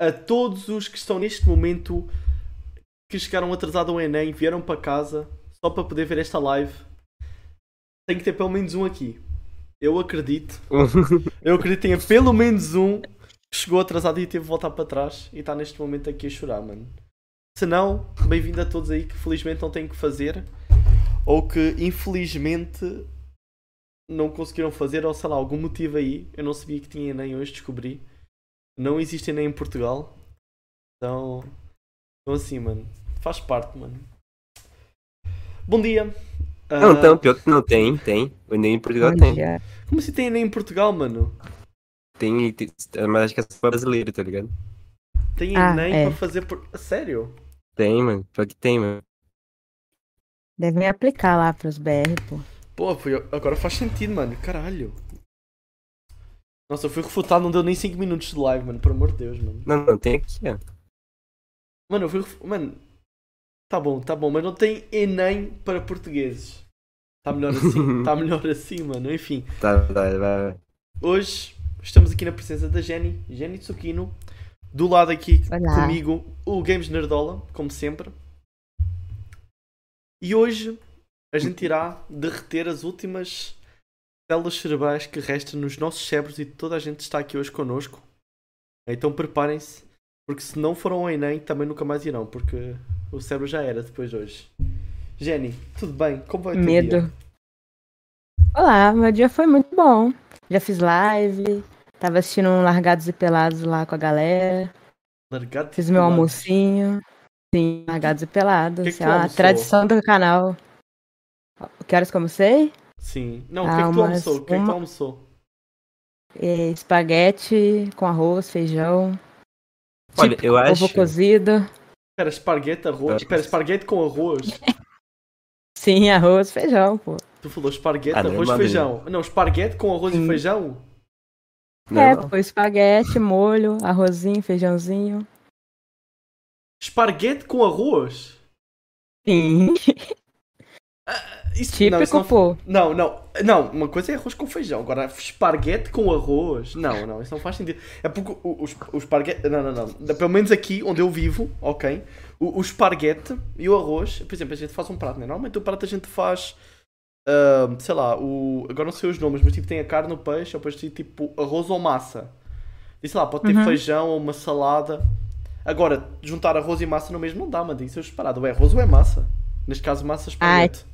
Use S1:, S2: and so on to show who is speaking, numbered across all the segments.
S1: a todos os que estão neste momento que chegaram atrasado ao Enem, vieram para casa só para poder ver esta live. Tem que ter pelo menos um aqui. Eu acredito. Eu acredito que tenha pelo menos um que chegou atrasado e teve de voltar para trás e está neste momento aqui a chorar, mano. Se não, bem-vindo a todos aí que felizmente não têm que fazer ou que infelizmente não conseguiram fazer, ou sei lá, algum motivo aí. Eu não sabia que tinha Enem, hoje descobri. Não existe Enem em Portugal. Então, então assim, mano, faz parte, mano. Bom dia. Ah,
S2: Não, então, pior que não tem, tem. O Enem em Portugal tem.
S3: Olha,
S1: Como se tem Enem em Portugal, mano?
S2: Tem, e tem- mas acho que é só brasileiro, tá ligado?
S1: Tem
S3: Ah,
S1: Enem
S3: é.
S1: para fazer por. a Sério?
S2: Tem, mano. Pior que tem, mano.
S3: devem aplicar lá pros BR, pô.
S1: Pô, foi... agora faz sentido, mano. Caralho. Nossa, eu fui refutado, não deu nem 5 minutos de live, mano. Por amor de Deus, mano.
S2: Não, não, tem aqui, ó.
S1: Mano, eu fui ref... Mano. Tá bom, tá bom, mas não tem Enem para portugueses. Tá melhor assim, tá melhor assim, mano. Enfim.
S2: Tá, vai, vai, vai.
S1: Hoje estamos aqui na presença da Jenny, Jenny Tsukino. Do lado aqui
S3: Olá.
S1: comigo, o Games Nerdola, como sempre. E hoje a gente irá derreter as últimas células cerebrais que restam nos nossos cérebros e toda a gente está aqui hoje connosco. Então preparem-se, porque se não foram ao Enem também nunca mais irão, porque o cérebro já era depois de hoje. Jenny, tudo bem? Como vai o teu dia?
S3: Medo. Olá, meu dia foi muito bom. Já fiz live, tava assistindo um Largados e Pelados lá com a galera,
S1: Largado de
S3: fiz meu
S1: lado.
S3: almocinho. Sim, Largados e Pelados.
S1: Que que tu
S3: é uma
S1: almoçou?
S3: tradição do canal. Que horas que eu almocei?
S1: Sim. Não, o que é que tu
S3: Almas,
S1: almoçou? O que é que tu
S3: Ah, uma-
S1: almoçou?
S3: É, espaguete com arroz, feijão,
S2: Olha,
S3: Tipo,
S2: eu acho.
S3: ovo cozido.
S1: Espera, esparguete, arroz.
S2: Nossa.
S1: Espera, esparguete com arroz.
S3: Sim, arroz, feijão, pô.
S1: Tu falou esparguete,
S2: Ah, não,
S1: arroz e
S2: mano.
S1: feijão. Não, esparguete com arroz e
S3: Sim.
S1: feijão?
S2: Não,
S3: é,
S2: não.
S3: pô, espaguete, molho, arrozinho, feijãozinho.
S1: Esparguete com arroz?
S3: Sim,
S1: Isso, não, isso
S3: típico,
S1: não,
S3: pô.
S1: não, não, não, uma coisa é arroz com feijão, agora esparguete com arroz. Não, não, isso não faz sentido. É porque o, o, o esparguete. Não, não, não. Pelo menos aqui onde eu vivo, ok? O, o esparguete e o arroz, por exemplo, a gente faz um prato, né? Normalmente o prato a gente faz. ah, sei lá, o. Agora não sei os nomes, mas tipo tem a carne, o peixe, ou depois tem tipo arroz ou massa. E sei lá, pode ter
S3: Uhum.
S1: feijão ou uma salada. Agora, juntar arroz e massa no mesmo não dá, mano. Isso é separado. Ou é arroz ou é massa. Neste caso, massa esparguete.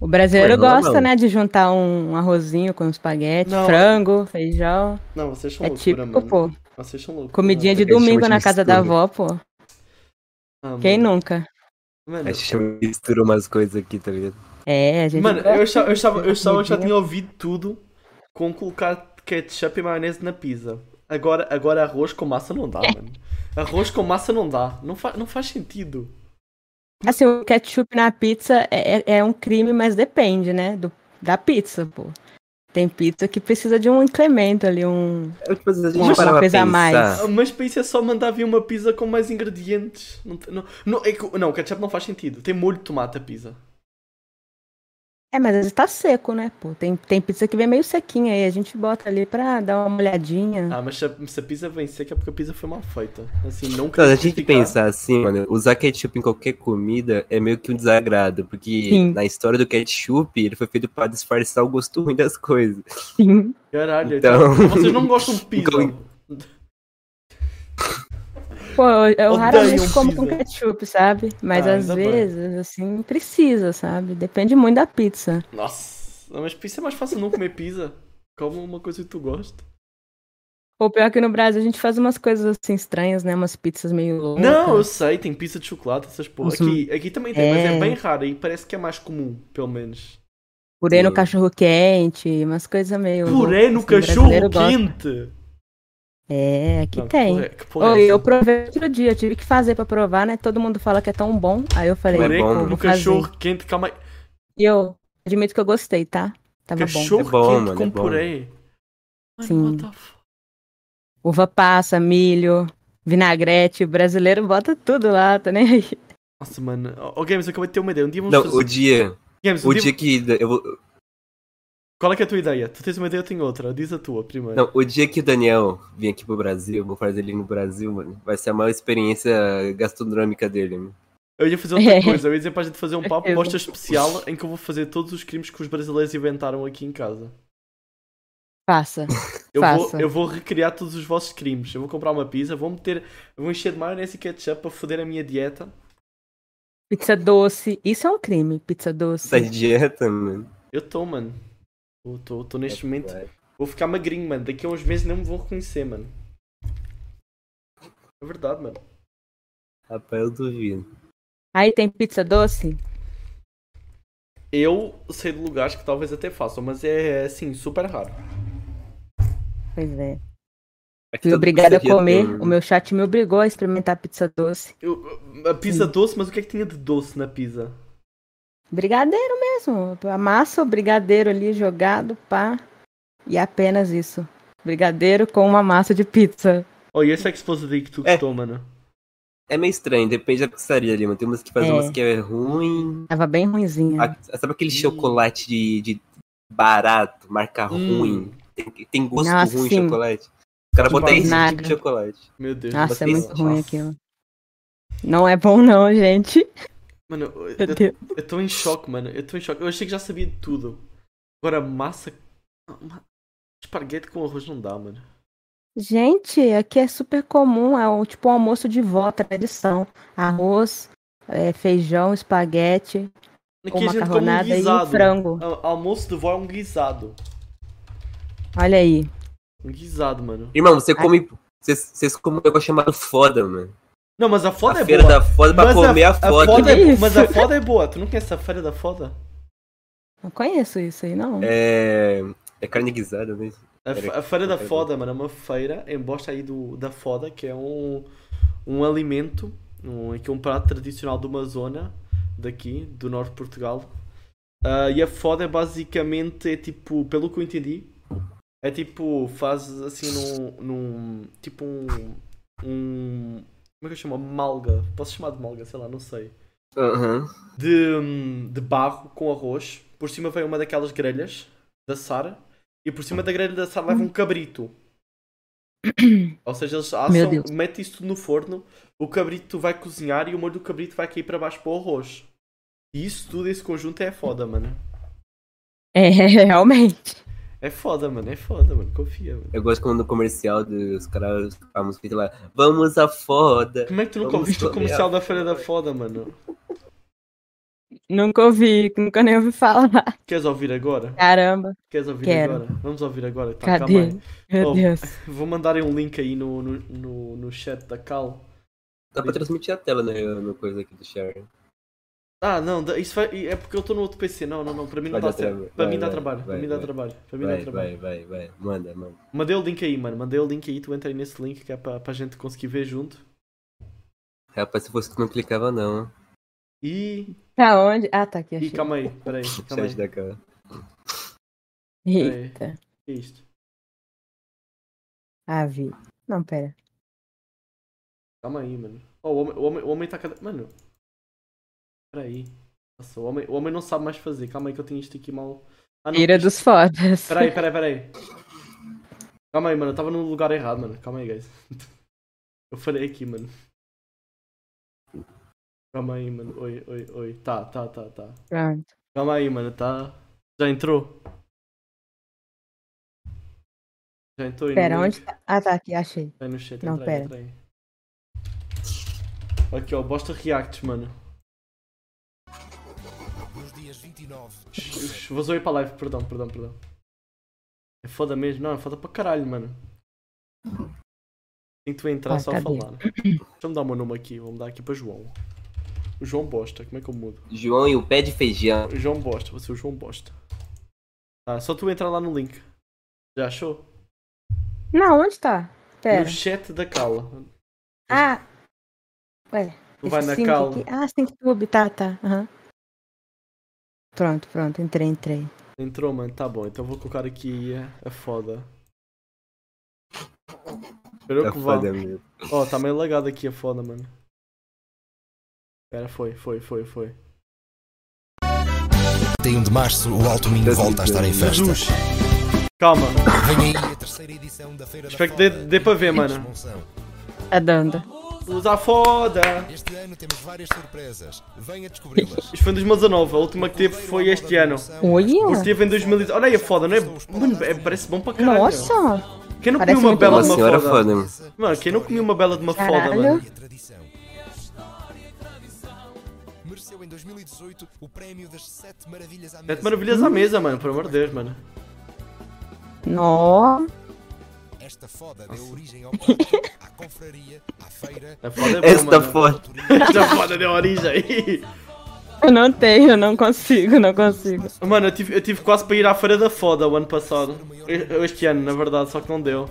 S3: O brasileiro
S2: Pois não,
S3: gosta,
S2: não.
S3: né, de juntar um arrozinho com espaguete,
S1: Não.
S3: frango, feijão.
S1: Não, vocês são
S3: É
S1: loucura,
S3: típico,
S1: mano.
S3: pô.
S1: Vocês são loucos.
S3: Comidinha de
S2: Porque eles
S3: domingo
S2: chamam de
S3: na casa da
S2: mistura.
S3: avó, pô.
S1: Ah,
S3: Quem
S1: mano.
S3: nunca?
S1: Mano,
S2: Acho que misturou umas coisas aqui, tá ligado?
S3: É, a gente.
S1: mano,
S3: gosta
S1: eu, achava, eu, achava, eu achava que já
S3: comidinha.
S1: tinha ouvido tudo com colocar ketchup e maionese na pizza. Agora, agora arroz com massa não dá, mano. Arroz com massa não dá. Não, fa não faz sentido.
S3: Assim, o ketchup na pizza é, é- é um crime, mas depende, né, do, da pizza, pô. Tem pizza que precisa de um incremento ali, um.
S2: Eu, tipo, às vezes a
S3: Uma
S2: gente parava
S3: coisa a
S2: pensar.
S3: mais.
S1: Ah, Mas para isso é só mandar vir uma pizza com mais ingredientes. Não, te- não, não, é que- não, ketchup não faz sentido. Tem molho de tomate a pizza.
S3: É, mas às vezes tá seco, né, pô? Tem, tem pizza que vem meio sequinha aí, a gente bota ali pra dar uma molhadinha.
S1: Ah, mas se a, se a pizza vem seca é porque a pizza foi mal feita. Assim, não
S2: Então,
S1: quero
S2: a gente
S1: criticar.
S2: pensar assim, mano, usar ketchup em qualquer comida é meio que um desagrado, porque
S3: Sim.
S2: na história do ketchup ele foi feito pra disfarçar o gosto ruim das coisas.
S3: Sim.
S1: Caralho, então...
S2: Então-
S1: vocês não gostam de pizza.
S2: Então-
S3: Pô, eu, eu
S1: Odeiam
S3: raramente como com
S1: pizza.
S3: ketchup, sabe? Mas
S1: um- Ah,
S3: às
S1: ainda bem.
S3: vezes, assim, precisa, sabe? Depende muito da pizza.
S1: Nossa, mas pizza é mais fácil não comer pizza. Como uma coisa que tu gosta.
S3: Ou pior que no Brasil a gente faz umas coisas assim estranhas, né? Umas pizzas meio loucas.
S1: Não, eu sei, tem pizza de chocolate, essas porra.
S3: Nossa,
S1: Aqui, aqui também tem, mas é
S3: é.
S1: bem raro e parece que é mais comum, pelo menos.
S3: Purê no
S2: Sim.
S3: cachorro quente, umas coisas meio.
S1: Puré no
S3: loucas, assim, o
S1: cachorro
S3: brasileiro gosta.
S1: quente!
S3: É, aqui
S1: Não,
S3: tem.
S1: porra, que porra
S3: Ou
S1: é
S3: eu
S1: essa?
S3: provei outro dia, eu tive que fazer pra provar, né? Todo mundo fala que é tão bom. Aí eu falei,
S2: Não é
S1: Puré
S2: bom,
S3: pô,
S1: no
S3: vou
S1: cachorro
S3: fazer.
S1: quente, calma aí.
S3: E eu admito que eu gostei, tá? Tava bom.
S1: Cachorro
S2: É bom,
S1: quente
S2: mano,
S1: com
S2: é bom.
S1: puré. Mano,
S3: Sim.
S1: what the fuck?
S3: Uva passa, milho, vinagrete, o brasileiro bota tudo lá, tá nem aí.
S1: Nossa, mano. Ó, oh, Games, eu acabei de ter uma ideia. Um dia vamos
S2: Não,
S1: fazer.
S2: o dia,
S1: Games, um
S2: o
S1: dia-
S2: dia que eu vou,
S1: Qual é que é a tua ideia? Tu tens uma ideia, eu tenho outra. Diz a tua primeiro.
S2: Não, o dia que o Daniel vir aqui pro Brasil, vou fazer ele no Brasil, mano, vai ser a maior experiência gastronômica dele, mano.
S1: Eu ia fazer outra coisa, eu ia dizer para a gente fazer um papo bosta especial em que eu vou fazer todos os crimes que os brasileiros inventaram aqui em casa.
S3: Faça.
S1: Eu,
S3: faça.
S1: Vou, eu vou recriar todos os vossos crimes. Eu vou comprar uma pizza, vou meter. eu Vou encher de maionese e ketchup para foder a minha dieta.
S3: Pizza doce. Isso é um crime, pizza doce.
S2: Essa dieta, mano.
S1: Eu estou, mano. Eu estou estou neste momento. Vou ficar magrinho, mano. Daqui a uns meses não me vão reconhecer, mano. É verdade, mano.
S2: Rapaz, eu duvido.
S3: Aí tem pizza doce?
S1: Eu sei de lugares que talvez até façam, mas é assim, super raro.
S3: Pois é.
S2: Aqui
S3: Fui
S2: todo
S3: obrigada a
S2: dia
S3: comer.
S2: tem,
S3: O meu chat me obrigou a experimentar pizza doce.
S1: Eu- a pizza doce, mas o que é que tinha de doce na pizza?
S3: Brigadeiro mesmo. A massa, o brigadeiro ali jogado, pá. E apenas isso. Brigadeiro com uma massa de pizza.
S1: Oh, e esse é que aí que tu
S2: É.
S1: gostou, mano?
S2: É meio estranho, depende da pizzaria ali, mano. Tem umas que fazem
S3: É.
S2: umas que é ruim.
S3: Tava bem ruinzinha.
S2: Ah, Sabe aquele
S1: Hum.
S2: chocolate de, de barato, marca
S1: Hum.
S2: Tá ruim? Tem, tem gosto
S3: Nossa,
S2: ruim
S3: sim.
S2: chocolate? Os caras botam
S1: Demais.
S2: esse tipo
S3: Nada.
S2: de chocolate.
S1: Meu Deus.
S3: Nossa, é
S2: vocês-
S3: muito ruim
S2: nossa.
S3: aquilo. Não é bom não, gente.
S1: Mano, eu,
S3: Meu Deus.
S1: eu tô em choque, mano. Eu tô em choque. Eu achei que já sabia de tudo. Agora, massa. ma- Esparguete com arroz não dá, mano.
S3: Gente, aqui é super comum, é o, tipo um almoço de vó, tradição. Arroz, é, feijão, espaguete,
S1: Aqui
S3: com
S1: a gente come um
S3: macarronada e um
S1: guisado.
S3: frango.
S1: Al- Almoço de vó é um guisado.
S3: Olha aí.
S1: Um guisado, mano.
S2: Irmão, você come. Vocês vocês comem um negócio chamado foda, mano.
S1: Não, mas a foda
S2: a
S1: é
S2: feira
S1: boa.
S2: da foda pra
S1: Mas
S2: comer a, foda.
S1: foda é
S3: Que
S1: boa,
S3: isso?
S1: mas a foda é boa. Tu não conhece a feira da foda?
S3: Não conheço isso aí, não.
S2: É. É carne guisada, né?
S1: A,
S2: Peraí,
S1: fe- a Feira da
S2: peraí.
S1: Foda, mano, é uma feira em bosta aí do, da foda, que é um, um alimento, um, que é um prato tradicional de uma zona daqui, do norte de Portugal. Ah, e a foda é basicamente, é tipo, pelo que eu entendi, é tipo, fazes assim num, num tipo um, um, como é que eu chamo? Malga, posso chamar de malga, sei lá, não sei
S2: Aham.
S1: de, hum, de barro com arroz. Por cima vem uma daquelas grelhas da Sara. E por cima da grelha da Sara leva um cabrito. Ou seja, eles assam,
S3: Meu Deus.
S1: metem isso tudo no forno. O cabrito vai cozinhar e o molho do cabrito vai cair para baixo para o arroz. E isso tudo, esse conjunto é foda, mano.
S3: É, realmente.
S1: É foda, mano. É foda, mano. Confia, mano.
S2: Eu gosto quando no comercial dos caras a música sei lá, vamos a foda.
S1: Como é que tu nunca
S2: Vamos
S1: ouviste o
S2: comer
S1: comercial
S2: a
S1: da Feira da
S2: foda.
S1: Foda, mano?
S3: Nunca ouvi, nunca nem ouvi falar.
S1: Queres ouvir agora?
S3: Caramba,
S1: Queres ouvir
S3: Quero.
S1: agora? Vamos ouvir agora. Tá, calma aí.
S3: cadê? Meu
S1: Oh.
S3: Deus.
S1: Vou mandar aí um link aí no, no, no, no chat da Cal.
S2: Dá pra transmitir a tela né, no coisa aqui do share.
S1: Ah, não, da- isso vai- é porque eu tô no outro PC. Não, não, não, pra mim não
S2: Vai
S1: dá
S2: dar
S1: certo.
S2: trabalho,
S1: Pra
S2: vai,
S1: mim dá
S2: vai,
S1: trabalho, pra
S2: vai,
S1: mim dá
S2: vai.
S1: trabalho, pra mim dá
S2: Vai,
S1: trabalho.
S2: vai, vai, vai. Manda, manda.
S1: Mandei o link aí, mano, mandei o link aí, tu entra aí nesse link que é pra, pra gente conseguir ver junto.
S2: Rapaz, se fosse tu não clicava não.
S1: E.
S3: Tá onde? Ah, tá aqui,
S1: Ih,
S3: achei.
S1: calma aí, peraí, calma aí.
S2: Chat da cara.
S1: aí.
S3: Eita,
S1: Que é isto?
S3: ah, vi. Não, pera.
S1: Calma aí, mano. Ó, o, homem, o, homem, o homem tá cada. Mano. Peraí. Nossa, o homem, o homem não sabe mais fazer. Calma aí que eu tenho isto aqui mal. Ah, não.
S3: Ira
S1: isto-
S3: dos fodas.
S1: Peraí, peraí, peraí. Calma aí, mano, eu tava no lugar errado, mano. Calma aí, guys. Eu falei aqui, mano. Calma aí, mano. Oi, oi, oi. Tá, tá, tá, tá.
S3: Pronto.
S1: Calma aí, mano. Tá. Já entrou? Já entrou aí no
S3: Pera,
S1: link?
S3: onde tá? Ah, tá aqui, achei.
S1: Tá aí no chat,
S3: Não,
S1: entra aí, entra aí. Aqui, ó. Bosta React, mano.
S4: Nos dias 29,
S1: Ux, Vazou aí pra live, perdão, perdão, perdão. É foda mesmo? Não, é foda pra caralho, mano. Tem que tu entrar
S3: Ah,
S1: só a
S3: cadê?
S1: falar. Deixa-me dar o meu nome aqui, vamos dar aqui para João. O João Bosta, como é que eu mudo?
S2: João e o pé de feijão.
S1: O João Bosta, você o João Bosta. Tá, só tu entrar lá no link. Já achou?
S3: Não, onde tá? Pera.
S1: No chat da Cala.
S3: Ah,
S1: Tu vai na
S3: esse sync
S1: Cala.
S3: aqui. Ah, SyncTube, tá, tá. aham. Pronto, pronto, entrei, entrei.
S1: Entrou, mano, tá bom. Então eu vou colocar aqui a- a foda. Espero
S2: Tá
S1: que vá.
S2: foda mesmo.
S1: Ó, tá meio lagado aqui a foda, mano. Pera, foi, foi, foi, foi.
S4: 31 de março, o Alto Minho volta a estar em festa.
S1: Jesus. Calma.
S4: Vem aí a terceira edição da Feira
S1: Espero
S4: da
S1: que dê-
S4: Foda,
S1: dê para ver,
S4: em
S1: mano.
S4: Monção.
S3: Tá dando.
S1: Usa a foda.
S4: Este ano temos várias surpresas. Venha descobri-las.
S1: Isto foi em 2019, a última que teve foi este ano.
S3: Olha!
S1: Teve em 2019. Olha aí a foda, não é? Mano, é- parece bom para caralho.
S3: Nossa!
S1: Quem não comeu
S3: Parece
S1: uma
S3: muito
S1: bela
S2: Uma
S1: de uma
S2: senhora
S1: foda?
S2: foda, mano.
S1: Mano, quem não comeu uma bela de uma foda,
S3: Caralho.
S1: mano?
S4: E a tradição. Mereceu em 2018 o prémio das 7 maravilhas à
S1: Sete
S4: mesa.
S1: maravilhas
S3: Hum.
S1: à mesa, mano, pelo amor de Deus, mano.
S3: Nó!
S4: Esta foda deu origem ao punk, à confraria, à feira.
S1: A foda é boa,
S2: Esta
S1: mano.
S2: foda.
S1: Esta foda deu origem.
S3: Eu não tenho, eu não consigo, não consigo.
S1: Mano, eu tive, eu tive quase para ir à Feira da Foda o ano passado. E- Este ano, na verdade, só que não deu.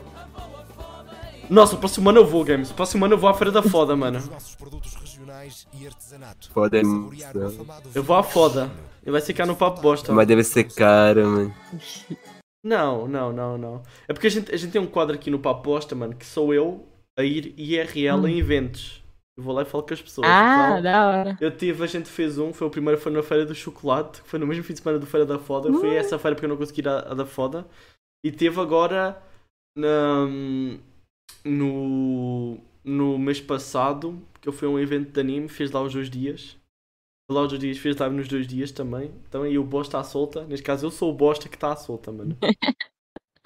S1: Nossa, o próximo ano eu vou, Games. O próximo ano eu vou à Feira da Foda, mano.
S4: Os nossos produtos regionais e artesanato.
S2: Foda é
S4: Saborear o
S2: muito,
S4: afamado
S1: Eu vou à
S4: vinho
S1: Foda.
S4: argentino.
S1: E vai ser cá no Papo Bosta.
S2: Mas deve ser cara, mano.
S1: Não, não, não, não. É porque a gente, a gente tem um quadro aqui no Papo Bosta, mano, que sou eu a ir IRL em eventos. Eu vou lá e falo com as pessoas.
S3: Hum. Ah,
S1: Então,
S3: da hora.
S1: Eu tive, a gente fez um, foi o primeiro, foi na Feira do Chocolate, que foi no mesmo fim de semana do Feira da Foda. Eu fui a essa feira porque eu não consegui ir à, à da Foda. E teve agora na- no, no mês passado, que eu fui a um evento de anime, fiz lá os dois dias. Fui Lá os dois dias, fiz live nos dois dias também. Então aí o boss está à solta. Neste caso eu sou o bosta que está à solta, mano.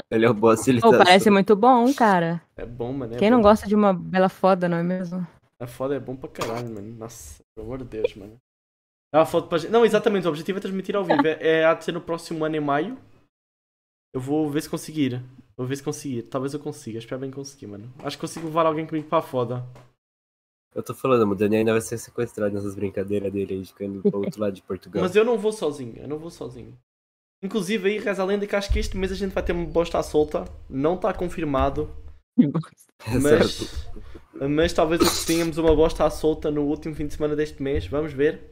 S2: Ele é o boss, ele
S3: Pô,
S2: tá.
S3: Oh, parece muito bom, cara.
S1: É bom, mano. É
S3: Quem não
S1: bom.
S3: gosta de uma bela foda, não é mesmo?
S1: A foda é bom pra caralho, mano. Nossa, pelo amor de Deus, mano. Dá uma foto pra gente. Não, exatamente, o objetivo é transmitir ao vivo. É, é há de ser no próximo ano, em maio. Eu vou ver se conseguir. Vou ver se conseguir. Talvez eu consiga. Espero bem conseguir, mano. Acho que consigo levar alguém comigo pra foda.
S2: Eu tô falando, mano, o Daniel ainda vai ser sequestrado nessas brincadeiras dele aí, de ficando pro outro lado de Portugal.
S1: Mas eu não vou sozinho. Eu não vou sozinho. Inclusive, aí reza a lenda que acho que este mês a gente vai ter uma bosta à solta. Não tá confirmado.
S2: Certo.
S1: Mas, mas talvez tenhamos uma bosta à solta no último fim de semana deste mês. Vamos ver.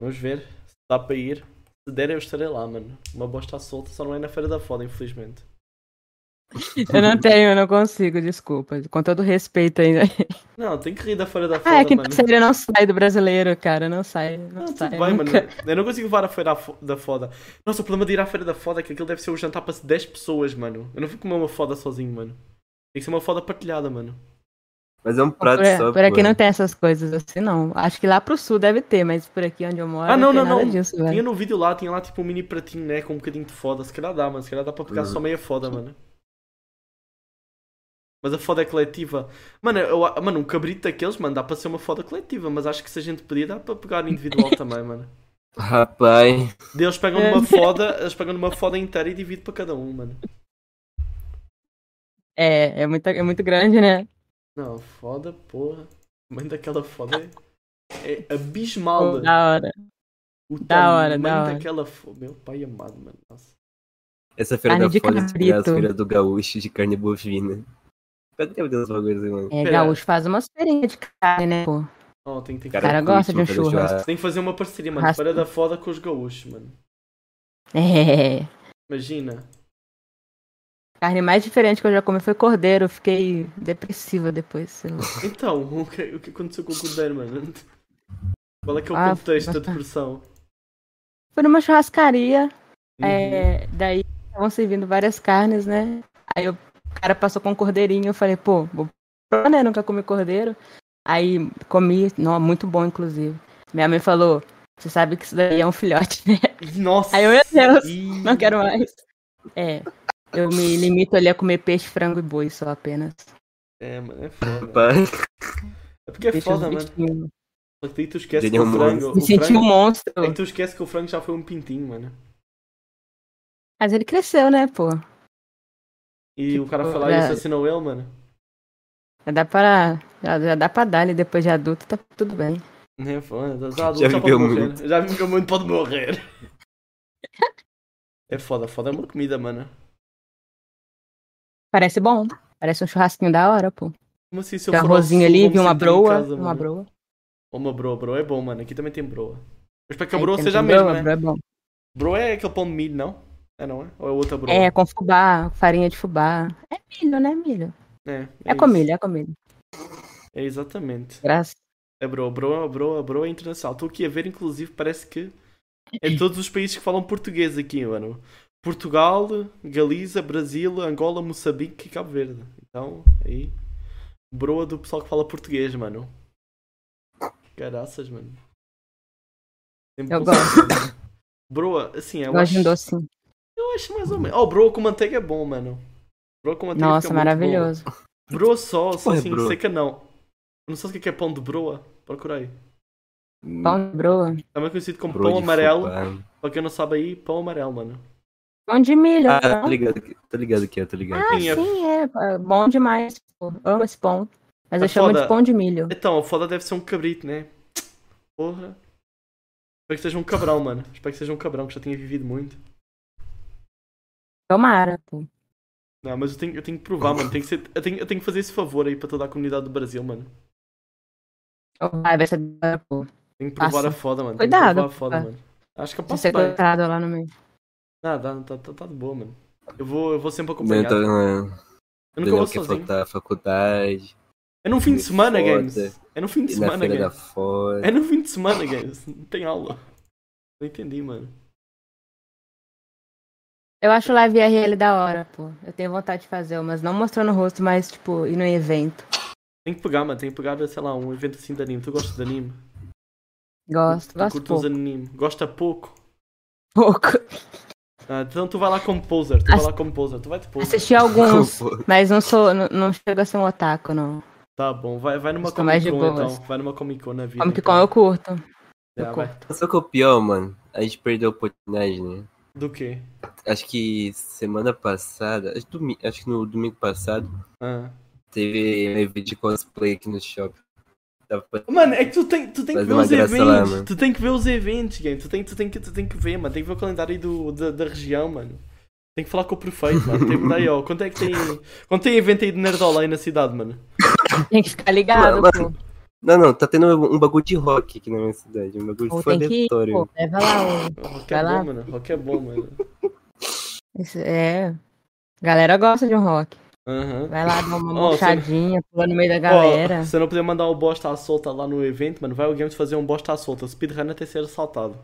S1: Vamos ver se dá para ir. Se der, eu estarei lá, mano. Uma bosta à solta só não é na Feira da Foda, infelizmente.
S3: Eu não tenho, eu não consigo, desculpa. Com todo respeito ainda.
S1: Não, tem que rir da Feira da Foda,
S3: Ah, é que
S1: mano.
S3: parceiro não sai do brasileiro, cara. Não sai. Não,
S1: Não,
S3: sai.
S1: tudo bem, mano.
S3: nunca.
S1: Eu não consigo levar a Feira fo- da Foda. Nossa, o problema de ir à Feira da Foda é que aquilo deve ser um jantar para 10 pessoas, mano. Eu não vou comer uma foda sozinho, mano. Tem que ser uma foda partilhada, mano.
S2: Mas é um
S3: Por,
S2: prato só.
S3: por aqui
S2: pô.
S3: não tem essas coisas assim, não. Acho que lá pro sul deve ter, mas por aqui onde eu moro.
S1: Ah, não,
S3: tem
S1: não,
S3: nada
S1: não.
S3: Disso,
S1: Tinha
S3: velho.
S1: no vídeo lá, tinha lá tipo um mini pratinho, né? Com um bocadinho de foda. Se calhar dá, mano. Se calhar dá para pegar
S2: Uhum.
S1: só meia foda, mano. Mas a foda é coletiva. Mano, eu a- mano, um cabrito daqueles, mano, dá para ser uma foda coletiva. Mas acho que se a gente pedir, dá para pegar individual também, mano.
S2: Rapaz,
S1: Deles pegam
S3: É.
S1: numa foda, eles pegam numa foda inteira e dividem para cada um, mano.
S3: É, é muito, é muito grande, né?
S1: Não, foda, porra. Mãe daquela foda é, é abismal.
S3: Da hora.
S1: O
S3: da hora,
S1: tamanho
S3: da hora.
S1: daquela foda. Meu pai amado, mano. Nossa.
S2: essa feira
S3: Carne
S2: da
S3: de
S2: foda é a
S3: cabrito.
S2: feira do gaúcho de carne bovina. Cadê o Deus bagulho assim, mano?
S3: É,
S1: Pera.
S3: gaúcho faz umas feirinhas de carne, né, pô?
S1: Oh, tem, tem que
S3: Cara, cara
S2: curte,
S3: gosta de
S2: mano,
S3: um churrasco.
S2: já-
S1: Tem que fazer uma parceria, mano.
S3: Raspa.
S1: Feira da foda com os gaúchos, mano.
S3: É.
S1: Imagina.
S3: A carne mais diferente que eu já comi foi cordeiro. Eu fiquei depressiva depois. sei lá.
S1: Então, o que, o que aconteceu com o Cordeiro, mano? Qual é que é o
S3: Ah,
S1: contexto da
S3: mas tá.
S1: depressão?
S3: Foi numa churrascaria.
S1: Uhum.
S3: É, daí estavam servindo várias carnes, né? Aí eu- o cara passou com um cordeirinho, eu falei, pô, vou provar, né? Nunca comi cordeiro. Aí comi, não, muito bom, inclusive. Minha mãe falou, você sabe que isso daí é um filhote, né?
S1: Nossa!
S3: Aí eu, meu Deus,
S1: Ih,
S3: Não quero mais. É. Eu me limito ali a comer peixe, frango e boi só apenas.
S1: É, mano, é foda.
S2: Rapaz,
S1: É porque é
S3: Deixa
S1: foda,
S3: os
S1: mano.
S3: bichinhos.
S1: Só que daí tu esqueces que
S2: Daniel
S1: o frango.
S3: Me
S1: O
S3: senti um
S1: frango... É
S3: monstro.
S1: que tu esqueces que o frango já foi um pintinho, mano.
S3: Mas ele cresceu, né, pô?
S1: E
S3: Tipo,
S1: o cara foi lá e
S3: Olha.
S1: assassinou ele, mano.
S3: Já dá pra, já, já dá pra dar ali depois de adulto, tá tudo bem.
S1: Não é foda. Já,
S2: Já
S1: já, já pode
S2: viveu
S1: morrer.
S2: muito.
S1: Já viveu muito, pode morrer. É foda, foda é uma comida, mano.
S3: Parece bom. Parece um churrasquinho da hora, pô.
S1: Como assim, se eu
S3: Tem um
S1: for ao
S3: arrozinho
S1: sul,
S3: ali,
S1: vou me
S3: vi uma
S1: sentir em
S3: broa,
S1: casa,
S3: uma
S1: mano.
S3: broa.
S1: Ou uma broa, broa é bom, mano. Aqui também tem broa. Eu espero que a
S3: Aí
S1: broa
S3: tem
S1: seja a
S3: broa,
S1: mesma, né?
S3: broa é bom.
S1: Broa é aquele pão de milho, não? É, não é? Ou é outra broa?
S3: É, com fubá, farinha de fubá. É milho, né, milho?
S1: é,
S3: É,
S1: isso.
S3: com milho, é com milho.
S1: É exatamente.
S3: Graças.
S1: É broa, broa, broa, broa é internacional. Estou aqui a ver, inclusive, parece que É todos os países que falam português aqui, mano. Portugal, Galiza, Brasil, Angola, Moçambique e Cabo Verde. Então, aí. Broa do pessoal que fala português, mano. Caraças, mano. Sempre
S3: Eu
S1: bom
S3: gosto.
S1: saber. Broa, assim, eu
S3: Gosto de um
S1: acho,
S3: docinho.
S1: eu acho mais ou menos. Oh, broa com manteiga é bom, mano. Broa com manteiga
S3: Nossa,
S1: fica muito bom.
S3: maravilhoso.
S1: Broa só, só
S2: Porra, é
S1: assim,
S2: broa.
S1: seca não. Não sei o que é que é pão de broa. Procura aí.
S3: Pão de broa.
S1: Também conhecido como
S2: Broa
S1: pão
S2: um de
S1: amarelo.
S2: fubá.
S1: Pra quem não sabe aí, pão amarelo, mano.
S3: Pão de milho.
S2: Ah,
S3: não?
S2: tô ligado aqui, tô ligado aqui, tô ligado.
S1: Sim, é-
S3: Sim, é. é Bom demais. pô. Amo esse pão. Mas
S1: Tá
S3: eu chamo
S1: foda.
S3: de pão de milho.
S1: Então, a foda deve ser um cabrito, né? Porra. Espero que seja um cabrão, mano. Espero que seja um cabrão, que já tenha vivido muito.
S3: Tomara, pô.
S1: Não, mas eu tenho, eu tenho que provar, mano. Tem que ser- eu, tenho, eu tenho que fazer esse favor aí pra toda a comunidade do Brasil, mano.
S3: Ou Vai, vai ser da hora, pô.
S1: Tenho que provar
S3: Passa.
S1: a foda, mano. Tenho que
S3: Cuidado,
S1: provar a foda,
S3: pá.
S1: mano. Acho que eu
S3: Se
S1: posso
S3: ser
S1: bem.
S3: colocado lá no meio.
S1: Ah, dá, tá, tá, tá de boa, mano. Eu vou, eu vou sempre
S2: Daniel,
S1: acompanhado.
S2: tá,
S1: é Eu
S2: né,
S1: nunca vou
S2: Daniel quer
S1: sozinho.
S2: faltar à faculdade,
S1: É num fim de
S2: me
S1: semana,
S2: foda.
S1: games. É num fim de
S2: ir na
S1: semana,
S2: feira da
S1: games.
S2: foda.
S1: É num fim de semana, games. Não tem aula. Não entendi, mano.
S3: Eu acho o live IRL da hora, pô. Eu tenho vontade de fazer umas, não mostrando o rosto, mas, tipo, ir no evento.
S1: Tem que pegar, mano. Tem que pegar, sei lá, um evento assim de anime. Tu gostas de anime?
S3: Gosto,
S1: Tu
S3: gosto
S1: curte uns
S3: pouco.
S1: anime. Gosta pouco?
S3: pouco.
S1: Ah, então tu vai lá como poser, tu
S3: Ass-
S1: vai lá como poser, tu vai de poser.
S3: Assisti alguns, mas não sou, não, não chego a ser um otaku, não.
S1: Tá bom, vai, vai numa
S3: Estou mais
S1: Comic
S3: de
S1: Con então,
S3: boas.
S1: vai numa Comic Con na vida.
S3: Como que
S1: então.
S3: com eu curto. eu
S1: Ah, vai.
S3: curto.
S2: Só que o pior, mano, a gente perdeu a oportunidade, né?
S1: Do quê?
S2: Acho que semana passada, acho, domi- acho que no domingo passado,
S1: Ah.
S2: teve um evento de cosplay aqui no shopping. Tava pra-
S1: Mano, é que tu tem, tu tem que
S2: Faz
S1: ver
S2: uma
S1: os
S2: graça
S1: eventos,
S2: lá, mano.
S1: tu tem que ver os eventos, game. Tu tem, tu tem, que, tu tem que ver, mano, tem que ver o calendário aí do, da, da região, mano. Tem que falar com o prefeito, mano, tem que dar aí, ó, quanto é que tem, quanto tem evento aí de Nerdola aí na cidade, mano?
S3: Tem que ficar ligado,
S2: Mas-
S3: pô.
S2: Não, não, tá tendo um bagulho de rock aqui na minha cidade, um bagulho
S3: Ou
S2: foi
S3: tem que ir, pô.
S2: aleatório.
S3: Leva lá
S1: O Rock é
S3: Vai lá.
S1: bom, mano, o Rock é bom, mano.
S3: o. Isso, é. Galera gosta de um rock.
S1: Aham.
S3: Vai lá dar uma
S1: Ó,
S3: murchadinha, pula no meio da
S1: Ó,
S3: galera.
S1: se eu não puder mandar o bosta à solta lá no evento, mano, vai o Games fazer um bosta à solta. Speedrun até ser assaltado.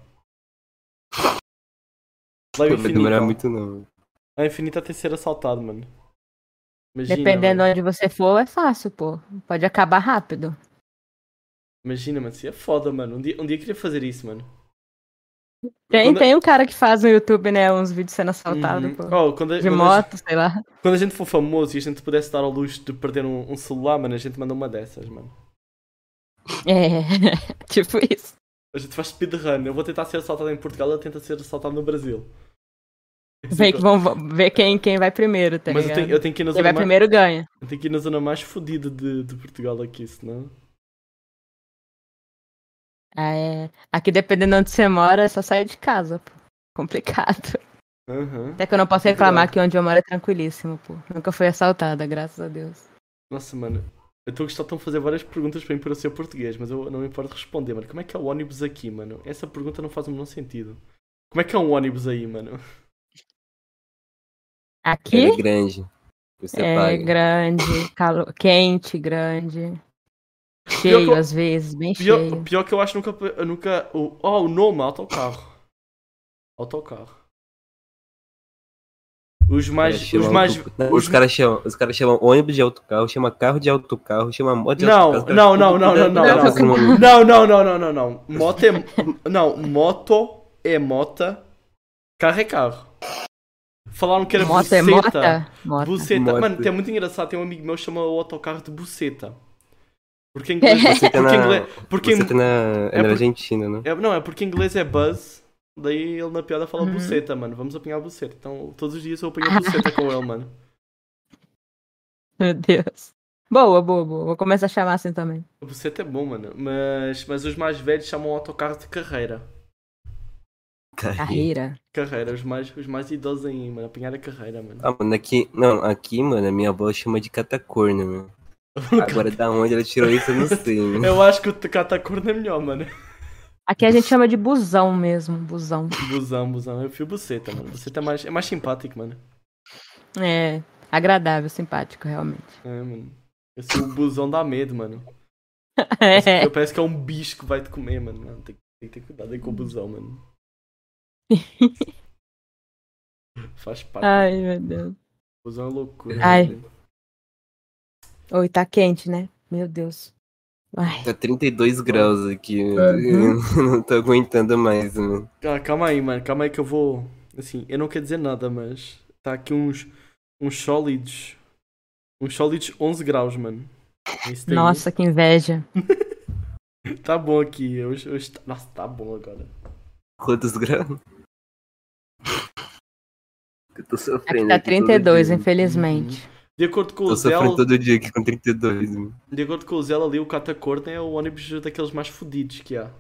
S1: Lá o
S2: Não vai demorar
S1: infinito.
S2: é muito, não.
S1: Lá o infinito até ser assaltado, mano. Imagina,
S3: Dependendo
S1: mano.
S3: onde você for, é fácil, pô. Pode acabar rápido.
S1: Imagina, mano. Isso é foda, mano. Um dia, um dia eu queria fazer isso, mano.
S3: Tem,
S1: Quando-
S3: tem um cara que faz no YouTube, né? Uns vídeos sendo assaltado,
S1: Uhum.
S3: pô.
S1: Oh, quando,
S3: De
S1: quando, a,
S3: moto, sei lá.
S1: quando a gente for famoso e a gente pudesse dar ao luxo de perder um, um celular, mano, a gente manda uma dessas, mano.
S3: É, tipo isso.
S1: A gente faz speedrun. Eu vou tentar ser assaltado em Portugal, ela tenta ser assaltado no Brasil. Tipo,
S3: Vem que vão vão ver quem, quem vai primeiro, tá
S1: Mas eu
S3: ligado?
S1: tenho, eu tenho que ir na
S3: Quem
S1: zona
S3: vai
S1: mais-
S3: primeiro ganha.
S1: Eu tenho que ir na zona mais fodida de, de Portugal aqui, senão.
S3: Ah, é. Aqui, dependendo onde você mora, é só sair de casa, pô. Complicado.
S1: Aham.
S3: Até que eu não posso
S1: É
S3: reclamar
S1: verdade.
S3: que onde eu moro é tranquilíssimo, pô. Nunca fui assaltada, graças a Deus.
S1: Nossa, mano. Eu estou a gostar de fazer várias perguntas para mim para eu ser português, mas eu não me importo responder, mano. Como é que é o ônibus aqui, mano? Essa pergunta não faz o menor sentido. Como é que é um ônibus aí, mano?
S2: Ele é
S3: Aqui
S2: grande. Você
S3: é
S2: paga.
S3: grande, calo... quente, grande.
S1: Pior que
S3: Cheio,
S1: eu-
S3: às vezes, bem
S1: Pior,
S3: cheio.
S1: pior que eu acho nunca. eu nunca o, oh, o nome, autocarro. Autocarro. Os
S2: Os
S1: mais.
S2: caras
S1: Os
S2: chamam
S1: mais.
S2: auto- Não,
S1: os
S2: Os caras chamam, os caras chamam ônibus de autocarro, chama carro de autocarro, chama moto de
S1: Não,
S2: autocarro. os caras
S1: não,
S2: tudo
S1: não, não,
S2: dá-
S1: não, não,
S2: dá
S3: não.
S2: pra esse nome.
S1: Não, não, não, não, não, não. Moto é. Não, moto é mota. Carro é carro. Falaram que era
S3: Moto é
S1: buceta.
S3: mota? Mota.
S1: Buceta.
S2: Mota.
S1: Mano, é muito engraçado. Tem um amigo meu que chama o autocarro de buceta. Porque em inglês.
S2: Você
S1: porque
S2: tá
S1: em
S2: na,
S1: inglês, porque em-
S2: você tá na, é
S1: é
S2: na
S1: por-
S2: Argentina, né?
S1: é- não, é porque em inglês é buzz. Daí ele na piada fala
S3: Uhum.
S1: buceta, mano. Vamos apanhar a buceta. Então todos os dias eu apanho a buceta com ele, mano.
S3: Meu Deus. Boa, boa, boa. Vou começar a chamar assim também.
S1: A buceta é bom, mano. Mas, mas os mais velhos chamam o autocarro de carreira.
S3: Tá
S2: Tá
S3: Carreira.
S1: Carreira, os mais, os mais idosos aí, mano. Apanhar a carreira, mano.
S2: Ah, mano, aqui, não, aqui, mano, a minha avó chama de catacorno, meu. Agora da onde ela tirou isso, eu não sei, meu.
S1: Eu acho que o catacorno é melhor, mano.
S3: Aqui a gente chama de busão mesmo, busão.
S1: Busão, busão. Eu fio buceta, mano. Buceta é mais, é mais simpático, mano.
S3: É, agradável, simpático, realmente.
S1: É, mano. Eu sou o busão dá medo, mano.
S3: É.
S1: Eu parece que é um bicho que vai te comer, mano. Não, tem, que- tem que ter cuidado aí com o busão, mano. Faz parte.
S3: Ai, meu Deus.
S1: Fusão é loucura.
S3: Ai. Oi, tá quente, né? Meu Deus. Ai,
S2: Tá 32 graus
S1: É.
S2: aqui.
S3: Uhum.
S2: Não tô aguentando mais, mano.
S1: Ah, calma aí, mano. Calma aí que eu vou. Assim, eu não quero dizer nada, mas. Tá aqui uns. Uns sólidos. Uns sólidos 11 graus, mano. Isso daí
S3: nossa, que inveja.
S1: Tá bom aqui. Hoje, hoje tá- Nossa, tá bom agora.
S2: Quantos graus? Eu tô
S3: Aqui
S2: sofrendo.
S3: tá
S2: aqui todo
S3: 32,
S2: dia.
S3: infelizmente.
S1: De acordo com o
S2: Tô sofrendo
S1: Zell.
S2: todo dia aqui com 32. mano.
S1: De acordo com o Zell ali, o Catacorda é o ônibus daqueles mais fodidos que há. Uhum.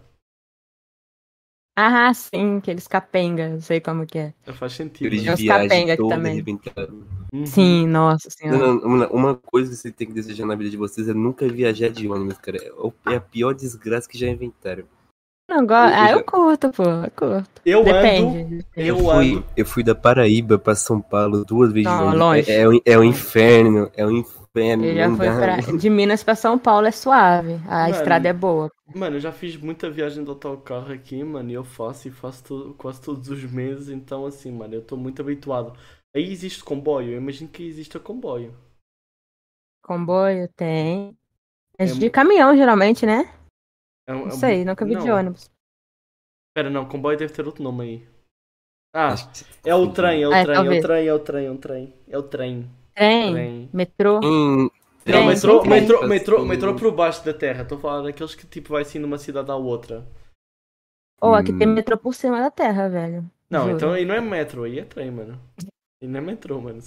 S3: Ah, sim, aqueles capenga, não sei como que é.
S1: Faz sentido.
S2: Teoria
S1: né?
S3: Eu
S2: de
S3: os
S2: viagem
S3: capenga aqui
S2: toda
S3: também. um-
S2: arrebentada.
S1: Uhum.
S3: Sim, nossa
S2: Não,
S3: senhora.
S2: não, uma, uma coisa que você tem que desejar na vida de vocês é nunca viajar de ônibus, cara. É o- É a pior desgraça que já inventaram.
S3: Não go-
S2: Eu-
S3: Ah,
S2: eu-
S3: eu curto, pô, eu curto.
S1: Eu ando.
S3: Depende.
S1: Eu
S2: fui,
S1: ando.
S2: eu fui da Paraíba pra São Paulo duas vezes.
S3: Não,
S2: de
S3: Tá, longe.
S2: ônibus. É, é um- é um inferno, é um inferno.
S3: Eu já
S2: não
S3: fui
S2: dá. né?
S3: pra... de Minas pra São Paulo, é suave. A
S1: Mano.
S3: estrada é boa.
S1: Mano, eu já fiz muita viagem de autocarro aqui, mano, e eu faço e faço to- quase todos os meses, então assim, mano, eu tô muito habituado. Aí existe comboio, eu imagino que exista comboio.
S3: Comboio tem. É
S1: É
S3: de
S1: mu-
S3: caminhão, geralmente, né?
S1: É, um- é
S3: Não
S1: um-
S3: sei, nunca vi de
S1: não.
S3: ônibus.
S1: Pera, não, comboio deve ter outro nome aí. Ah,
S2: Acho que você tá
S1: é o
S2: confundindo.
S1: trem, é o
S3: Ah, é,
S1: trem, é o
S3: talvez.
S1: trem, é o trem, é o trem. É o trem.
S3: Trem,
S1: Trem.
S3: metrô.
S2: Hum,
S1: Não,
S3: Trem,
S1: metrô,
S3: sim, trem.
S1: metrô, metrô, metrô por baixo da terra. Estou a falar daqueles que tipo vai assim numa cidade à outra.
S3: Ou aqui tem
S2: Hum.
S3: metrô por cima da terra, velho.
S1: Não,
S3: Juro.
S1: então aí não é metro, aí é trem, mano. E não é metrô, mano.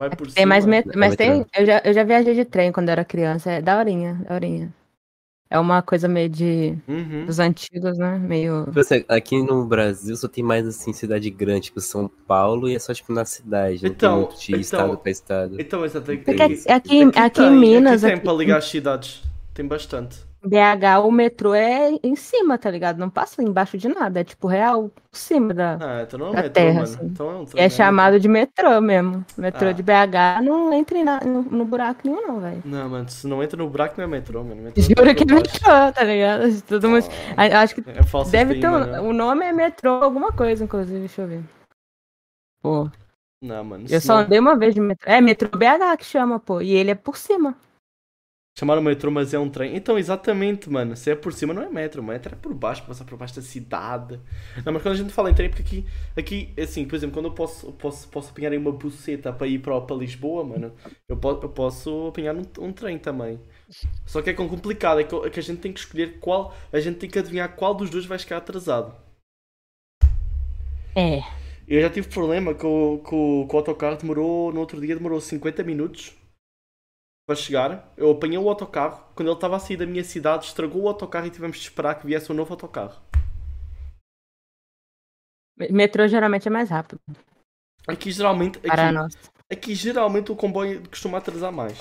S1: Vai por
S3: Tem
S1: cima.
S3: mais metrô.
S2: É
S3: Mas
S2: metrô.
S3: tem. Eu já, eu já viajei de trem quando eu era criança. É daorinha, daorinha. É uma coisa meio de.
S2: Hum.
S1: Uhum.
S3: dos antigos, né? Meio.
S2: tipo assim, Aqui no Brasil só tem mais assim cidade grande, tipo São Paulo, e é só tipo na cidade. Não
S1: Então,
S2: tem muito de
S1: então-
S2: estado pra estado.
S1: Então, exato.
S2: Aqui-
S3: É que aqui,
S2: Isso.
S3: aqui, aqui em Minas,
S1: Aqui tem
S3: aqui
S1: para ligar as cidades. Tem bastante.
S3: em BH, o metrô é em cima, tá ligado? Não passa embaixo de nada. É tipo real por cima da.
S1: Ah, então não é um
S3: Da
S1: metrô,
S3: terra,
S1: mano.
S3: sim.
S1: Então é um trem.
S3: É
S1: né?
S3: chamado de metrô mesmo. Metrô
S1: Ah.
S3: de BH não entra em na- no, no buraco nenhum, não, velho.
S1: Não, mano, se não entra no buraco, não é metrô, mano. Metrô
S3: Juro que
S1: por
S3: é
S1: baixo.
S3: metrô, tá ligado? Todo mundo. a- Acho que
S1: É falso
S3: deve ter.
S1: prima,
S3: um- O nome é metrô, alguma coisa, inclusive, deixa eu ver. Pô,
S1: Não, mano.
S3: eu
S1: se
S3: só
S1: não-
S3: andei uma vez de metrô. É metrô BH que chama, pô. E ele é por cima.
S1: Chamaram metrô, mas é um trem. Então, exatamente, mano. Se é por cima, não é metro. Metro é por baixo, passar por baixo da cidade. Não, mas quando a gente fala em trem, é porque aqui, aqui assim, por exemplo, quando eu posso, eu posso, posso apanhar aí uma buceta para ir para, para Lisboa, mano, eu, po eu posso apanhar um, um trem também. Só que é com complicado, é que, é que a gente tem que escolher qual. A gente tem que adivinhar qual dos dois vai chegar atrasado.
S3: É.
S1: Eu já tive problema que o, que o, que o autocarro demorou, no outro dia demorou 50 minutos para chegar. Eu apanhei o autocarro, quando ele estava a sair da minha cidade, estragou o autocarro e tivemos de esperar que viesse um novo autocarro.
S3: Metrô geralmente é mais rápido. Ah,
S1: Aqui geralmente,
S3: Para
S1: aqui,
S3: nós.
S1: aqui, É geralmente o comboio costuma atrasar mais.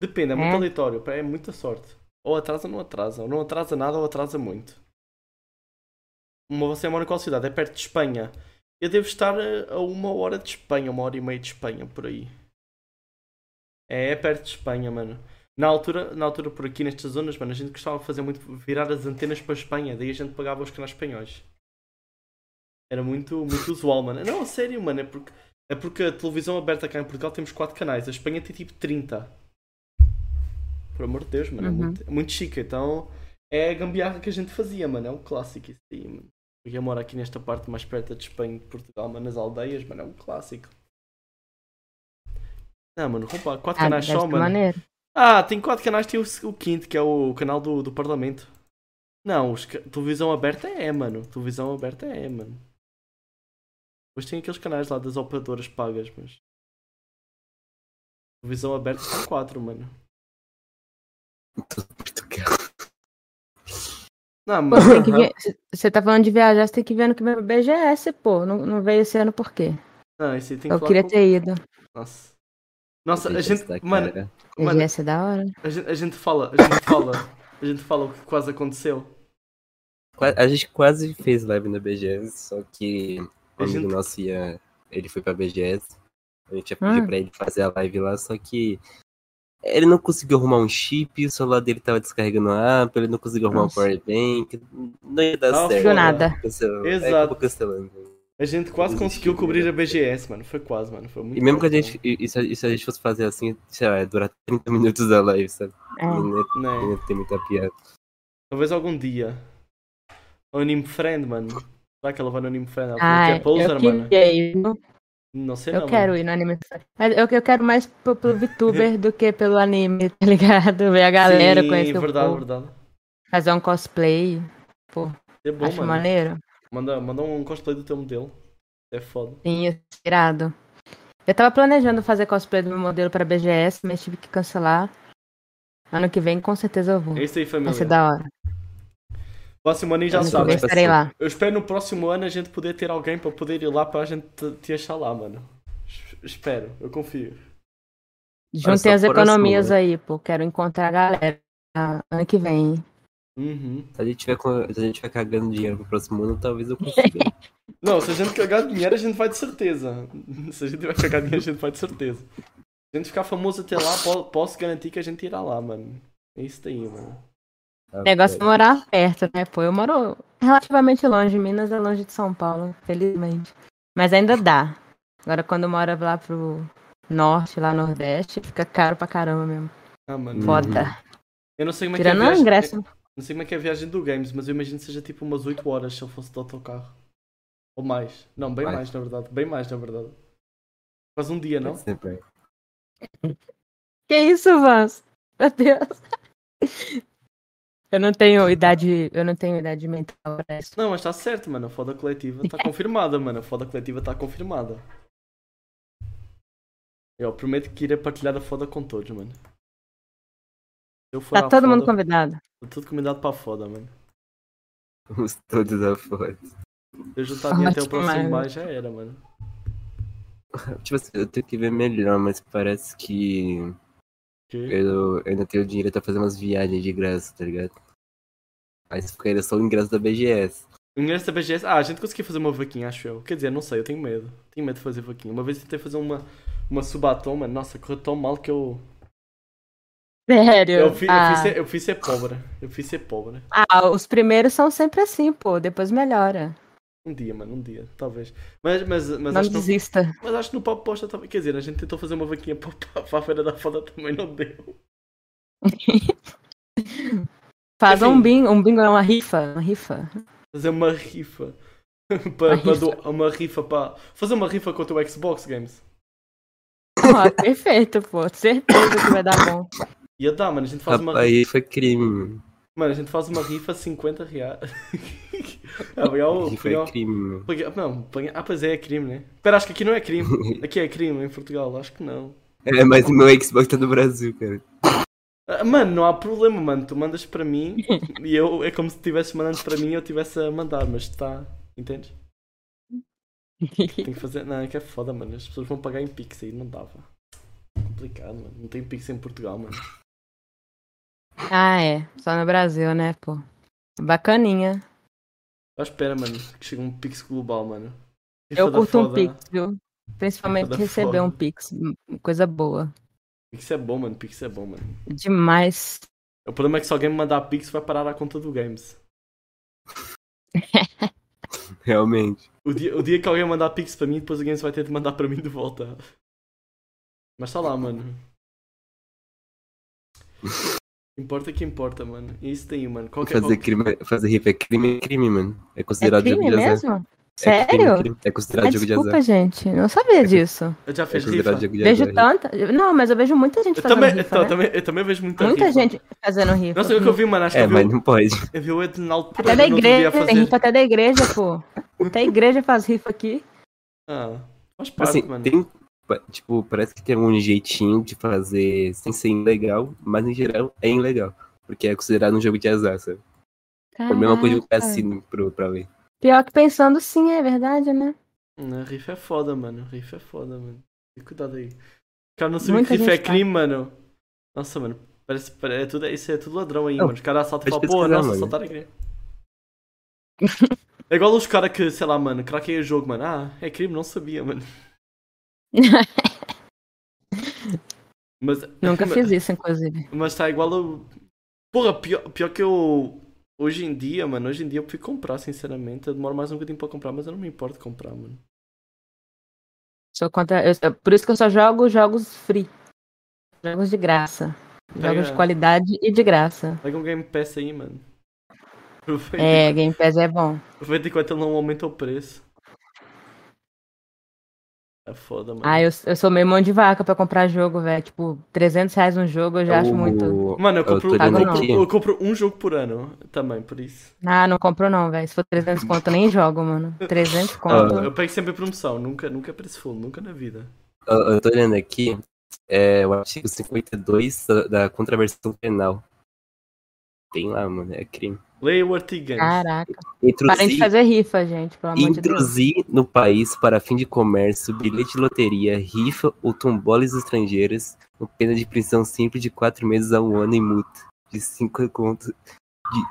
S1: Depende, é muito
S3: É?
S1: aleatório, pá, é muita sorte. Ou atrasa ou não atrasa, ou não atrasa nada ou atrasa muito. Mas você mora em qual cidade? É perto de Espanha. Eu devo estar a- a uma hora de Espanha, uma hora e meia de Espanha, por aí. É, é perto de Espanha, mano. Na altura, na altura, por aqui nestas zonas, mano, a gente gostava de fazer muito virar as antenas para a Espanha, daí a gente pagava os canais espanhóis. Era muito, muito usual, mano. Não, a sério, mano, é porque, é porque a televisão aberta cá em Portugal temos 4 canais, a Espanha tem tipo 30. Por amor de Deus, mano, é
S3: Uhum.
S1: muito, é muito chique. Então, é a gambiarra que a gente fazia, mano, é um clássico isso aí, mano. Eu ia morar aqui nesta parte mais perto de Espanha e de Portugal, mano, nas aldeias, mano, é um clássico. Não, mano, roupa, 4
S3: Ah,
S1: canais
S3: deve
S1: só,
S3: ser
S1: mano.
S3: maneiro.
S1: Ah, tem quatro canais, tem o, o quinto, que é o canal do, do Parlamento. Não, os ca- televisão aberta é, mano. Televisão aberta é, mano. Depois tem aqueles canais lá das operadoras pagas, mas. Televisão aberta são quatro, mano.
S2: Todo Portugal.
S1: Não,
S3: Pô, você, tem
S1: mano.
S3: que ver- se- você tá falando de viajar, você tem que ver no que vem o BGS, pô. Não, não veio esse ano por quê?
S1: Não, isso aí tem que
S3: Eu
S1: falar
S3: queria
S1: com-
S3: ter ido.
S1: Nossa. Nossa, a
S2: Deixa
S1: gente.
S2: essa cara.
S1: Mano, mano,
S3: BGS é da hora.
S1: a gente, a gente fala, a gente fala. A gente fala o que quase aconteceu.
S2: Qua- A gente quase fez live na BGS, só que
S1: A
S2: um amigo
S1: gente-
S2: nosso ia. Ele foi pra BGS. A gente ia pedir
S3: Ah.
S2: pra ele fazer a live lá, só que Ele não conseguiu arrumar um chip, o celular dele tava descarregando a app, ele não conseguiu arrumar
S3: Nossa.
S2: um power bank, não ia dar
S1: Não,
S2: certo. é
S1: foi
S3: nada.
S2: Cancelou.
S1: Exato.
S2: Aí acabou cancelando.
S1: A gente quase
S2: Existe
S1: conseguiu
S2: que-
S1: cobrir a BGS, mano. Foi quase, mano. Foi muito
S2: E mesmo que a
S1: quase,
S2: gente. E e se a, e se a gente fosse fazer assim, sei lá, ia durar 30 minutos da live, sabe?
S3: É.
S2: Não ia-
S1: mano. Né?
S2: não ia ter muita piada.
S1: Talvez algum dia. O Anime Friend, mano. Será que ela vai no Anime Friend? Ela falou
S3: Ah,
S1: que é poser,
S3: eu
S1: mano.
S3: queria ir. viu?
S1: Não sei
S3: Eu
S1: não.
S3: quero
S1: mano.
S3: ir no anime. Mas eu, eu quero mais pro, pro VTuber do que pelo anime, tá ligado? Ver a galera,
S1: Sim,
S3: conhecer
S1: verdade,
S3: o povo,
S1: verdade.
S3: fazer um cosplay.
S1: É bom,
S3: acho
S1: mano.
S3: maneiro.
S1: Manda, manda um cosplay do teu modelo. É foda.
S3: Sim, inspirado. Eu tava planejando fazer cosplay do meu modelo pra BGS, mas tive que cancelar. Ano que vem, com certeza eu vou.
S1: É isso aí,
S3: Vai ser
S1: família.
S3: da hora.
S1: Próximo ano e já
S3: ano que
S1: sabe.
S3: vem
S2: sabem.
S3: estarei lá.
S1: Eu espero no próximo ano a gente poder ter alguém para poder ir lá para a gente te, te achar lá, mano. Es- Espero, eu confio.
S3: Juntem
S2: só
S3: as
S2: por assim,
S3: economias
S2: né?
S3: aí, pô. Quero encontrar a galera ah, ano que vem.
S1: Uhum.
S2: Se a gente tiver, com- se a gente tiver cagando dinheiro pro próximo ano, talvez eu consiga.
S1: Não, se a gente cagar dinheiro, a gente vai de certeza. Se a gente vai cagar dinheiro, a gente vai de certeza. Se a gente ficar famoso até lá, po- posso garantir que a gente irá lá, mano. É isso daí, mano.
S2: tá?
S3: O negócio é
S2: Porque-
S3: morar perto, né? Pô, eu moro relativamente longe. Minas é longe de São Paulo, felizmente. Mas ainda dá. Agora, quando mora lá pro norte, lá nordeste, fica caro pra caramba mesmo.
S1: Ah, mano.
S2: Foda.
S3: Foda.
S1: Eu não sei como é que é a
S3: Tirando o
S1: viagem.
S3: ingresso.
S1: Não sei como é que é a viagem do Games, mas eu imagino que seja tipo umas 8 horas se ele fosse de autocarro. Ou mais. Não, bem
S2: Mais.
S1: mais, na verdade. Bem mais, na verdade. Quase um dia, não?
S2: Sempre é.
S3: Que isso, Vans? Meu Deus. Eu não tenho idade, eu não tenho idade mental pra isso.
S1: Não, mas está certo, mano. A foda coletiva está confirmada, mano. A foda coletiva está confirmada. Eu prometo que irei partilhar a foda com todos, mano. Eu for
S3: Tá
S1: à
S3: todo
S1: foda,
S3: mundo convidado.
S1: Tá tudo convidado para a foda, mano.
S2: Os todos a foda.
S1: Eu juntar dinheiro até o
S3: Ótimo,
S1: próximo
S3: mano.
S1: mês já era, mano.
S2: Tipo assim, eu tenho que ver melhor, mas parece que
S1: Que?
S2: eu, eu ainda tenho dinheiro pra fazer umas viagens de graça, tá ligado? Aí ficaria só o ingresso da BGS.
S1: O ingresso da BGS. Ah, a gente conseguiu fazer uma vaquinha, acho eu. Quer dizer, não sei, eu tenho medo. Tenho medo de fazer vaquinha. Uma vez eu tentei fazer uma, uma subatom, mano. Nossa, correu tão mal que eu.
S3: Sério.
S1: Eu, fi- eu
S3: ah,
S1: fiz ser, eu fiz ser pobre. Eu fiz ser pobre.
S3: ah, os primeiros são sempre assim, pô. Depois melhora.
S1: Um dia, mano, um dia, talvez. Mas, mas, mas
S3: não
S1: acho que não-
S3: desista.
S1: Mas acho que no papo posta também. Quer dizer, a gente tentou fazer uma vaquinha para a feira da foda também, não deu.
S3: Faz
S1: Enfim.
S3: um bingo, um bingo é uma rifa, uma rifa.
S1: Fazer uma rifa.
S3: Uma
S1: para
S3: rifa.
S1: uma rifa para. Fazer uma rifa com o teu Xbox Games.
S3: Ó, perfeito, pô. Certeza que vai dar bom.
S1: Ia dar, mano. A gente faz
S2: Rapaz,
S1: uma.
S2: aí foi crime.
S1: Mano, a gente faz uma rifa 50 reais. ah, pegar o.
S2: Aí foi
S1: pegar o-
S2: é crime.
S1: pegar- Não, pegar- ah, pois é, é crime, né? Pera, acho que aqui não é crime. Aqui é crime, em Portugal, acho que não.
S2: É, mas meu Xbox tá no Brasil, cara.
S1: Ah, Mano, não há problema, mano. Tu mandas para mim e eu. É como se estivesse mandando para mim e eu estivesse a mandar, mas tá, está. Entendes? Tem que fazer. Não, é que é foda, mano. As pessoas vão pagar em Pix aí, não dava. Complicado, mano. Não tem Pix em Portugal, mano.
S3: Ah, é. Só no Brasil, né, pô? Bacaninha.
S1: Só Ah, espera, mano, que chega um Pix global, mano. Rifa
S3: Eu
S1: da
S3: curto um
S1: foda.
S3: Pix, viu? Principalmente
S1: Foda,
S3: receber um
S1: foda.
S3: Pix. hum, Coisa boa.
S1: Pix é bom, mano. Pix é bom, mano.
S3: Demais.
S1: O problema é que se alguém me mandar Pix, vai parar a conta do Games.
S2: Realmente.
S1: O dia, o dia que alguém mandar Pix para mim, depois o Games vai ter de mandar para mim de volta. Mas tá lá, mano. Importa que importa, mano. É isso daí, mano. Qualquer,
S2: Fazer crime, fazer rifa é crime, é crime, mano. É
S3: É
S2: considerado
S3: crime
S2: jogo de azar.
S3: mesmo?
S2: É crime,
S3: Sério?
S2: crime. É considerado
S3: Ah,
S2: jogo de azar.
S3: desculpa, gente. Eu Não sabia disso.
S1: Já
S2: É
S1: fez rifa?
S2: considerado jogo de
S3: Vejo
S2: azar.
S3: tanta. Não, mas eu vejo muita gente
S1: Eu
S3: fazendo
S1: também,
S3: rifa.
S1: então,
S3: né?
S1: também- eu também vejo muita,
S3: Muita
S1: rifa.
S3: gente fazendo rifa.
S1: Nossa, o que eu vi, mano, acho
S2: É,
S1: que eu vi,
S2: mas não pode.
S1: eu vi o Edinaldo
S3: Até
S1: Pereira
S3: da
S1: no outro dia
S3: igreja, então.
S1: a fazer.
S3: tem rifa até da igreja, pô. Até a igreja faz rifa aqui.
S1: Ah, faz
S2: Tipo
S1: parte,
S2: assim,
S1: mano.
S2: tem. pa- Tipo, parece que tem um jeitinho de fazer sem ser ilegal, mas em geral é ilegal. Porque é considerado um jogo de azar, sabe? É a mesma coisa que o
S3: Caraca.
S2: cassino pro, pra ver.
S3: Pior que pensando, sim, é verdade, né?
S1: Não, rifa é foda, mano. Rifa é foda, mano. Tem cuidado aí. Cara, não sabia
S3: Muita
S1: que rifa é
S3: gente tá.
S1: crime, mano. Nossa, mano. Parece, pare- é tudo, isso é tudo ladrão aí,
S2: Não,
S1: mano. Os caras assaltam e
S2: pode
S1: falam, pô,
S2: pesquisar,
S1: nossa,
S2: mano.
S1: assaltaram a igreja. É igual os caras que, sei lá, mano, craqueia o jogo, mano. Ah, é crime, não sabia, mano. Mas,
S3: Nunca
S1: mas,
S3: fiz isso, inclusive.
S1: Mas tá igual ao. Porra, pior, pior que eu. Hoje em dia, mano, hoje em dia eu fui comprar, sinceramente. Eu demoro mais um bocadinho pra comprar, mas eu não me importo de comprar, mano.
S3: Sou contra... eu- Por isso que eu só jogo jogos free. Jogos de graça.
S1: Tá
S3: Jogos de
S1: Pega-
S3: qualidade e de graça.
S1: Pega um Game Pass aí, mano. Aproveita,
S3: É, Game Pass é bom.
S1: aproveita enquanto ele não aumenta o preço. É foda, mano.
S3: Ah, eu, eu sou meio mão de vaca pra comprar jogo, velho. Tipo, 300 reais um jogo
S1: É
S3: eu já acho
S2: O-
S3: muito.
S1: Mano, eu compro,
S2: tô
S1: eu,
S2: olhando
S3: Pago
S1: compro,
S2: aqui.
S1: eu compro um jogo por ano também, por isso.
S3: Ah, não compro não, velho. Se for 300 conto, eu nem jogo, mano. 300
S1: Ah, Eu
S2: Ah.
S3: conto.
S1: pego sempre promoção, nunca, nunca é preço full, nunca na vida.
S2: Eu, eu tô olhando aqui é, o artigo 52 da, da contraversão penal. Tem lá, mano, é crime.
S1: Leia o Artigo Games.
S3: Caraca. Parem de
S2: Intrusi,
S3: fazer rifa, gente, pelo amor de Deus.
S2: intrusir no país para fim de comércio, bilhete de loteria, rifa ou tombolas estrangeiras, com pena de prisão simples de 4 meses a um ano e multa de 5 contos. De,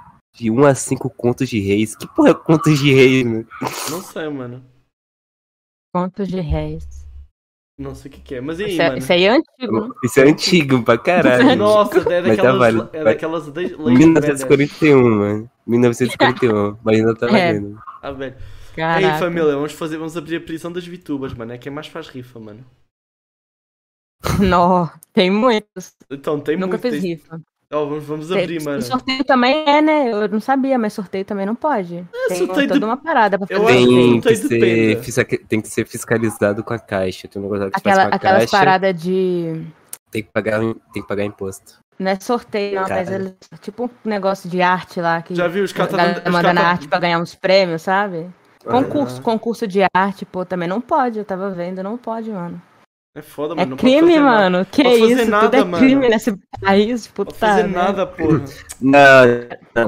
S2: de 1 a 5 contos de reis. Que porra é contos de reis, mano?
S1: Não sei, mano.
S3: Contos de réis.
S1: Não sei o que, que é. Mas e aí,
S3: Isso, é-
S1: mano?
S3: isso aí é antigo.
S2: Isso é antigo pra caralho.
S1: Nossa, é
S2: Mas tá
S1: daquelas,
S2: válido.
S1: é daquelas de- leis velhas.
S2: 1941, mano. 1941, mas ainda tá
S3: É.
S2: valendo.
S1: Ah, velho.
S3: Caraca.
S1: Aí, família, vamos, fazer, vamos abrir a prisão das VTubas, mano. É quem mais faz rifa, mano.
S3: Não, tem muitos.
S1: Então, tem
S3: Nunca
S1: muito.
S3: fiz
S1: tem-
S3: rifa.
S1: Ó, vamos, vamos
S3: Tem-
S1: abrir, mano.
S3: E sorteio também é, né? Eu não sabia, mas sorteio também não pode.
S1: É,
S3: tem
S1: sorteio
S3: toda
S1: de-
S3: uma parada pra
S1: Eu
S3: fazer.
S1: acho que
S2: Tem
S1: não tem
S2: que,
S1: dependa.
S2: ser, fisca- tem que ser fiscalizado com a caixa. Tem um negócio lá que
S3: Aquela,
S2: faz com a
S3: aquelas
S2: caixa.
S3: paradas de.
S2: Tem, que pagar, tem que pagar imposto.
S3: Não é sorteio, não, mas
S2: Caralho.
S3: é tipo um negócio de arte lá que
S1: Já vi os caras tá
S3: galera
S1: dando- os
S3: mandando
S1: caras tá-
S3: arte pra ganhar uns prêmios, sabe?
S2: É.
S3: Concurso,
S1: Ah.
S3: concurso de arte, pô, também não pode. Eu tava vendo, não pode, mano.
S1: É foda,
S3: É
S1: mano. não pode
S3: crime,
S1: fazer nada.
S3: mano. Que
S1: Pode fazer
S3: isso?
S1: nada,
S3: Tudo é
S1: mano.
S3: crime nesse país,
S1: Não
S3: puta.
S1: pode fazer
S3: né?
S1: nada, porra.
S2: Não,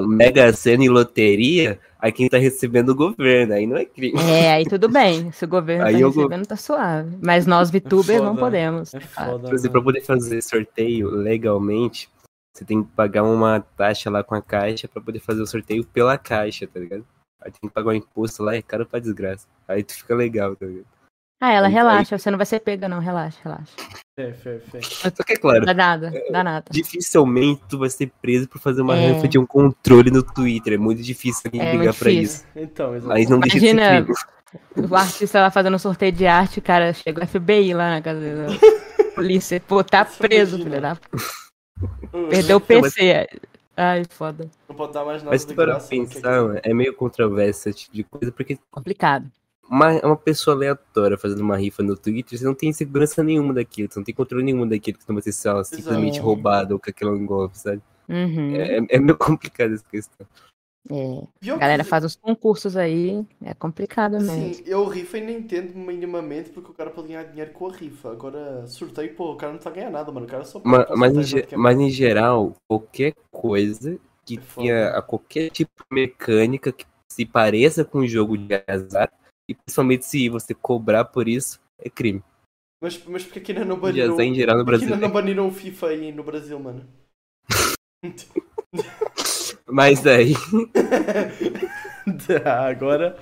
S2: não, Mega Sena e loteria, aí quem tá recebendo o governo, aí não é crime.
S3: É, aí tudo bem. Se o governo
S2: Aí
S3: tá
S2: eu vou-
S3: recebendo, tá suave. Mas nós, VTubers, não
S1: É foda.
S3: podemos.
S1: É
S3: Ah,
S1: foda,
S2: Inclusive, pra
S1: mano.
S2: poder fazer sorteio legalmente, você tem que pagar uma taxa lá com a caixa pra poder fazer o sorteio pela caixa, tá ligado? Aí tem que pagar o imposto lá, é caro pra desgraça. Aí tu fica legal, tá ligado?
S3: Ah, ela
S2: Aí-
S3: relaxa, você não vai ser pega, não. Relaxa, relaxa.
S1: É, fé, fé.
S2: Só que é claro,
S3: Dá nada, dá nada.
S2: dificilmente tu vai ser preso por fazer uma
S3: É.
S2: rifa de um controle no Twitter. É muito difícil alguém
S3: É
S2: ligar
S3: muito
S2: pra
S3: difícil.
S2: isso.
S1: Então,
S2: Mas
S1: exatamente.
S2: não deixa de ser
S3: Imagina-
S2: crime.
S3: O artista lá fazendo um sorteio de arte, cara, chega o FBI lá na casa da polícia. Pô, tá
S1: Isso
S3: preso,
S1: imagina.
S3: filho da...
S1: Hum,
S3: Perdeu o
S2: Não, mas-
S3: PC. Ai, foda.
S1: Não pode dar mais nada
S2: Mas se
S1: de
S2: tu para
S1: graça, não sei o
S2: pensar, mano, é meio controverso esse tipo de coisa, porque
S3: Complicado.
S2: uma, uma pessoa aleatória fazendo uma rifa no Twitter, você não tem segurança nenhuma daquilo, você não tem controle nenhum daquilo que não vai ser sei lá, simplesmente
S3: É.
S2: roubado ou que aquilo é um golpe, sabe?
S3: Uhum. É.
S2: É, é meio complicado essa questão.
S1: Pior
S3: A
S1: que-
S3: É. galera faz os concursos aí, é complicado mesmo.
S1: Assim, eu rifa e não entendo minimamente porque o cara pode ganhar dinheiro com a rifa. Agora, sorteio, pô, o cara não tá a ganhar nada, mano. O cara só
S2: Ma-
S1: paga pro
S2: Mas, em,
S1: sorteio,
S2: ge-
S1: praticamente.
S2: mas em geral, qualquer coisa que
S1: É foda.
S2: tenha a qualquer tipo de mecânica que se pareça com um jogo de azar, e principalmente se você cobrar por isso, é crime.
S1: Mas, mas porque aqui ainda não
S2: De
S1: baniram.
S2: azar em geral no
S1: Aqui
S2: Brasil.
S1: ainda não baniram o FIFA aí no Brasil, mano.
S2: Mas aí, Ah,
S1: Tá, agora.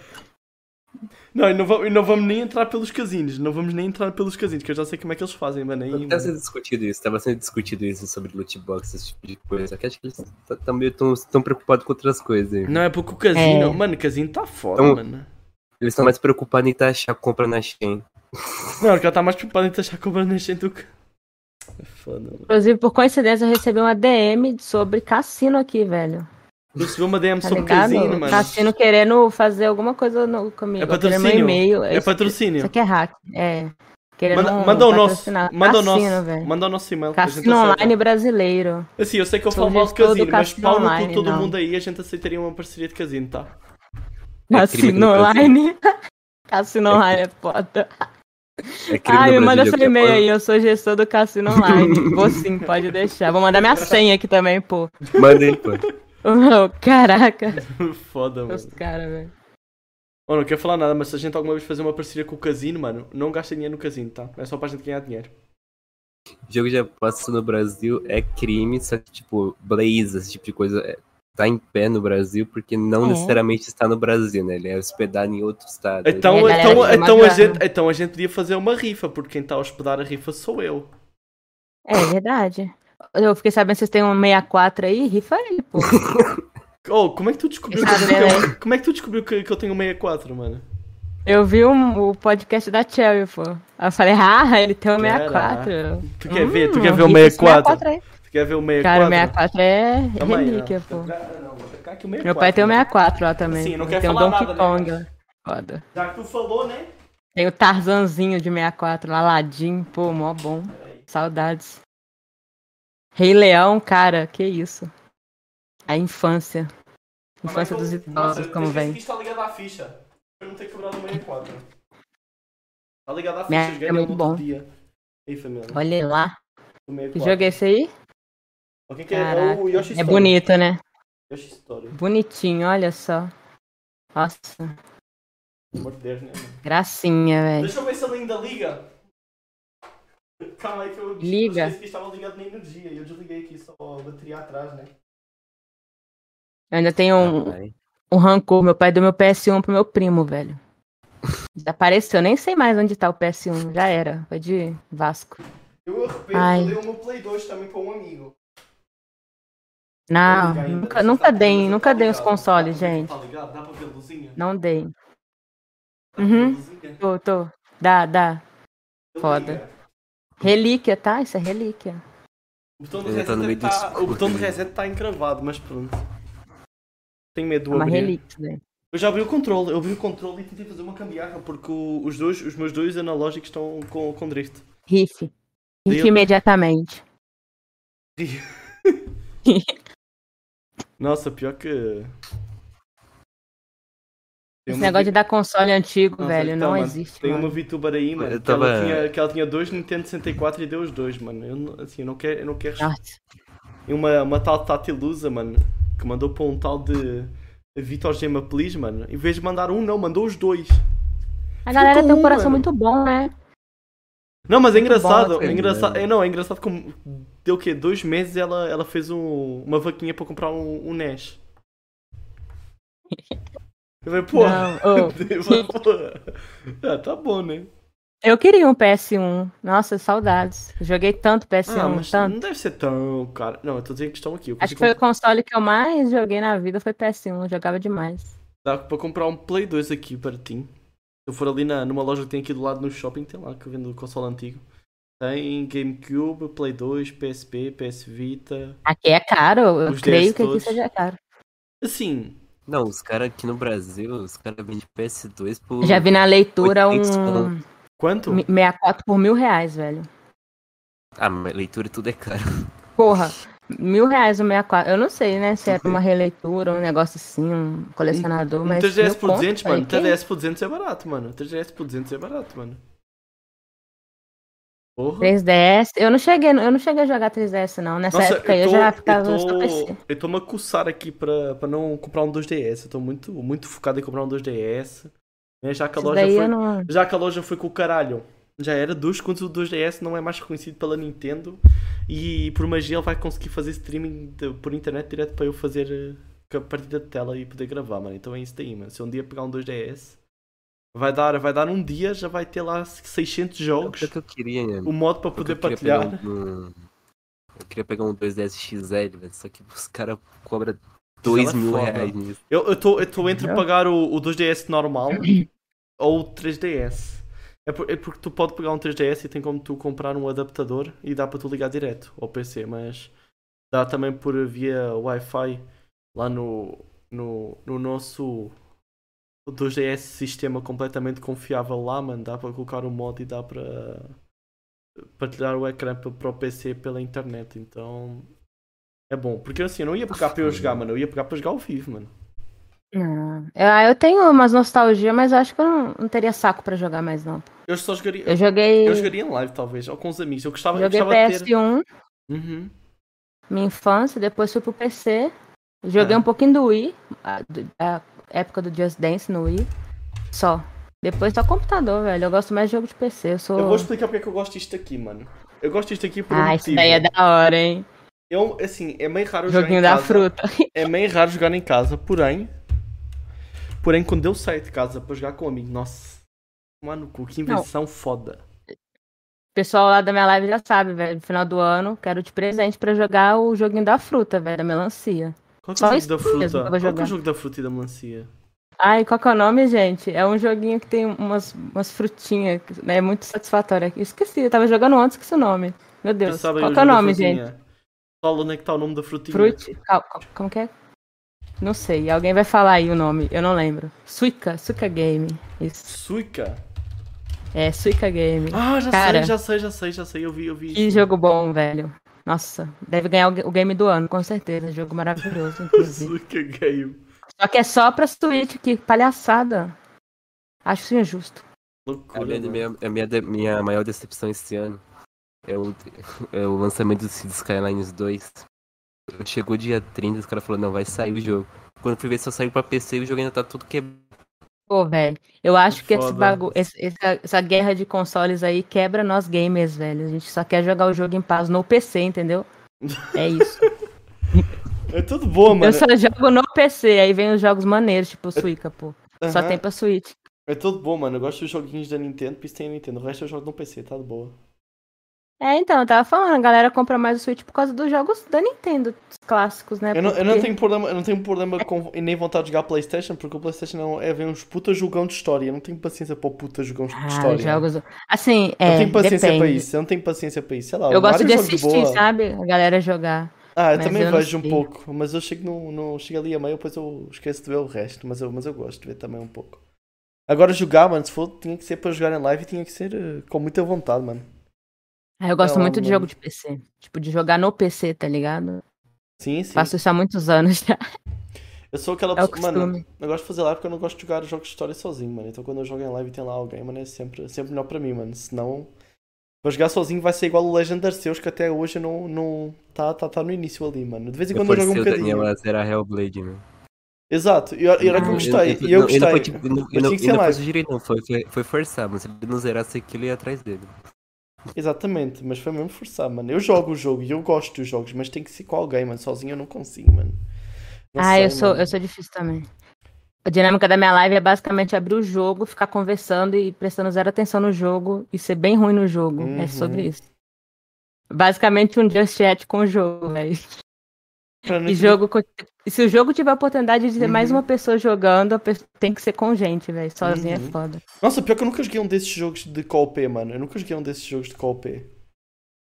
S1: Não, e não, vamos, e não vamos nem entrar pelos casinos. Não vamos nem entrar pelos casinos, que eu já sei como é que eles fazem, mano. Aí,
S2: tá
S1: mano.
S2: sendo discutido isso, tava sendo discutido isso sobre loot box, esse tipo de coisa. Só que acho que eles tá, t- também estão preocupados com outras coisas. aí.
S1: Não, é porque o casino.
S3: É.
S1: Mano, o casino tá foda,
S2: assim. Então-
S1: mano.
S2: Eles estão mais preocupados em taxar a compra na Shein.
S1: Não, o cara tá mais preocupado em taxar com o Bernardinho do que. É foda, mano.
S3: Inclusive, por coincidência, eu recebi uma DM sobre cassino aqui, velho.
S1: Eu recebi uma DM
S3: Tá
S1: sobre
S3: ligado?
S1: casino, mano.
S3: Cassino querendo fazer alguma coisa no, comigo.
S1: É
S3: querendo meu
S1: patrocínio.
S3: e-mail.
S1: É
S3: Isso- Isso
S1: patrocínio.
S3: aqui é hack. É. Querendo
S1: Manda, manda o nosso.
S3: patrocinar.
S1: Manda o
S3: Cassino,
S1: nosso.
S3: velho.
S1: Manda o nosso e-mail. que a gente
S3: Cassino
S1: aceita.
S3: online brasileiro.
S1: Assim, eu sei que eu falo
S3: Sugestão
S1: mal de casino,
S3: do
S1: mas
S3: cassino
S1: pau no cu
S3: online,
S1: de todo
S3: não.
S1: mundo aí, a gente aceitaria uma parceria de casino, tá?
S2: É crime aqui
S3: Cassino
S2: no
S3: online. Cassino
S2: É crime.
S3: online é foda.
S2: É crime
S3: Ai,
S2: no Brasil,
S3: me manda
S2: já
S3: seu
S2: que é
S3: e-mail
S2: foda.
S3: aí. Eu sou gestor do Cassino online. Vou sim, pode deixar. Vou mandar minha senha aqui também, pô.
S2: Manda aí, pô.
S3: Oh, caraca.
S1: Foda, mano.
S3: Os caras, velho.
S1: Oh, não quero falar nada, mas se a gente alguma vez fazer uma parceria com o casino, mano, não gasta dinheiro no casino, tá? É só pra gente ganhar dinheiro.
S2: Jogo de aposta no Brasil é crime, só que, tipo, Blaze, esse tipo de coisa, é- tá em pé no Brasil, porque não
S3: É.
S2: necessariamente está no Brasil, né? Ele é hospedado em outro estado.
S1: Então,
S3: É, a galera
S1: então,
S3: que
S1: então, a
S3: magrava.
S1: tá gente, então a gente podia fazer uma rifa, porque quem está a hospedar a rifa sou eu.
S3: É verdade. Eu fiquei sabendo que vocês têm um 64 aí, rifa aí, pô.
S1: Oh, como é que tu descobriu que eu
S3: Sabe, né?
S1: tenho... Como é que tu descobriu que, que eu tenho 64, mano?
S3: Eu vi um- o podcast da Cherry, pô. Aí eu falei, ah, ele tem um
S1: Caraca.
S3: 64.
S1: Tu quer ver? Tu
S3: Hum,
S1: quer ver o
S3: rifa esse
S1: 64?
S3: aí.
S1: Tu quer ver o 64?
S3: Cara, o 64 é
S1: Calma aí,
S3: relíquia,
S1: ó.
S3: pô.
S1: Vou trocar- não, vou trocar aqui o
S3: Meu pai tem um o
S1: mano.
S3: 64 lá também.
S1: Assim, né? não
S3: pô.
S1: quer
S3: tem o
S1: falar
S3: Donkey
S1: nada, né,
S3: Kong. lá. Foda.
S1: Já que tu falou, né?
S3: Tem o Tarzanzinho de 64, lá, Aladdin, pô, mó bom. Saudades. Rei Leão, cara, que isso. A infância. Infância dos idosos, como vem.
S1: está tá ligado à ficha. Eu não ter quebrado o 64. Está Tá ligado à
S3: Minha-
S1: ficha,
S3: é
S1: ganhei
S3: muito
S1: outro
S3: bom.
S1: dia. Aí, família.
S3: Olha lá.
S1: O
S3: Que
S1: 64.
S3: jogo é esse aí?
S1: O que que é? É
S3: Caraca.
S1: o Yoshi
S3: É
S1: Story.
S3: bonito, né?
S1: Yoshi Story.
S3: Bonitinho, olha só. Nossa,
S1: Pelo amor de Deus, né? mano?
S3: gracinha, velho.
S1: Deixa eu ver se ele ainda liga. Calma aí que eu
S3: Liga.
S1: eu esqueci que estava ligado na energia e eu desliguei aqui só a bateria atrás, né?
S3: Eu ainda tenho um,
S2: Rapaz.
S3: um rancor. Meu pai deu meu PS1 pro meu primo, velho. Desapareceu, nem sei mais onde tá o PS1. Já era. Foi de Vasco.
S1: Eu arrependo,
S3: Ai.
S1: eu dei o meu Play 2 também para um amigo.
S3: Não,
S1: Tá ligado ainda?
S3: Ah, nunca,
S1: Você
S3: nunca
S1: tá-
S3: dei,
S1: você
S3: nunca
S1: tá
S3: dei os
S1: ligado?
S3: consoles,
S1: Tá
S3: gente. Uhum.
S1: ligado? Dá pra ver a luzinha?
S3: Não dei.
S1: Dá pra ver a
S3: Uhum.
S1: luzinha?
S3: Tô, tô. Dá, dá.
S1: Ele
S3: Foda.
S1: liga.
S3: Relíquia, tá? Isso é relíquia.
S1: O botão do
S2: Ele tá no meio
S1: reset
S2: do
S1: tá...
S2: escuro,
S1: O botão do
S2: né?
S1: reset tá encravado, mas pronto. Tenho medo
S3: É
S1: de
S3: uma
S1: abrir.
S3: relíquia, velho.
S1: Eu já abri o controle, eu abri o controle e tentei fazer uma gambiarra porque o- os dois, os meus dois analógicos estão com, com drift.
S3: Riff. Riff
S1: Deu.
S3: imediatamente.
S1: Nossa, pior que. Tem
S3: Esse
S1: uma
S3: negócio
S1: vi-
S3: de dar console antigo,
S1: um Nossa,
S3: velho,
S1: então,
S3: não
S1: mano,
S3: existe.
S1: Tem
S3: mano.
S1: uma VTuber aí, mano,
S2: Eu
S1: que, ela
S2: tava-
S1: tinha, que ela tinha dois Nintendo 64 e deu os dois, mano. Eu, não- assim, eu não quero. Eu não quero...
S3: Nossa.
S1: E uma, uma tal Tati Lusa, mano, que mandou para um tal de Vitor Gema Please, mano. Em vez de mandar um, não, mandou os dois.
S3: A galera tem
S1: um,
S3: um coração
S1: mano.
S3: muito bom, né?
S1: Não, mas é
S3: Muito
S1: engraçado.
S3: bola,
S1: É
S2: cara.
S1: engraçado é, não, é engraçado como deu o quê? Dois meses ela, ela fez um- uma vaquinha para comprar um, um NES. Eu falei, porra.
S3: Não, ô,
S1: Eu falei, porra. Ah, tá bom, né?
S3: eu queria um PS1. Nossa, saudades. Joguei tanto PS1,
S1: Ah, mas
S3: tanto.
S1: não deve ser tão cara. Não, eu tô dizendo que estão aqui. Eu
S3: Acho
S1: consigo
S3: que foi o console que eu mais joguei na vida, foi PS1. Eu jogava demais.
S1: Dá para comprar um Play 2 aqui para ti. Se eu for ali na, numa loja que tem aqui do lado no shopping, tem lá que eu vendo console antigo. Tem GameCube, Play 2, PSP, PS Vita.
S3: Aqui é caro, eu
S1: Os
S3: creio
S1: DS
S3: que aqui
S1: todos.
S3: seja caro.
S1: Assim,
S2: Não, os caras aqui no Brasil, os caras vendem PS2 por.
S3: Já vi na leitura
S2: 800
S3: um
S2: conto.
S1: quanto?
S3: mi- 64 por mil reais, velho.
S2: Ah, mas leitura tudo é caro.
S3: Porra, mil reais o 64. Eu não sei, né? Se era uma releitura, um negócio assim, um colecionador,
S1: Um
S3: mas.
S1: 3DS
S3: mil
S1: por
S3: conto,
S1: 200,
S3: velho,
S1: mano.
S3: que
S1: 3DS por 200 é barato, mano. 3DS por 200 é barato, mano. Porra.
S3: 3DS. Eu não cheguei, eu não cheguei a jogar 3DS, não. Nessa época aí eu, já ficava
S1: eu
S3: só
S1: tô,
S3: PC.
S1: eu tô me a coçar aqui para para não comprar um 2DS. Eu tô muito, muito focado em comprar um 2DS. né? Já que a
S3: Isso
S1: loja
S3: daí
S1: foi
S3: eu não.
S1: Já que a loja foi com o caralho. Já era dois quando o 2DS não é mais reconhecido pela Nintendo. E por magia ele vai conseguir fazer streaming de- por internet direto para eu fazer eh, com a partida de tela e poder gravar, mano. Então é isso daí, mano. Se eu um dia pegar um 2DS, vai dar, vai dar um dia, já vai ter lá 600
S2: O
S1: jogos.
S2: que eu queria, né?
S1: O modo para poder
S2: eu queria
S1: partilhar.
S2: pegar um- um- Eu queria pegar um 2DS XL, velho. Só que os caras cobram 2
S1: é
S2: mil
S1: foda.
S2: reais nisso.
S1: Eu estou eu tô entre
S3: Não.
S1: pagar o, o 2DS normal ou o 3DS. É, por- é porque tu pode pegar um 3DS e tem como tu comprar um adaptador e dá para tu ligar direto ao PC, mas dá também por via Wi-Fi lá no, no, no nosso 2DS sistema completamente confiável lá, mano. Dá para colocar o mod e dá para partilhar o ecrã p- para o PC pela internet, então é bom. Porque assim, eu não ia pegar para eu jogar, mano. Eu ia pegar para jogar ao vivo, mano.
S3: Não. Eu, ah, eu tenho umas nostalgia, mas eu acho que eu não, não teria saco pra jogar mais, não.
S1: Eu só jogaria.
S3: Eu joguei.
S1: Eu jogaria em live, talvez, ou com os amigos. Eu gostava, eu
S3: joguei
S1: gostava de ter.
S3: PS1,
S1: Uhum.
S3: minha infância, depois fui pro PC. Joguei
S1: Ah.
S3: um pouquinho do Wii, a, do- a época do Just Dance no Wii. Só. Depois só computador, velho. Eu gosto mais de jogo de PC. Eu sou.
S1: Eu vou explicar porque é que eu gosto disto aqui, mano. Eu gosto disto aqui por um
S3: Ah, isso
S1: motivo.
S3: daí é da hora, hein?
S1: Eu, assim, é meio raro jogar
S3: Joguinho
S1: em
S3: da
S1: casa.
S3: fruta.
S1: É meio raro jogar em casa, porém. Porém, quando eu saio de casa para jogar com um amigo, nossa. Mano, cu, que invenção foda.
S3: pessoal lá da minha live já sabe, velho. No final do ano, quero de presente pra jogar o joguinho da fruta, velho, da melancia.
S1: Qual que
S3: Só
S1: é o
S3: isso
S1: jogo da
S3: mesmo que
S1: fruta?
S3: eu vou
S1: Qual que é
S3: jogar.
S1: o jogo da fruta e da melancia?
S3: Ai, qual que é o nome, gente? É um joguinho que tem umas, umas frutinhas, né? É muito satisfatório. Eu Esqueci, eu tava jogando ontem, esqueci o nome. Meu Deus,
S1: Vocês sabem
S3: qual que é o
S1: jogo da
S3: nome,
S1: frutinha?
S3: gente?
S1: Fala onde é que está o nome da frutinha.
S3: Fruit... cal- cal- Como que é? Não sei, alguém vai falar aí o nome, eu não lembro. Suica, Suica Game. Isso.
S1: Suica.
S3: É, Suica Game.
S1: Ah, já
S3: Cara.
S1: sei, já sei, já sei, já sei. Eu vi, eu vi.
S3: Que
S1: isso.
S3: jogo bom, velho. Nossa, deve ganhar o ga- o game do ano, com certeza. Jogo maravilhoso, inclusive.
S1: Suica Game.
S3: Só que é só pra Switch, que palhaçada. Acho isso injusto.
S2: É A
S1: Loucura.
S2: minha,
S1: mano.
S2: minha- a minha de- minha maior decepção esse ano é o, é o lançamento do Cities Skylines 2. Chegou dia 30, os caras falaram, não, vai sair o jogo. Quando eu fui ver só saiu pra PC, o jogo ainda tá tudo quebrado.
S3: Pô, velho, eu acho que esse
S1: Foda.
S3: bagu... esse- essa, essa guerra de consoles aí quebra nós gamers, velho. A gente só quer jogar o jogo em paz no PC, entendeu? É isso.
S1: É tudo boa, mano.
S3: eu só jogo no PC, aí vem os jogos maneiros, tipo o Suica, pô. Só
S1: Aham.
S3: tem pra Switch.
S1: É tudo bom, mano. Eu gosto dos joguinhos da Nintendo, por isso tem a Nintendo. O resto eu jogo no PC, tá de boa.
S3: É, então, eu tava falando, a galera compra mais o Switch por causa dos jogos da Nintendo os clássicos, né?
S1: Eu não, eu não
S3: Porque-
S1: tenho problema, eu não tenho problema com, e nem vontade de jogar Playstation, porque o Playstation não é ver uns puta jogão de história. Eu não tenho paciência para o puta jogão de
S3: Ah,
S1: história.
S3: jogos. Assim,
S1: Eu
S3: é.
S1: não tenho paciência
S3: depende.
S1: para isso, eu não tenho paciência para isso. Sei lá,
S3: Eu
S1: o
S3: gosto
S1: Mario
S3: de
S1: é um jogo
S3: assistir,
S1: boa.
S3: sabe? A galera jogar.
S1: Ah, eu
S3: Mas
S1: também
S3: eu não
S1: vejo um
S3: sei.
S1: pouco, mas eu chego, no, no- chego ali a meio, depois eu esqueço de ver o resto, mas eu, mas eu gosto de ver também um pouco. Agora jogar, mano, se for, tinha que ser para jogar em live e tinha que ser eh, com muita vontade, mano.
S3: Ah, Eu gosto
S1: Não,
S3: muito de
S1: não.
S3: jogo de PC. Tipo, de jogar no PC, tá ligado?
S1: Sim, sim.
S3: Faço isso há muitos anos já.
S1: Eu sou aquela
S3: É o
S1: pessoa. Mano,
S3: costume.
S1: eu gosto de fazer live porque eu não gosto de jogar jogos de história sozinho, mano. Então quando eu jogo em live e tem lá alguém, mano, é sempre, sempre melhor para mim, mano. Senão. Para jogar sozinho vai ser igual o Legend Arceus, que até hoje eu não. não tá, tá, tá no início ali, mano. De vez em quando eu jogo um
S2: Forcei o
S1: bocadinho.
S2: Daniel a zerar Hellblade, meu.
S1: Exato, e era e era que eu
S3: Ah.
S1: gostei.
S2: Eu-
S1: E eu
S2: não, ele não foi,
S1: gostei.
S2: tipo, não-
S1: Mas
S2: eu
S1: tinha
S2: não,
S1: que
S2: eu
S1: ser
S2: não foi
S1: live.
S2: sugerir, não. Foi, foi, foi forçar, mas se ele não zerasse aquilo, eu ia atrás dele.
S1: Exatamente, mas foi mesmo forçar, mano. Eu jogo o jogo e eu gosto dos jogos, mas tem que ser com alguém, mano. Sozinho eu não consigo, mano. Não
S3: ah, eu
S1: sei,
S3: sou,
S1: mano.
S3: eu sou difícil também. A dinâmica da minha live é basicamente abrir o jogo, ficar conversando e prestando zero atenção no jogo e ser bem ruim no jogo.
S1: Uhum.
S3: É sobre isso. Basicamente um just chat com o jogo, né? velho.
S1: Pra não-
S3: E jogo co- se o jogo tiver a oportunidade de ter mais
S1: Uhum.
S3: uma pessoa jogando, a pessoa tem que ser com gente, velho. Sozinha
S1: Uhum.
S3: é foda.
S1: Nossa, pior que eu nunca joguei um desses jogos de co-op, mano. Eu nunca joguei um desses jogos de co-op.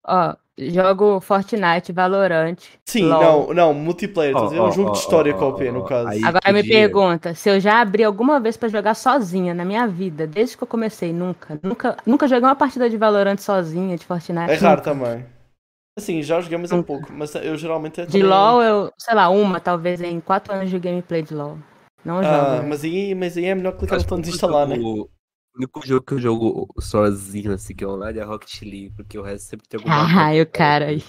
S3: Ó, jogo Fortnite, Valorant.
S1: Sim,
S3: LOL.
S1: não, não, multiplayer. tô a
S2: Ó,
S1: dizer, é
S2: ó,
S1: um jogo
S2: ó,
S1: de história
S2: ó,
S1: co-op,
S2: ó,
S1: no
S2: ó,
S1: caso.
S2: oh, aí-
S3: Agora me
S2: dia?
S3: pergunta se eu já abri alguma vez pra jogar sozinha na minha vida, desde que eu comecei, nunca, nunca, nunca joguei uma partida de Valorant sozinha, de Fortnite.
S1: É raro
S3: nunca.
S1: também. Assim, já joguei, mas é
S3: Ah, Nunca.
S1: pouco. Mas eu geralmente é
S3: De
S1: também-
S3: LoL eu, sei lá, uma talvez em quatro anos de gameplay de LoL. Não
S1: Ah,
S3: jogo. né?
S1: mas aí, mas aí é melhor clicar no
S2: Acho que
S1: botão de
S2: o
S1: instalar, né?
S2: jogo- O único jogo que eu jogo sozinho, assim, que é online, é Rocket League, porque o resto sempre tem alguma coisa.
S3: Ah, eu cara aí.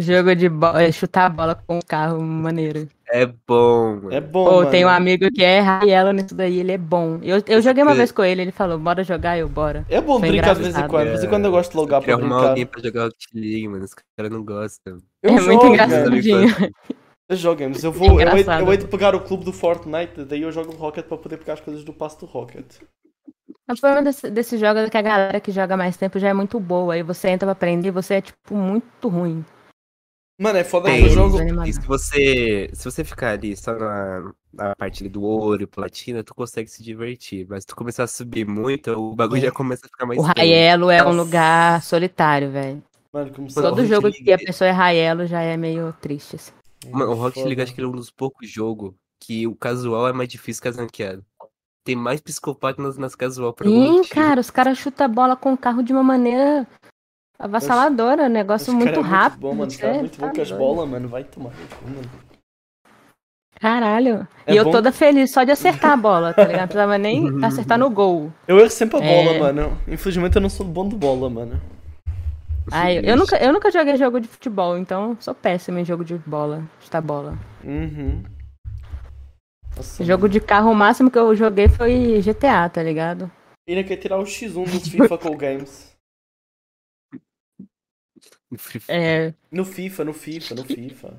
S3: Jogo de bola, é chutar a bola com o carro, maneiro.
S2: É bom, mano.
S1: É bom,
S3: Ou
S1: mano.
S3: tem um amigo que é Raiello nisso daí, ele é bom. Eu, eu joguei uma vez com ele, ele falou, bora jogar, eu bora.
S1: É bom
S3: Foi
S1: brincar de vez em
S3: engraçado.
S1: quando. De vez em quando eu gosto de logar
S2: Queria
S1: para
S2: arrumar
S1: brincar. né?
S2: alguém pra jogar Rocket League, mano. Os caras não gostam.
S1: Eu
S3: é muito
S1: jogo,
S3: engraçadinho.
S1: mano.
S3: Engraçadinho.
S1: Eu jogo, mas eu vou. Eu hei,
S3: Engraçado.
S1: eu hei de pegar o clube do Fortnite, daí eu jogo o Rocket para poder pegar as coisas do passo do Rocket.
S3: O problema um desse, desse jogo é que a galera que joga mais tempo já é muito boa. Aí você entra pra aprender e você é, tipo, muito ruim.
S1: Mano, é foda
S2: Aí
S1: que eu
S2: eles
S1: jogo.
S3: desanimam.
S2: E se você, se você ficar ali só na, na parte ali do ouro e platina, tu consegue se divertir. Mas se tu começar a subir muito, o bagulho já começa a ficar mais
S3: É. O
S2: estranho.
S3: Raiello é um
S1: Nossa.
S3: lugar solitário, velho.
S1: Mano, começou
S2: Mano,
S3: Todo
S2: Rocket
S3: jogo
S2: League-
S3: que a pessoa é Raiello já é meio triste. assim.
S2: Mano, o Rocket League acho que ele é um dos poucos jogos que o casual é mais difícil que as ranqueadas. Tem mais psicopata nas, nas casual pra algum
S3: Sim,
S2: motivo.
S3: cara, os caras chutam a bola com o carro de uma maneira avassaladora. um
S1: Esse
S3: negócio
S1: cara
S3: muito
S1: é
S3: rápido. tá
S1: Bom, mano, esse cara é muito bom com as bolas, mano. Vai tomar no cu, mano.
S3: Caralho.
S1: É
S3: e eu
S1: bom-
S3: toda feliz só de acertar a bola, tá ligado? Não precisava nem acertar no gol.
S1: Eu erro sempre a
S3: É.
S1: bola, mano. Infelizmente eu não sou bom de bola, mano.
S3: Ai, eu- eu, nunca, eu nunca joguei jogo de futebol, então sou péssima em jogo de bola, chutar bola.
S1: Uhum. Nossa,
S3: Jogo de carro, o máximo que eu joguei foi GTA, tá ligado?
S1: Ainda quer tirar o X1 do FIFA com o Games.
S2: Free Fire.
S3: É,
S1: No FIFA, no FIFA, no FIFA.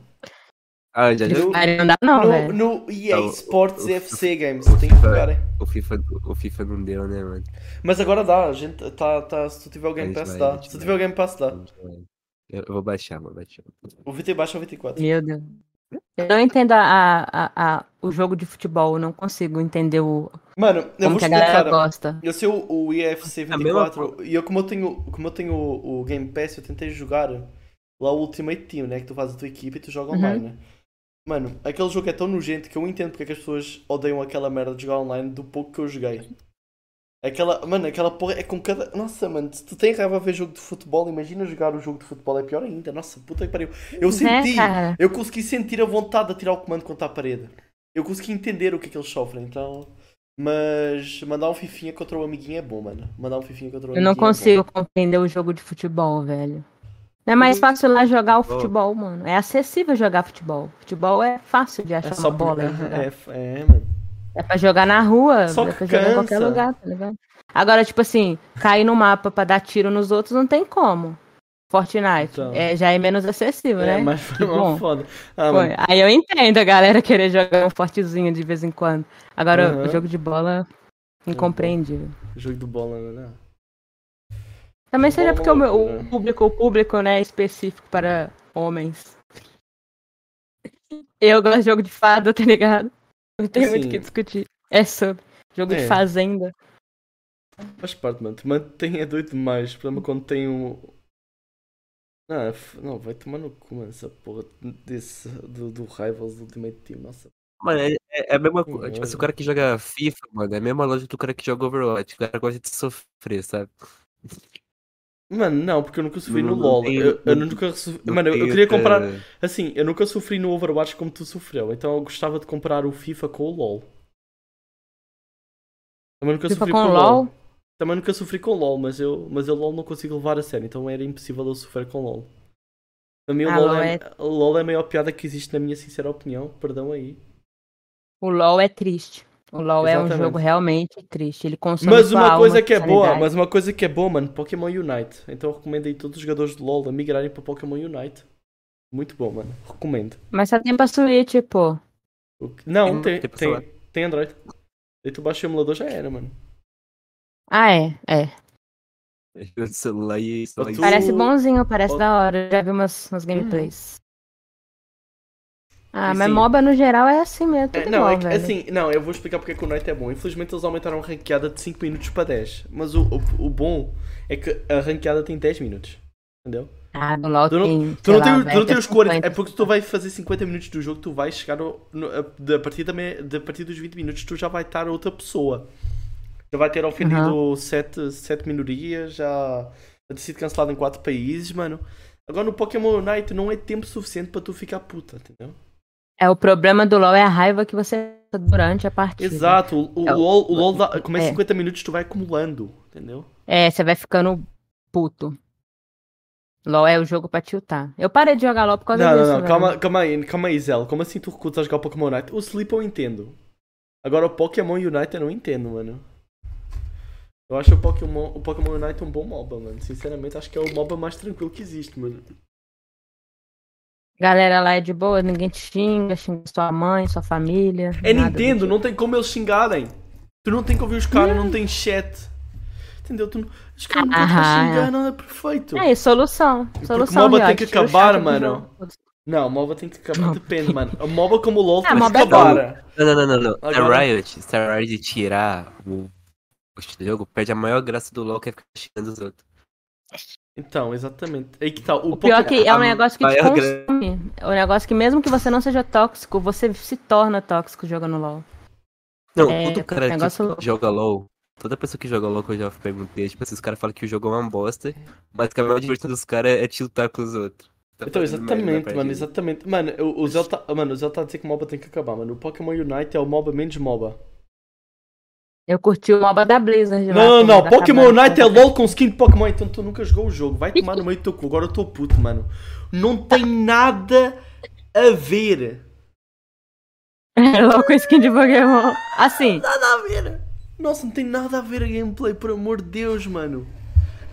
S2: Ah, já
S1: Eu-
S2: joguei.
S3: Mario não dá não, é.
S1: No,
S3: velho.
S1: no EA
S2: Não,
S1: Sports
S2: Então, o-
S1: FC Games, tem que jogar. hein?
S2: O FIFA, é. o FIFA não deu, né, mano?
S1: Mas agora dá, a gente tá, tá, se tu tiver o Game
S2: gente
S1: Pass
S2: vai, a
S1: dá.
S2: gente
S1: Se tu
S2: vai.
S1: tiver o Game Pass dá.
S2: Eu, eu vou baixar, vou baixar.
S1: O VT baixa ou é o 24.
S3: Meu Deus. Eu não entendo a, a- a- o jogo de futebol, eu não consigo entender o,
S1: Mano, eu
S3: como
S1: vou
S3: que a galera
S1: explicar.
S3: gosta.
S1: Eu sei o, o EFC
S2: É A mesma
S1: 24 e eu como eu tenho, como eu tenho o, o Game Pass, eu tentei jogar lá o Ultimate Team, né? Que tu fazes a tua equipa e tu joga
S3: Uhum.
S1: online, né? Mano, aquele jogo é tão nojento que eu entendo porque é que as pessoas odeiam aquela merda de jogar online do pouco que eu joguei. Aquela, mano, aquela porra é com cada. Nossa, mano, se tu tem raiva a ver jogo de futebol, imagina jogar o jogo de futebol, é pior ainda. Nossa, puta que pariu. Eu
S3: Né,
S1: senti,
S3: cara?
S1: eu consegui sentir a vontade de atirar o comando contra a parede. Eu consegui entender o que é que eles sofrem, então. Mas mandar um fifinha contra o amiguinho é bom, mano. Mandar um fifinha contra o
S3: Eu
S1: amiguinho.
S3: não
S1: É
S3: consigo compreender o jogo de futebol, velho. Não é
S1: Uhum.
S3: mais fácil lá jogar o futebol, mano. É acessível jogar futebol. Futebol é fácil de
S1: bom.
S3: achar
S1: É só
S3: uma bola. né? e
S1: por...
S3: jogar.
S1: é, é, mano.
S3: É pra jogar na rua,
S1: Só
S3: é
S1: que
S3: pra jogar em qualquer
S1: cansa.
S3: lugar, tá ligado? Agora, tipo assim, cair no mapa pra dar tiro nos outros não tem como. Fortnite.
S1: Então.
S3: É, já é menos acessível,
S1: É,
S3: né?
S1: mas foi
S3: Que
S1: uma
S3: bom.
S1: foda. Ah,
S3: Foi.
S1: mano.
S3: Aí eu entendo a galera querer jogar um fortezinho de vez em quando. Agora,
S1: Aham.
S3: o jogo de bola, incompreendível.
S1: Jogo do bola, né?
S3: Também seja
S1: Bola
S3: porque o, meu- o
S1: loucura.
S3: público, o público, né, é específico para homens. Eu gosto de jogo de fada, tá ligado? Não tem muito o que
S1: Assim.
S3: discutir. É sobre. Jogo
S1: É.
S3: de fazenda.
S1: Faz parte, mano. Te mantém é doido demais. O problema é quando tem um. Ah, f- não, vai tomar no cu, mano, essa porra desse, do, do Rivals do Ultimate Team, nossa.
S2: Mano, é, é a mesma
S1: Hum,
S2: coisa. Tipo, se
S1: olha.
S2: o cara que joga FIFA, mano, é a mesma lógica do cara que joga Overwatch. O cara gosta de sofrer, sabe?
S1: Mano, não, porque eu nunca sofri
S2: Não-
S1: no
S2: não
S1: LoL.
S2: tem-
S1: eu, eu
S2: não-
S1: nunca sofri.
S2: Não
S1: Mano, eu, eu
S2: tem
S1: queria
S2: outra-
S1: comprar. Assim, eu nunca sofri no Overwatch como tu sofreu, então eu gostava de comprar o FIFA com o LoL. Também nunca
S3: FIFA
S1: sofri
S3: com
S1: com o
S3: LOL.
S1: LoL. Também nunca sofri com o LoL, mas eu, mas eu LoL não consigo levar a sério, então era impossível eu sofrer com o LoL. Para mim, o
S3: Ah,
S1: LoL,
S3: LoL
S1: é... o LoL é a maior piada que existe, na minha sincera opinião. Perdão aí.
S3: O LoL é triste. O LoL é um
S1: Exatamente.
S3: jogo realmente triste. Ele consome
S1: Mas
S3: sua
S1: uma
S3: alma,
S1: coisa que é
S3: sua
S1: boa,
S3: sanidade.
S1: mas uma coisa que é boa, mano, Pokémon Unite. Então eu recomendo aí todos os jogadores de LoL a migrarem para Pokémon Unite. Muito bom, mano. Recomendo.
S3: Mas só tem pra tipo, Switch, pô.
S1: O que- Não, tem, tem,
S2: Tem- tem
S1: tem,
S2: pessoa
S1: Android. Aí tu baixa o emulador já era, mano.
S3: Ah, é, é.
S2: No celular e só
S1: Mas
S2: isso.
S1: tu-
S3: Parece bonzinho, parece
S1: Ó.
S3: da hora. Já vi umas, umas gameplays. Ah,
S1: E
S3: mas
S1: sim.
S3: MOBA no geral é assim mesmo, tudo
S1: não,
S3: igual,
S1: é que-
S3: velho.
S1: assim, não, eu vou explicar porque é que o Night é bom. Infelizmente eles aumentaram a ranqueada de 5 minutos para 10. Mas o, o, o bom é que a ranqueada tem 10 minutos. Entendeu?
S3: Ah, no LoL
S1: Tu não-
S3: tem,
S1: Tu
S3: sei
S1: não,
S3: lá,
S1: tem,
S3: vai
S1: tu não
S3: até
S1: tem os 40. É
S3: 50.
S1: porque tu vai fazer 50 minutos do jogo, tu vai chegar ao- no- a, da partir da, me- da partir dos 20 minutos, tu já vai estar outra pessoa. Já vai ter ofendido 7 minorias, já ter sido cancelado em 4 países, mano. Agora no Pokémon Unite não é tempo suficiente para tu ficar puta, entendeu?
S3: É, o problema do LoL é a raiva que você passa durante a partida.
S1: Exato, o, o,
S3: É, o-
S1: LOL, o LOL dá- como é,
S3: é.
S1: 50 minutos, tu vai acumulando, entendeu?
S3: É, você vai ficando puto. LoL é o jogo pra tiltar. Eu parei de jogar LoL por causa
S1: Não,
S3: disso,
S1: não, não,
S3: velho.
S1: calma, calma aí, calma aí, Zell. Como assim tu recutas jogar o Pokémon Unite? O Sleep eu entendo. Agora o Pokémon Unite eu não entendo, mano. Eu acho o Pokémon, o Pokémon Unite um bom MOBA, mano. Sinceramente, acho que é o MOBA mais tranquilo que existe, mano.
S3: Galera lá é de boa, ninguém te xinga, xinga sua mãe, sua família.
S1: É
S3: nada do
S1: Nintendo,
S3: tipo.
S1: não tem como eles xingarem. Tu não tem que ouvir os caras, não tem chat. Entendeu? Tu não... Os caras não podem
S3: Aham,
S1: xingar, não é perfeito.
S3: Aí, solução. Solução,
S1: MOBA
S3: Riot,
S1: tem que
S3: tira o é
S1: acabar,
S3: chat do
S1: mano. Um
S3: jogo.
S1: Não, o MOBA tem que acabar, depende, mano. O MOBA como o LoL
S3: Ah,
S1: tem que
S3: MOBA é bom.
S1: acabar.
S2: Não, não, não, não, não.
S1: Agora-
S2: Star Riot, Star Riot tirar o post do jogo, perde a maior graça do LoL que é ficar xingando os outros.
S1: Então, exatamente. Aí que tá. O,
S3: O pior
S1: Pokémon-
S3: é que é um
S2: a
S3: negócio que te
S2: maior
S3: consome. É um negócio que mesmo que você não seja tóxico, você se torna tóxico jogando LoL.
S2: Não,
S3: É,
S2: todo cara tipo que
S3: negócio louco.
S2: joga LoL, toda pessoa que joga LoL que eu já perguntei, tipo assim, os caras falam que o jogo é uma bosta, mas que a maior diversão dos caras é tiltar com os outros. Tá
S1: Então,
S2: fazendo merda na
S1: exatamente, mano,
S2: partida.
S1: exatamente. Mano, o, o Zé tá, mano, o Zé tá a dizer que o MOBA tem que acabar, mano. O Pokémon Unite é o MOBA menos MOBA.
S3: Eu curti o MOBA da Blizzard lá.
S1: Não, não,
S3: quando
S1: não.
S3: acabaram
S1: Pokémon
S3: com-
S1: Unite é LOL com skin de Pokémon, então tu nunca jogou o jogo. Vai tomar no meio do teu cu. Agora eu tô puto, mano. Não tem nada a ver.
S3: É LOL com skin de Pokémon. Assim,
S1: Nada a ver. Nossa, não tem nada a ver a gameplay, por amor de Deus, mano.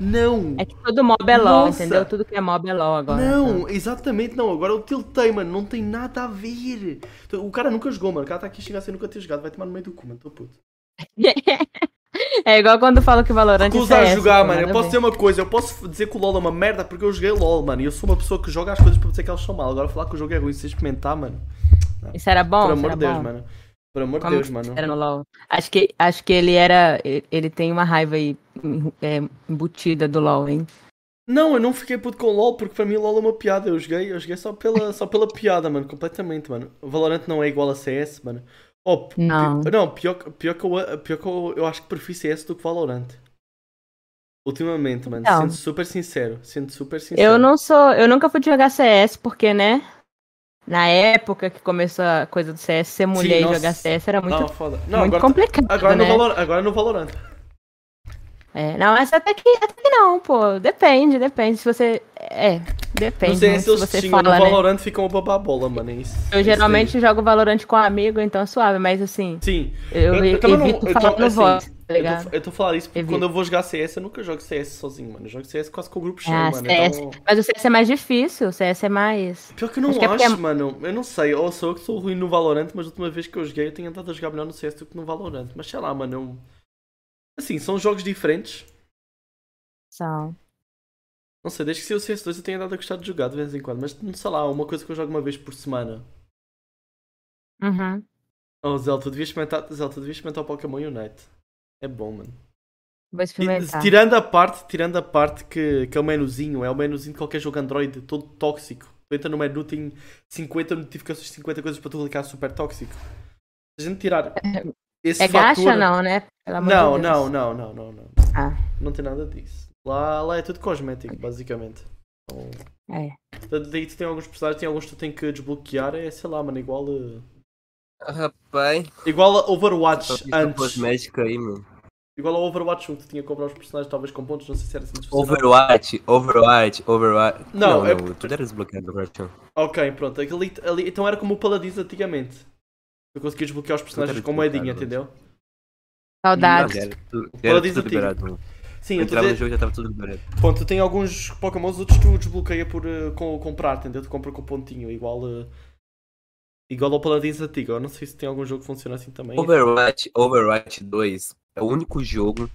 S1: Não!
S3: É que todo mob é LOL,
S1: Nossa.
S3: entendeu? Tudo que é mob é LOL agora.
S1: Não, exatamente não. Agora eu tiltei, mano. Não tem nada a ver. Então, O cara nunca jogou, mano. O cara está aqui a chegar sem nunca ter jogado. Vai tomar no meio do cu, mano. Tô puto.
S3: É igual quando falam que Valorant
S1: Recusar
S3: é CS,
S1: jogar,
S3: não,
S1: mano. Eu
S3: nada a
S1: posso dizer
S3: ver.
S1: uma coisa. Eu posso dizer que o LoL é uma merda porque eu joguei LoL, mano. E eu sou uma pessoa que joga as coisas para dizer que elas são mal. Agora falar que o jogo é ruim, se experimentar, mano.
S3: Isso era bom?
S1: Por
S3: Isso
S1: um amor
S3: era
S1: de Deus,
S3: bom?
S1: mano. Por amor de
S3: Como
S1: Deus,
S3: que
S1: mano.
S3: Era no LoL. Acho que, acho que ele era. Ele, ele tem uma raiva aí em- é, embutida do LoL, hein?
S1: Não, eu não fiquei puto com LoL porque para mim LoL é uma piada. Eu joguei, eu joguei só pela, só pela piada, mano, completamente, mano. O Valorant não é igual a CS, mano. Oh, pi-
S3: Não.
S1: não, pior, que- pior que, eu, pior que eu, eu acho que prefiro CS do que Valorant. Ultimamente, mano,
S3: Então.
S1: sendo super sincero, sendo super sincero.
S3: Eu não sou. Eu nunca fui jogar CS, porque, né? Na época que começou a coisa do CS, ser mulher e
S1: nossa.
S3: jogar CS era muito,
S1: Não, foda. Não,
S3: muito
S1: agora, tá-
S3: complicado.
S1: agora,
S3: né?
S1: no Valor, agora no Valorant.
S3: É, não, mas até que, até que não, pô. Depende, depende. Se você. É, depende.
S1: No CS
S3: né?
S1: eles
S3: se você
S1: xingam,
S3: fala,
S1: no
S3: né?
S1: Valorant ficam a babar a bola, mano. é isso- é
S3: Eu
S1: isso
S3: geralmente jogo Valorant com um amigo, então é suave, mas assim,
S1: daí. Sim,
S3: eu,
S1: Eu- eu também não-
S3: evito
S1: eu
S3: falar
S1: tô-
S3: no
S1: assim,
S3: voz, tá
S1: Eu
S3: ligado?
S1: tô, eu tô falando isso porque
S3: Evito.
S1: quando eu vou jogar CS, eu nunca jogo CS sozinho, mano. Eu jogo CS quase com o grupo cheio,
S3: Ah,
S1: mano.
S3: CS.
S1: Então,
S3: Mas o CS é mais difícil, o CS é mais.
S1: pior que eu não
S3: Acho que é
S1: acho,
S3: porque é-
S1: mano. Eu não sei. Ou sou eu que sou ruim no Valorant, mas a última vez que eu joguei, eu tenho andado a jogar melhor no CS do que no Valorant. Mas sei lá, mano. eu- Assim, são jogos diferentes.
S3: São.
S1: Não sei, desde que seja o CS2 eu tenho andado a gostar de jogar de vez em quando. Mas não sei lá, uma coisa que eu jogo uma vez por semana.
S3: Uhum.
S1: Oh, Zelda, tu devias experimentar, Zelda, tu devias experimentar o Pokémon Unite. É bom, mano.
S3: Vou experimentar.
S1: Tirando a parte, tirando a parte que, que é o menuzinho, é o menuzinho de qualquer jogo Android, todo tóxico. Tu entra no menu, tem 50 notificações, 50 coisas para tu clicar, super tóxico. Se a gente tirar esse
S3: É gacha
S1: fator...
S3: ou não, né? Pelo amor de
S1: Não,
S3: Deus.
S1: não, não, não, não, não.
S3: Ah.
S1: Não tem nada disso. Lá, lá é tudo cosmético, basicamente. Então,
S3: É.
S1: da- daí tu tem alguns personagens, tem alguns que tu tem que desbloquear, é sei lá, mano, igual a...
S2: Rapaz,
S1: Igual a
S2: só
S1: Overwatch
S2: fica
S1: antes.
S2: cosmética aí, mano.
S1: Igual a Overwatch 1, que tu tinha que comprar os personagens talvez com pontos, não sei se era assim. que funcionava.
S2: Overwatch, Overwatch, Overwatch.
S1: Não,
S2: não,
S1: é
S2: não, tudo era desbloqueado no Overwatch. não.
S1: Ok, pronto. Aquele, ali, então era como o Paladins antigamente. Tu conseguias bloquear os personagens
S2: quero
S1: com moedinha,
S2: desbloquear,
S1: entendeu? Ah,
S2: Não,
S1: é,
S3: Saudades.
S2: já era tudo, já
S1: Ela
S2: era
S1: diz
S2: tudo
S1: o
S2: liberado. mano.
S1: Sim,
S2: Eu
S1: eu tô
S2: entrava no
S1: dizendo-
S2: jogo já tava tudo liberado.
S1: Pronto, tu tem alguns Pokémons, outros tu desbloqueia por eh, com, comprar, entendeu? Tu compra com pontinho, igual eh, igual ao Paladins antigo. Eu não sei se tem algum jogo que funciona assim também.
S2: Overwatch, Overwatch 2 é o único jogo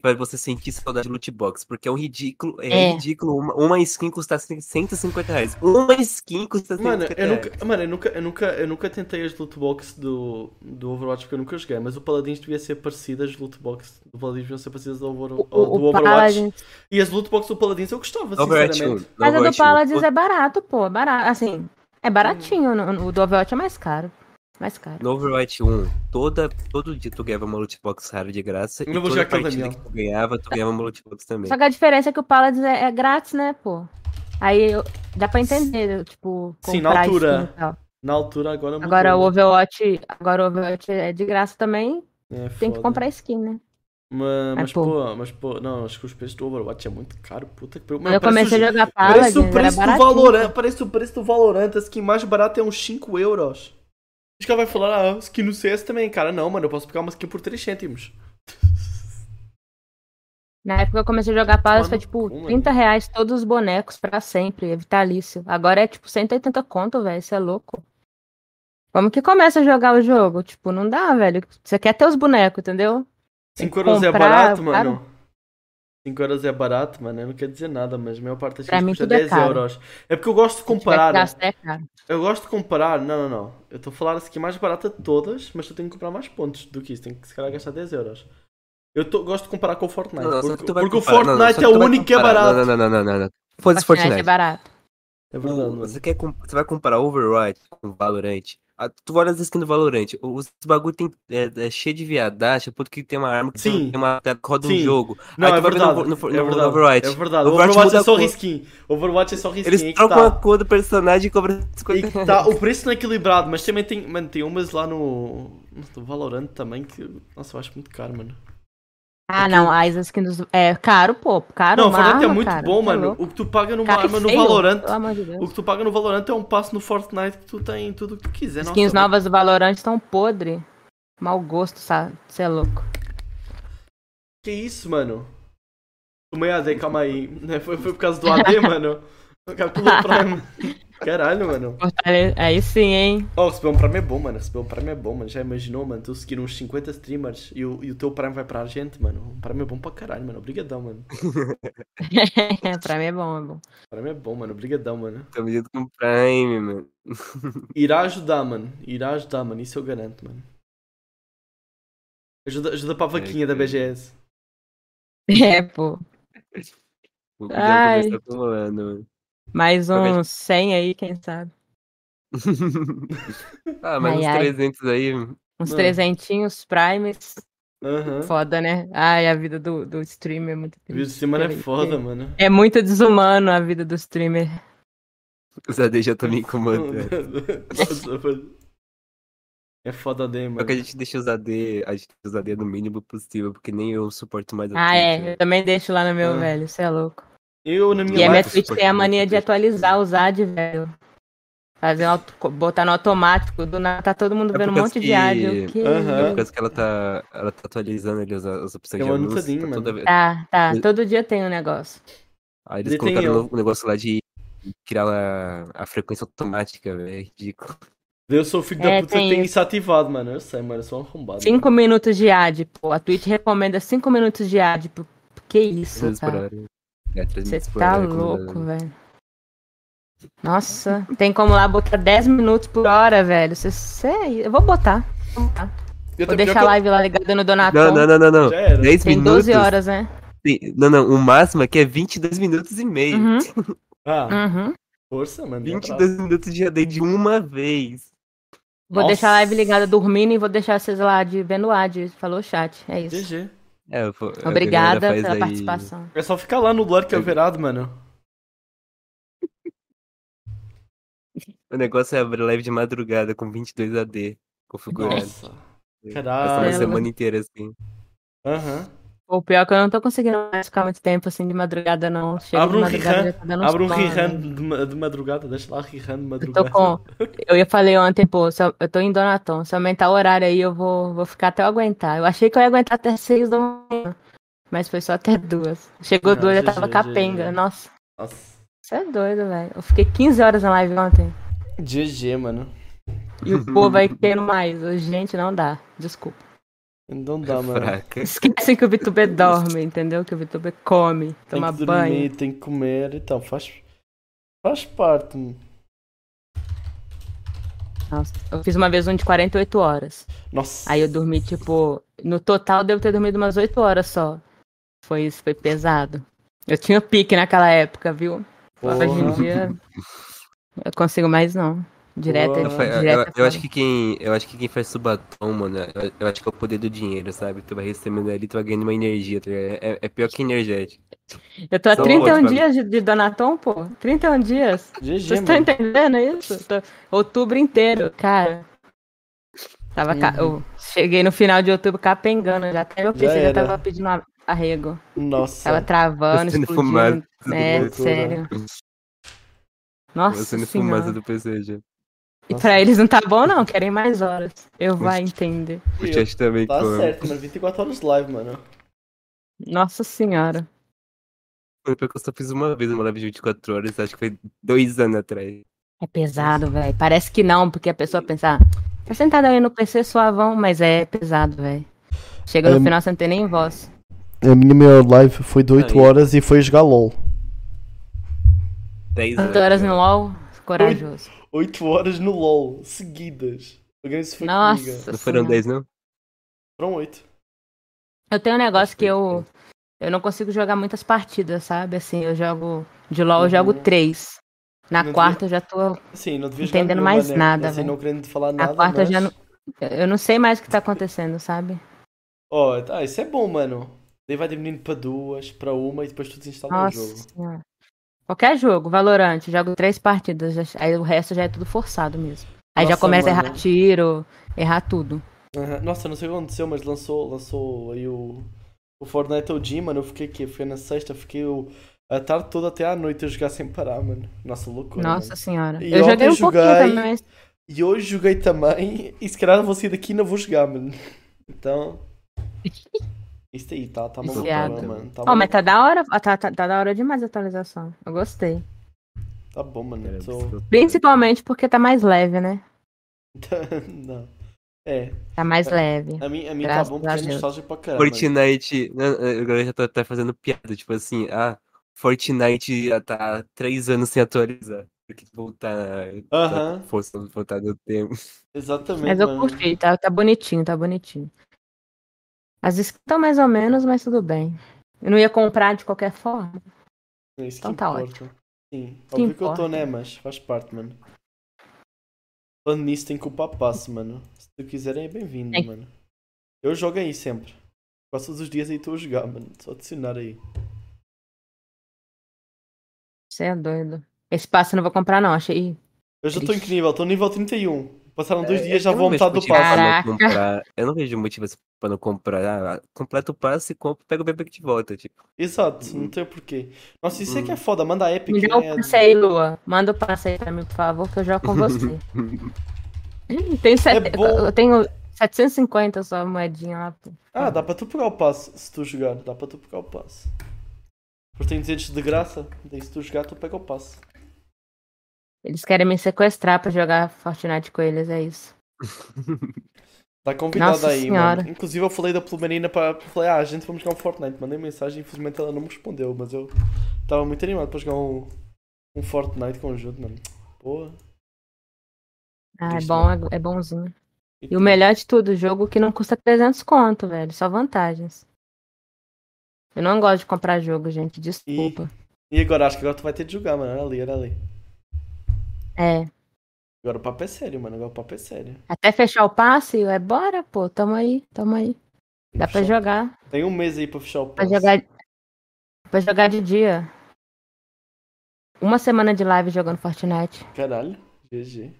S2: para você sentir saudade de loot box, porque é um ridículo, é,
S3: É.
S2: ridículo uma, uma skin custar 150 reais. Uma skin custa 150
S1: Mano, eu
S2: reais.
S1: nunca, mano, eu nunca, eu nunca, eu nunca tentei as loot box do, do Overwatch porque eu nunca joguei, mas o Paladins devia ser parecido às loot box do Paladins deviam ser parecidas ao, Over-
S3: O,
S1: ao-
S3: o,
S1: do
S3: o
S1: Overwatch.
S3: Paladins.
S1: E as loot box do Paladins eu gostava,
S2: Overwatch 1.
S1: sinceramente.
S3: Mas a do
S2: Overwatch 1.
S3: Paladins é barato, pô. É barato. Assim,
S1: Hum.
S3: é baratinho. no- O do Overwatch é mais caro. Mais caro.
S2: No Overwatch 1, toda, todo dia tu ganhava uma loot box rara de graça.
S1: Eu
S2: e
S1: não vou
S2: toda
S1: jogar com o
S2: partida que
S1: Daniel.
S2: tu ganhava, tu ganhava uma loot box também.
S3: Só que a diferença é que o Paladins é, é grátis, né, pô? Aí eu- dá pra entender, tipo, comprar
S1: Sim, na altura.
S3: skin e tal.
S1: Na altura agora mudou,
S3: Agora o
S1: né?
S3: Overwatch, agora o Overwatch é de graça também,
S1: É,
S3: tem que
S1: foda.
S3: comprar skin, né?
S1: Ma- Mas,
S3: Ah,
S1: pô.
S3: pô.
S1: mas pô, não, acho que os preços do Overwatch é muito caro, puta que pariu.
S3: Quando eu
S1: parece
S3: comecei
S1: o-
S3: a jogar Paladins,
S1: Parece o
S3: era
S1: preço do né?
S3: baratinho.
S1: Valorant, parece o preço do Valorant, a skin mais barata é uns 5 euros. Os caras vai falar, ah, skin no CS também, cara, não, mano, eu posso pegar uma skin por 3 cêntimos.
S3: Na época que eu comecei a jogar Paladins, foi
S1: Mano,
S3: tipo
S1: como,
S3: 30 reais todos os bonecos pra sempre, é vitalício. Agora é tipo 180 conto, velho, isso é louco. Como que começa a jogar o jogo? Tipo, não dá, velho. Você quer ter os bonecos, entendeu? Tem
S1: 5
S3: que
S1: euros é
S3: comprar,
S1: barato,
S3: claro.
S1: mano. 5 euros é barato, mano, eu não quero dizer nada, mas a maior parte das
S3: Pra
S1: skins
S3: mim
S1: custa
S3: tudo é
S1: 10
S3: caro.
S1: euros. É porque eu gosto de
S3: Se tiver que
S1: comparar, né?
S3: gastar, é caro.
S1: eu gosto de comparar, não, não, não, eu estou a falar a skin é mais barata de todas, mas eu tenho que comprar mais pontos do que isso, tenho que se calhar gastar 10 euros. Eu tô- gosto de comparar com o Fortnite,
S2: Não, não, só que
S1: porque,
S2: tu vai
S1: porque o
S2: comparar- não, não, só
S1: Fortnite
S2: que
S1: é
S2: tu
S1: o
S2: vai
S1: único que é
S2: comparar-
S1: barato.
S2: Não, não, não, não, não. não. Foda-se
S3: Fortnite
S2: Fortnite.
S3: é barato.
S1: É verdade,
S2: O-
S1: mano.
S2: Você, quer comp- você vai comparar Overwatch com Valorant? Ah, tu olha as skins do Valorant, os bagulho tem, é, é cheio de viadacha, puto que tem uma arma que
S1: Sim.
S2: tem uma que roda um
S1: Sim.
S2: jogo.
S1: Não,
S2: Aí
S1: é
S2: tu vai ver
S1: verdade.
S2: No, no-
S1: é
S2: no- no
S1: verdade.
S2: Overwatch.
S1: É verdade. O
S2: Overwatch
S1: Overwatch é
S2: muda
S1: só
S2: a cor.
S1: reskin. Overwatch é só reskin.
S2: Eles
S1: aí que
S2: trocam
S1: tá.
S2: a cor do personagem e cobram
S1: Aí
S2: 50
S1: que tá. O preço não é equilibrado, mas também tem. Mano, tem umas lá no. No Valorant também que. Nossa, eu acho muito caro, mano.
S3: Ah, não, as skins dos... É caro, pô, caro,
S1: não, o
S3: uma
S1: Valorant é
S3: arma,
S1: muito
S3: cara,
S1: bom,
S3: tá
S1: mano.
S3: louco.
S1: O que tu paga numa
S3: Cara, é e
S1: arma no
S3: feio,
S1: Valorant.
S3: Pelo amor de Deus.
S1: O que tu paga no Valorant é um passo no Fortnite que tu tem tudo o que tu quiser.
S3: As skins
S1: Nossa,
S3: novas do Valorant estão podre. Mau gosto, sabe? Você é louco.
S1: Que isso, mano? Tomei AD, calma aí. Né, Foi, foi por causa do AD, mano. Calculou o Prime. Caralho, mano.
S3: Fortale- Aí sim, hein?
S1: Oh, receber um Prime é bom, mano. Receber um Prime é bom, mano. Já imaginou, mano? Tu seguir uns 50 streamers e o, e o teu Prime vai para a gente, mano. O Prime é bom pra caralho, mano. Obrigadão, mano.
S3: pra mim é bom, é bom.
S1: O Prime é bom, mano. Obrigadão, mano.
S2: Tamo junto tá com o Prime, mano.
S1: Irá ajudar, mano. Irá ajudar, mano. Isso eu garanto, mano. Ajuda, ajuda para a vaquinha da BGS.
S3: É, pô.
S2: Vou
S3: Ai.
S2: já começar acumulando, mano.
S3: Mais
S2: Aproveita.
S3: uns 100 aí, quem sabe.
S2: ah, mas
S3: Ai,
S2: uns
S3: ai.
S2: 300 aí.
S3: Uns
S1: Mano.
S3: trezentinhos, primes.
S1: Aham.
S3: Foda, né? Ai, a vida do, do streamer é muito
S1: Vídeo de
S3: triste.
S1: semana é
S3: Peraí,
S1: foda,
S3: peraí.
S1: mano.
S3: É muito desumano a vida do streamer.
S2: Os AD já estão me incomodando.
S1: É foda daí, mano.
S2: Só que a gente deixa os AD, a gente deixa os AD no mínimo possível, porque nem eu suporto mais a né?
S3: Ah, é.
S2: Twitch.
S3: Eu também deixo lá no meu,
S1: Ah.
S3: velho. Você é louco.
S1: Eu na minha
S3: E é a
S1: live.
S3: minha
S2: Milagres
S3: Twitch tem a
S2: praticamente,
S3: mania de
S2: Twitch.
S3: atualizar os ad, velho. Fazer um auto- botar no automático. Do nada tá todo mundo
S2: É
S3: vendo um
S2: por causa
S3: monte de
S2: que-
S3: ad. Eu, que...
S1: Aham.
S2: Por causa que ela tá, ela tá atualizando ali as, as opções
S1: É
S2: de
S1: uma
S2: anúncio.
S1: anotadinha,
S2: Tá
S1: mano.
S2: toda... vez-
S3: Tá, tá.
S2: Eu-
S3: Todo dia tem um negócio.
S2: Aí eles
S1: Ele tem
S2: colocaram
S1: eu.
S2: um novo negócio lá de criar a, a frequência automática, velho. É ridículo.
S1: Eu sou o filho da
S3: É,
S1: puta que
S3: tem
S1: tem
S3: isso.
S1: isso ativado, mano. Eu sei, mano. Eu sou um arrombado.
S3: Cinco minutos de ad, pô. A Twitch recomenda cinco minutos de ad. Pô. Que isso,
S2: Três minutos por
S3: cara.
S2: hora. É, três
S3: Você
S2: minutos por
S3: tá
S2: hora recomendado.
S3: louco, velho. Nossa, tem como lá botar 10 minutos por hora, velho. Você, você- eu vou botar. Vou botar.
S1: mano. Eu
S3: Vou
S1: tô-
S3: deixar
S1: pior
S3: a
S1: que
S3: live lá ligada no Donaton.
S2: Não, não, não, não, não.
S1: Já era.
S2: 10
S3: Tá Tem
S2: minutos.
S3: 12 horas, né?
S2: tem- Não, não. O máximo aqui é 22 minutos e meio.
S3: Uhum,
S1: eu- Ah,
S3: uhum.
S1: força, mano. é brabo.
S2: 22 minutos de AD de uma vez.
S3: Vou
S1: Nossa.
S3: deixar a live ligada dormindo e vou deixar vocês lá de vendo ad. Falou o chat. É isso.
S1: GG.
S2: É, eu vou- a galera
S3: Obrigada
S2: faz
S3: pela
S2: aí-
S3: participação.
S1: É só ficar lá no Lurk Averado, mano.
S2: O negócio é abrir live de madrugada com 22 AD configurado.
S1: Nossa.
S2: Passar uma
S1: Caralho.
S2: semana inteira assim.
S1: Aham.
S3: O pior é que eu não tô conseguindo mais ficar muito tempo assim de madrugada, não. Chega
S1: Abre
S3: de
S1: um
S3: madrugada
S1: rerun,
S3: já tá dando
S1: Abre um
S3: sono,
S1: rerun
S3: né?
S1: de ma- de madrugada. Deixa lá rerun de
S3: Eu tô
S1: madrugada.
S3: com. Eu ia falei ontem, pô, se eu, eu tô em Donaton. Se aumentar o horário aí, eu vou, vou ficar até eu aguentar. Eu achei que eu ia aguentar até seis da manhã. Mas foi só até duas. Chegou
S1: Não, é.
S3: duas, já
S1: GG,
S3: tava capenga.
S1: GG.
S3: Nossa.
S1: Nossa.
S3: Você é doido, velho. Eu fiquei 15 horas na live ontem.
S1: GG, mano.
S3: E o povo vai querendo mais. Eu, Gente, não dá. Desculpa.
S1: Não Então dá, mano.
S2: Fraca.
S3: Esquecem que o VTuber dorme, entendeu? Que o VTuber come,
S1: Tem
S3: toma
S1: que dormir,
S3: banho.
S1: tem que comer. Então, faz, faz parte. mano.
S3: Nossa, eu fiz uma vez um de 48 horas.
S1: Nossa.
S3: Aí eu dormi, tipo. No total, devo ter dormido umas 8 horas só. Foi isso, foi pesado. Eu tinha pique naquela época, viu? Hoje em
S1: Porra.
S3: dia. Eu consigo mais, não. Direto,
S1: Porra.
S2: Eu, fa- eu-
S3: direto.
S2: eu acho que quem, eu acho que quem faz subatom, mano, eu, eu acho que é o poder do dinheiro, sabe? Tu vai recebendo ali, tu vai ganhando uma energia, tá ligado? é, é pior que energético.
S3: Eu tô há
S1: Tá
S2: Só
S3: 31
S2: ótimo.
S3: dias de, de Donaton, pô. 31 dias.
S1: GG,
S3: Vocês estão
S1: mano.
S3: entendendo isso? Tô- Outubro inteiro, cara. Tava ca- Eu cheguei no final de outubro capengando, já até meu
S1: Uhum. Já
S3: PC já,
S1: era.
S3: tava pedindo a- arrego.
S1: Nossa.
S3: Tava travando,
S2: Você não
S3: explodindo.
S2: fumava do
S3: É,
S1: loucura.
S3: sério. Nossa
S2: Você não fumaça
S3: senhora.
S2: do PC já.
S3: E pra eles não tá bom não, querem mais horas. Eu vai entender.
S2: O chat também
S1: Tá
S2: come.
S1: certo, mano. 24 horas de live, mano.
S3: Nossa senhora.
S2: Mano, pior que eu só fiz uma vez uma live de 24 horas, acho que foi dois anos atrás.
S3: É pesado, velho. Parece que não, porque a pessoa pensa, "Ah, tá sentado aí no PC suavão, mas é pesado, velho. Chega no
S1: É-
S3: final sem ter nem voz.
S1: A minha melhor live foi de 8
S2: Aí.
S1: horas e foi jogar LOL.
S2: 10 anos.
S3: Oito horas no
S2: né?
S3: LOL, corajoso.
S1: 8 horas no LOL, seguidas. Alguém se foi
S3: Nossa.
S1: comigo.
S2: Não foram
S3: Senhora.
S2: 10, não?
S1: Foram 8.
S3: Eu tenho um negócio que
S2: Perfeito,
S3: eu eu não consigo jogar muitas partidas, sabe? Assim, eu jogo de LoL, eu jogo
S1: Uhum.
S3: três. Na
S1: Não
S3: quarta eu já tô,
S1: Assim, não devia
S3: Não
S1: jogar
S3: entendendo
S1: nenhuma,
S3: mais
S1: né?
S3: nada,
S1: Assim,
S3: velho.
S1: não querendo falar
S3: na
S1: nada,
S3: quarta eu
S1: mas...
S3: já não, eu não sei mais o que tá acontecendo, sabe?
S1: Ó, tá, isso é bom, mano. Daí vai diminuindo para duas, para uma e depois tu desinstala o
S3: Nossa
S1: jogo.
S3: senhora. Qualquer jogo, Valorant, eu jogo três partidas, já- aí o resto já é tudo forçado mesmo. Aí já
S1: Nossa,
S3: começa a
S1: mano.
S3: errar tiro, errar tudo.
S1: Aham. Nossa, não sei o que aconteceu, mas lançou, lançou aí o, o Fortnite OG, mano. Eu fiquei aqui, fiquei na sexta, fiquei o- a tarde toda até à noite a jogar sem parar, mano. Nossa, loucura,
S3: Nossa
S1: mano.
S3: senhora.
S1: E
S3: eu
S1: ontem
S3: joguei um pouquinho
S1: joguei-
S3: também, mas
S1: E hoje joguei também, e se calhar vou sair daqui e não vou jogar, mano. Então. Isso aí, tá, tá
S3: Isso
S1: maluco,
S3: é
S1: não,
S3: água.
S1: mano. Tá,
S3: Ó,
S1: maluco.
S3: mas tá da hora, tá, tá, tá da hora demais a atualização. Eu gostei.
S1: tá bom, mano.
S2: Cara,
S1: tô-
S3: Principalmente porque tá mais leve, né?
S1: não. É,
S3: Tá mais leve.
S1: a mim, a mim tá
S3: Graças
S1: bom
S3: a
S1: porque é
S3: Deus.
S1: nostálgico pra caramba.
S2: Fortnite. né, A galera já tá, tá fazendo piada, tipo assim, ah, Fortnite já tá há três anos sem atualizar. Porque voltar.
S1: Aham.
S2: Força voltar do tempo.
S1: Exatamente,
S3: Mas eu
S1: mano.
S3: curti, tá, tá bonitinho, tá bonitinho. As skins estão mais ou menos, mas tudo bem. Eu não ia comprar de qualquer forma.
S1: É Isso
S3: Então
S1: que
S3: tá
S1: importa. Sim, óbvio que eu tô,
S3: importa.
S1: né? Mas faz parte, mano. Falando nisso, tem que o passo, mano. Se tu quiserem, é bem-vindo,
S3: Tem.
S1: mano. Eu jogo aí sempre. Quase todos os dias aí estou a jogar, mano. Só adicionar aí.
S3: Você é doido. Esse passo eu não vou comprar, não. Achei.
S1: Eu já estou em que nível? Estou no nível 31. Passaram dois
S2: É,
S1: dias, já
S2: eu não
S1: vou
S2: vejo
S1: metade do
S2: motivo pra
S1: passo.
S3: Caraca.
S2: não comprar- Eu não vejo motivo assim pra não comprar. Ah, completa o passe, compra, pega o bebê que te volta. Tipo,
S1: Exato, não tem porquê. Nossa, isso é
S2: Hum.
S1: que é foda. Manda a Epic,
S3: Me dá
S1: né?
S3: o passe aí, Lua. Manda o passe aí pra mim, por favor, que eu jogo com você. Tenho sete...
S1: É bom.
S3: Eu tenho 750 só moedinha lá. pô.
S1: Ah, dá para tu pegar o passo se tu jogar. Dá para tu pegar o passo. Porque tem 200 de graça. Daí se tu jogar, tu pega o passo.
S3: Eles querem me sequestrar pra jogar Fortnite com eles, é isso.
S1: Tá convidada
S3: Nossa
S1: aí, mano.
S3: Senhora.
S1: Inclusive eu falei da Plumarina para falei, ah, a gente vamos jogar um Fortnite. Mandei mensagem, infelizmente ela não me respondeu, mas eu estava muito animado para jogar um, um Fortnite conjunto, mano. Boa.
S3: Ah, é
S1: Isso, Então.
S3: bom, é, é bonzinho. E
S1: tu?
S3: o melhor de tudo, o jogo que não custa 300 conto, velho. Só vantagens. Eu não gosto de comprar jogo, gente. Desculpa.
S1: E agora acho que agora tu vai ter de jogar, mano. Era ali, era ali.
S3: É.
S1: Agora o papo é sério, mano. Agora o papo é sério.
S3: Até fechar o passe, é bora, pô. Tamo aí, tamo aí.
S1: Tem
S3: Dá
S1: que
S3: pra
S1: fechar-
S3: jogar.
S1: Tem um mês aí para fechar o
S3: Pra
S1: passo.
S3: jogar. Pra jogar de dia. Uma semana de live jogando Fortnite.
S1: Caralho. GG.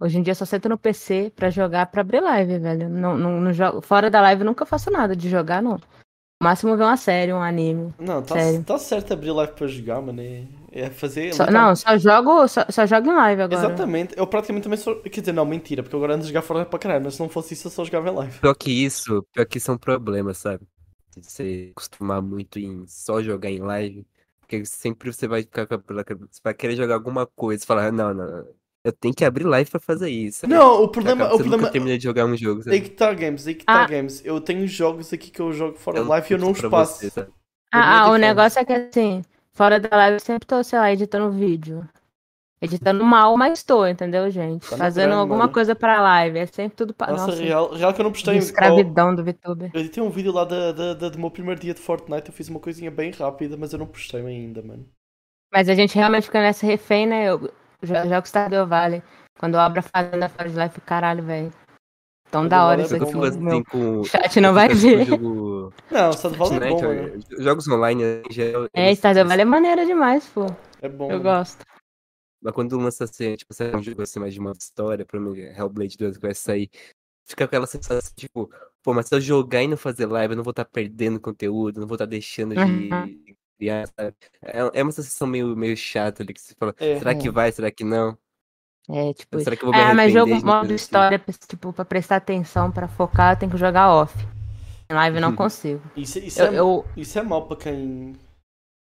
S3: Hoje em dia eu só sento no PC pra jogar pra abrir live, velho. Não, não, não jogo. Fora da live eu nunca faço nada de jogar, não. O máximo é ver uma série, um anime.
S1: Não, tá,
S3: Sério.
S1: tá certo abrir live para jogar, mano. É, é fazer.
S3: Só- não, só jogo, só, só jogo em live agora.
S1: Exatamente. Eu praticamente também sou. Quer dizer, não, mentira, porque eu agora ando a jogar Fortnite para caralho, mas se não fosse isso eu só jogava em live.
S2: pior que isso, pior que isso é um problema, sabe? Se Você acostumar muito em só jogar em live, porque sempre você vai ficar com aquela cabeça- Você vai querer jogar alguma coisa e falar, não, não, não, eu tenho que abrir live pra fazer isso. Aí
S1: Não, o problema.
S2: acaba
S1: O
S2: que você
S1: problema
S2: nunca termina de jogar um jogo, sabe?
S1: Aí que tá, Games, aí que tá,
S3: Ah.
S1: Games. Eu tenho jogos aqui que eu jogo fora
S2: É
S1: da
S2: um
S1: live e eu não os
S2: custo pra
S1: passo.
S2: você, sabe?
S1: minha
S3: Ah, ah, o
S1: defesa.
S3: negócio é que assim, fora da live eu sempre tô, sei lá, editando vídeo. Editando mal, mas tô, entendeu, gente?
S1: Tá no
S3: Fazendo
S1: grande,
S3: alguma
S1: mano.
S3: coisa pra live. É sempre tudo pra.
S1: Nossa,
S3: Nossa,
S1: real, real que eu não
S3: que
S1: postei. Oh,
S3: escravidão do VTuber.
S1: eu editei um vídeo lá da, da, da- do meu primeiro dia de Fortnite, eu fiz uma coisinha bem rápida, mas eu não postei ainda, mano.
S3: Mas a gente realmente fica nessa refém, né? Eu
S1: É.
S3: jo- jogo Stardew Valley. Quando eu abro a fazenda fora de life, caralho, velho. Tão da hora
S1: Stardew
S3: isso
S2: Eu
S1: Valley é
S3: aqui.
S2: fico assim
S3: um Meu
S2: com.
S3: chat não vai
S2: com
S3: ver.
S2: Jogo...
S1: Não, o Stardew Valley é bom,
S2: Fortnite,
S1: mano.
S2: ó, Né, então, Jogos online em geral.
S3: É,
S2: eles-
S3: Stardew Valley é maneira demais, pô.
S2: Então,
S1: É bom.
S3: Eu
S1: mano.
S3: gosto.
S2: Mas quando lança assim, tipo, sai um jogo assim, mais de uma história, pra mim, é Hellblade 2 que vai sair, fica aquela sensação, tipo, pô, mas se eu jogar e não fazer live, eu não vou estar perdendo conteúdo, eu não vou estar deixando
S3: Uhum.
S2: de criar, sabe? É, é uma sensação meio, meio chata ali, que você fala,
S1: É.
S2: será que vai, será que não?
S3: É, tipo isso.
S2: Será que eu vou me
S3: Ah, mas
S2: arrepender
S3: jogo
S2: de não
S3: modo
S2: fazer isso?"
S3: história, pra- tipo, pra prestar atenção, pra focar, eu tenho que jogar off. Em live eu não
S2: Uhum.
S3: consigo.
S1: Isso, isso,
S3: Eu,
S1: é,
S3: eu,
S1: isso é mal pra quem.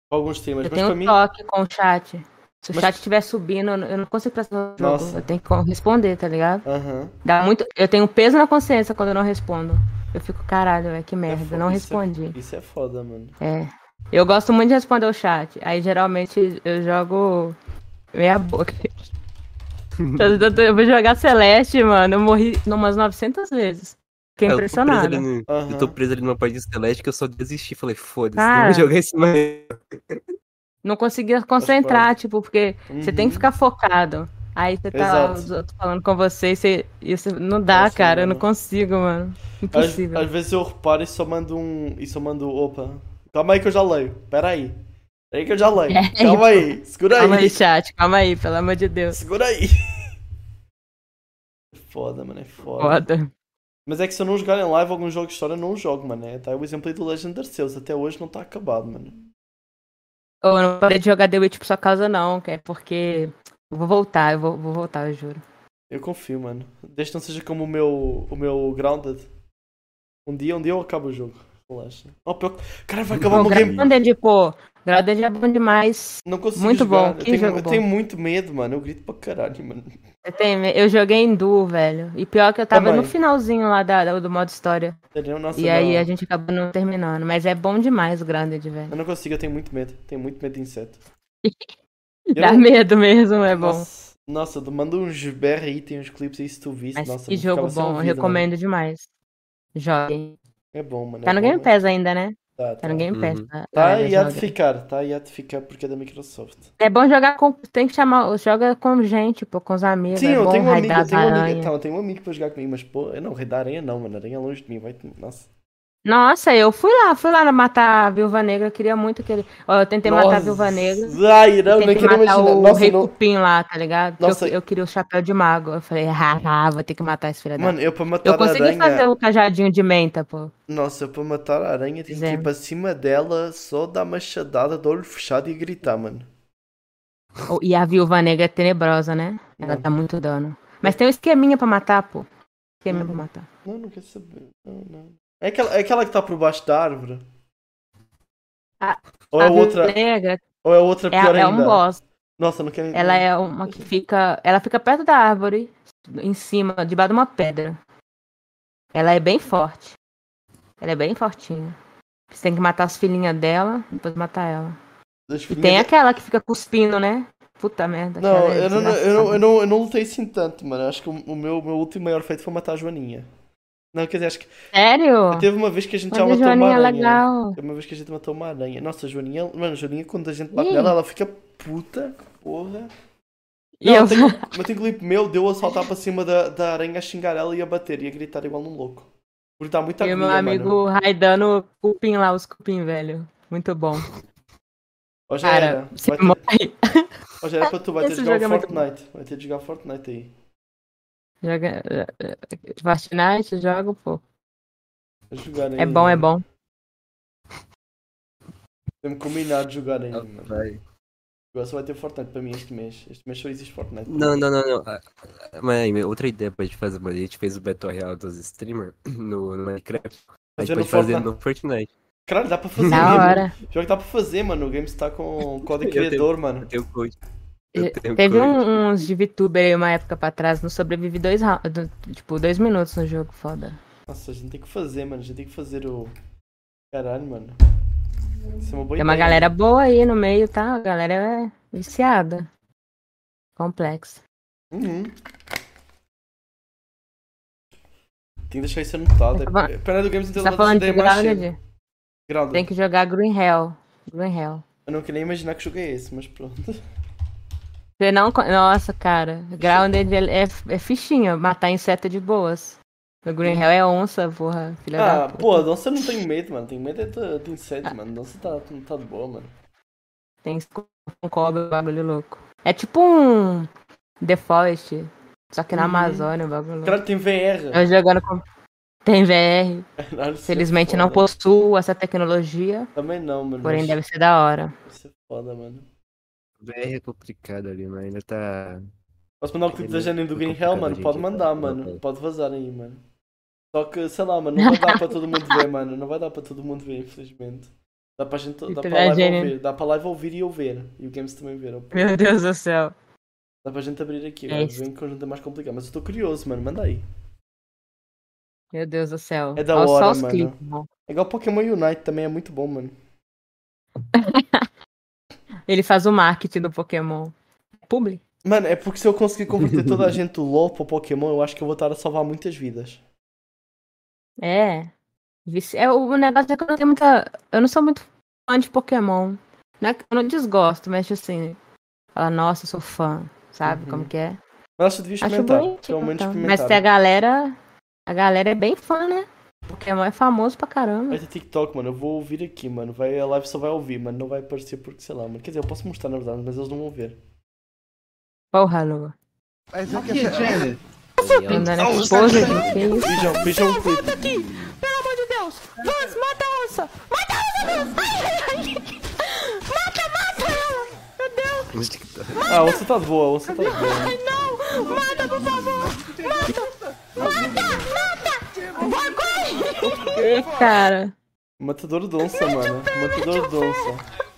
S1: pra alguns temas,
S3: eu
S1: mas pra
S3: tenho
S1: mim.
S3: um toque com o chat. Se o
S1: Mas-
S3: chat estiver subindo, eu não- eu não consigo prestar atenção no jogo.
S1: Nossa.
S3: Eu tenho que co- responder, tá ligado?
S1: Aham.
S3: Dá muito. Eu tenho peso na consciência quando eu não respondo. Eu fico, caralho, velho, que merda,
S1: foda,
S3: eu não
S1: isso é-
S3: respondi.
S1: Isso é foda, mano.
S3: É. Eu gosto muito de responder o chat. Aí geralmente eu jogo meia boca. eu, eu- eu vou jogar Celeste, mano. Eu morri umas 900 vezes. Fiquei
S1: É,
S2: Ah, eu tô preso ali
S3: impressionada.
S2: no-
S1: Aham.
S2: Eu tô preso ali numa parte de Celeste que eu só desisti. Falei, foda-se, não
S3: É. Cara.
S2: vou jogar isso mais.
S3: Não conseguia concentrar, tipo, porque você tem
S1: Uhum.
S3: que ficar focado. Aí você tá lá,
S1: Exato.
S3: os outros falando com você e você. e você- não dá,
S1: Nossa,
S3: cara. Eu não
S1: mano.
S3: consigo, mano.
S1: Às,
S3: Impossível.
S1: Uhum. às vezes eu reparo e só mando um. E só mando. Opa, calma aí que eu já leio. Pera aí. Pera aí que eu já leio.
S3: É,
S1: calma aí. Segura
S3: Calma
S1: aí.
S3: aí, chat. Calma aí, pelo amor de Deus.
S1: Segura aí. É Foda, mano. É foda.
S3: Foda.
S1: Mas é que se eu não jogar em live algum jogo de história, eu não jogo, mano. É, tá o exemplo aí do Legend Arceus. Até hoje não tá acabado, mano.
S3: Eu não parei de jogar The Witch por sua causa, não, que é porque. Eu vou voltar, eu vou, vou voltar, eu juro.
S1: Eu confio, mano. Desde que não seja como o meu. O meu Grounded. Um dia, um dia eu acabo o jogo. Relaxa. Oh, pior... Cara, vai acabar
S3: Pô,
S1: o meu game.
S3: Grounded, pô. Grounded é bom demais.
S1: Não consigo
S3: Muito
S1: jogar.
S3: bom,
S1: Eu
S3: que
S1: tenho,
S3: jogo
S1: eu
S3: bom.
S1: tenho muito medo, mano. Eu grito pra caralho, mano.
S3: Eu, tenho- eu joguei em duo, velho. E pior que eu tava
S1: Também.
S3: no finalzinho lá da, da- do modo história.
S1: Sério, Tá Nossa,
S3: e aí
S1: não.
S3: a gente acabou não terminando. Mas é bom demais o Grounded, velho.
S1: Eu não consigo, eu tenho muito medo. Tenho muito medo de inseto.
S3: Dá medo mesmo, é bom.
S1: Nossa, nossa, tu manda uns BR aí, tem uns clipes aí se tu visse.
S3: Mas
S1: nossa,
S3: que
S1: não
S3: jogo
S1: ficava sem
S3: bom, eu
S1: ouvido,
S3: recomendo demais. Joguem.
S1: mano. É bom, mano.
S3: Tá
S1: é
S3: no
S1: bom,
S3: Game
S1: mano.
S3: Pass ainda, né?
S1: Tá,
S3: Tá
S1: tá.
S3: no Game Pass.
S2: Uhum.
S3: tá?
S1: Tá,
S3: Galera,
S1: e há de
S3: joga.
S1: ficar, tá? E há de ficar porque é da Microsoft.
S3: É bom jogar com. Tem que chamar. Joga com gente, pô, com os amigos.
S1: Sim,
S3: é
S1: eu
S3: bom
S1: tenho um amigo,
S3: raidar
S1: eu
S3: as
S1: tenho um amigo,
S3: aranhas.
S1: então, eu tenho um amigo para jogar comigo, mas pô, eu não, rei da aranha não, mano, aranha é longe de mim, vai, nossa.
S3: Nossa, eu fui lá, fui lá matar a Viúva Negra, eu queria muito que ele. Ó, eu tentei matar a
S1: Nossa.
S3: Viúva Negra.
S1: Ai, não,
S3: e
S1: nem
S3: tentei
S1: quero
S3: matar
S1: imaginar.
S3: o
S1: Nossa,
S3: Rei
S1: não.
S3: Cupim lá, tá ligado? Porque
S1: Nossa.
S3: Eu, eu queria o chapéu de mago. Eu falei, haha, vou ter que matar esse filho da.
S1: Mano, eu para matar
S3: né? Eu
S1: a
S3: consegui
S1: aranha,
S3: fazer o cajadinho de menta, pô.
S1: nossa, eu para matar a aranha tenho que ir
S3: Fizemos.
S1: para cima dela, só dar uma machadada, de olho fechado e gritar, mano.
S3: Oh, E a Viúva Negra é tenebrosa, né? Ela
S1: Não.
S3: dá muito dano. Mas tem um esqueminha pra matar, pô. Esqueminha
S1: Hum.
S3: pra matar.
S1: Não, não quero saber. Não, não. É aquela, é aquela que está por baixo da árvore.
S3: A-
S1: Ou é
S3: a Viúva
S1: outra,
S3: Negra
S1: ou é outra
S3: é,
S1: pior
S3: é um
S1: ainda.
S3: boss.
S1: Nossa, não quero.
S3: Ela é uma que fica. Ela fica perto da árvore, em cima, debaixo de uma pedra. Ela é bem forte. Ela é bem fortinha. Você tem que matar as filhinhas dela, depois matar ela.
S1: Deixa
S3: E
S1: eu
S3: tem aquela que fica cuspindo, né? Puta merda.
S1: Não,
S3: aquela é
S1: eu não, eu, não, eu,
S3: desgraçada.
S1: não, eu não lutei assim tanto, mano. Acho que o o meu, meu último maior feito foi matar a Joaninha. Não, quer dizer, acho que
S3: Sério? é
S1: teve uma vez que a gente já
S3: Olha,
S1: matou uma
S3: Ah. Joaninha,
S1: aranha.
S3: legal.
S1: Teve uma vez que a gente matou uma aranha. Nossa, a Joaninha, mano, a Joaninha quando a gente bate
S3: Ih.
S1: nela, ela fica puta, que porra.
S3: E eu,
S1: Não, tem, mas tem um clipe meu, deu a saltar para cima da, da aranha a xingar ela e a bater e a gritar igual um louco. Porque dá muita
S3: e o
S1: agonia,
S3: meu
S1: mano.
S3: amigo raidando cupim lá, os cupim, velho. Muito bom.
S1: Ó, já era.
S3: Cara, você
S1: Vai ter-
S3: morre.
S1: ó, já era para tu, vai ter
S3: Esse
S1: de jogar
S3: jogo é
S1: o
S3: muito bom.
S1: Fortnite. Vai ter de jogar Fortnite aí.
S3: Joga. eh, Fortnite, jogo, pô.
S1: Vai jogar
S3: É
S1: aí,
S3: bom, é
S1: mano.
S3: bom.
S1: Temos combinado de jogar aí, mano.
S2: Vai.
S1: Agora só vai ter Fortnite para mim este mês. Este mês só existe Fortnite.
S2: Não, não, não, não. Ah, ah, Mas aí, outra ideia pra gente fazer, mano. A gente fez o Battle Royale dos streamers no, no Minecraft. A
S1: Fazer no
S2: gente pode fazer
S1: Fortnite.
S2: no Fortnite.
S1: Caralho, dá pra fazer.
S3: Da
S1: mano.
S3: hora.
S1: Pior que dá pra fazer, mano. O game está com código
S2: Eu tenho-
S1: criador,
S2: Eu
S1: mano.
S2: tenho um code.
S3: Eh,
S2: Eu tenho
S3: Teve
S2: code.
S3: um- uns de VTuber aí uma época pra trás, não sobrevivi dois rounds, tipo, dois minutos no jogo, foda.
S1: Nossa, a gente tem que fazer, mano. A gente tem que fazer o. Caralho, mano. Isso é uma boa
S3: Tem uma
S1: ideia,
S3: galera
S1: mano.
S3: boa aí no meio, tá? A galera é viciada. Complexo.
S1: Uhum. Tem que deixar isso anotado.
S3: Tá falando-
S1: É- Pera aí, do Games não
S3: Você
S1: tem
S3: tá
S1: levado essa
S3: falando de
S1: ideia mais cedo.
S3: Grounded?
S1: Grounded.
S3: Tem que jogar Green Hell. Green Hell.
S1: Eu não queria nem imaginar que jogo é esse, mas pronto.
S3: Você não... con- Nossa, cara. Grounded é, é- é fichinha, matar inseto é de boas. O Green Hell é onça, porra, filha da
S1: Ah,
S3: puta.
S1: pô, a dança eu não tenho medo, mano. Tenho medo é do, do
S3: Ah.
S1: inseto, mano. A dança tá, tá de boa, mano.
S3: Tem esco- com cobra, um bagulho louco. É tipo um The Forest, só que na
S1: Uhum.
S3: Amazônia, um bagulho louco.
S1: Caralho, tem VR.
S3: Eu jogando com... Tem VR.
S1: Caralho, isso é
S3: Felizmente não
S1: foda.
S3: possuo essa tecnologia,
S1: Também não, mano.
S3: porém
S1: mas
S3: deve ser da hora.
S1: Isso é foda, mano.
S2: VR é complicado ali, mas ainda tá.
S1: Posso mandar o clipe da Janine do Green Hell, mano? Pode mandar, mano. Pode vazar aí, mano. Só que, sei lá, mano, não vai dar pra todo mundo ver, mano. Não vai dar pra todo mundo ver, infelizmente. Dá pra gente. Dá pra
S3: Clipe da
S1: live
S3: Janine.
S1: ouvir. Dá pra live ouvir e eu ver. E o Games também ver. ó.
S3: Meu Deus do céu.
S1: Dá pra gente abrir aqui,
S3: É
S1: mano.
S3: isso.
S1: Vem conjunto é mais complicado. Mas eu tô curioso, mano. Manda aí.
S3: Meu Deus do céu.
S1: É da
S3: Olha
S1: hora,
S3: só os
S1: mano.
S3: clipes, mano.
S1: É igual Pokémon Unite também, é muito bom, mano.
S3: Ele faz o marketing do Pokémon. Publi?
S1: Mano, é porque se eu conseguir converter toda a gente do LoL pro Pokémon, eu acho que eu vou estar a salvar muitas vidas.
S3: É. Vici- é. O negócio é que eu não tenho muita. Eu não sou muito fã de Pokémon. Não é que eu não desgosto, mas tipo assim. Fala, nossa, eu sou fã. Sabe
S1: Uhum.
S3: como que é?
S1: Mas acho que devia
S3: Acho
S1: experimentar.
S3: bonitinho.
S1: Pelo menos
S3: então.
S1: experimentar.
S3: Mas tem a galera. A galera é bem fã, né? Pokémon é famoso pra caramba.
S1: Vai ter TikTok, mano. Eu vou ouvir aqui, mano. Vai, a live só vai ouvir, mano. Não vai aparecer porque, sei lá, mano. Quer dizer, eu posso mostrar, na verdade, mas eles não vão ver.
S3: Porra, Lua.
S5: Mas o que é
S2: Olha,
S3: Mandando esposa de né? que isso?
S1: Vejam, vejam o clipe.
S6: Pelo amor de Deus! Vans, mata a onça! Mata a onça, Vans! Ai, ai, ai. Mata, mata ela! Meu Deus!
S2: os TikTok.
S1: Ah, a onça tá boa, a onça tá boa.
S6: Ai, não! Mata, por favor! Mata! Mata! Mata! Vai, corre!
S3: É, cara.
S1: Matador de onça, mano. Matador de onça.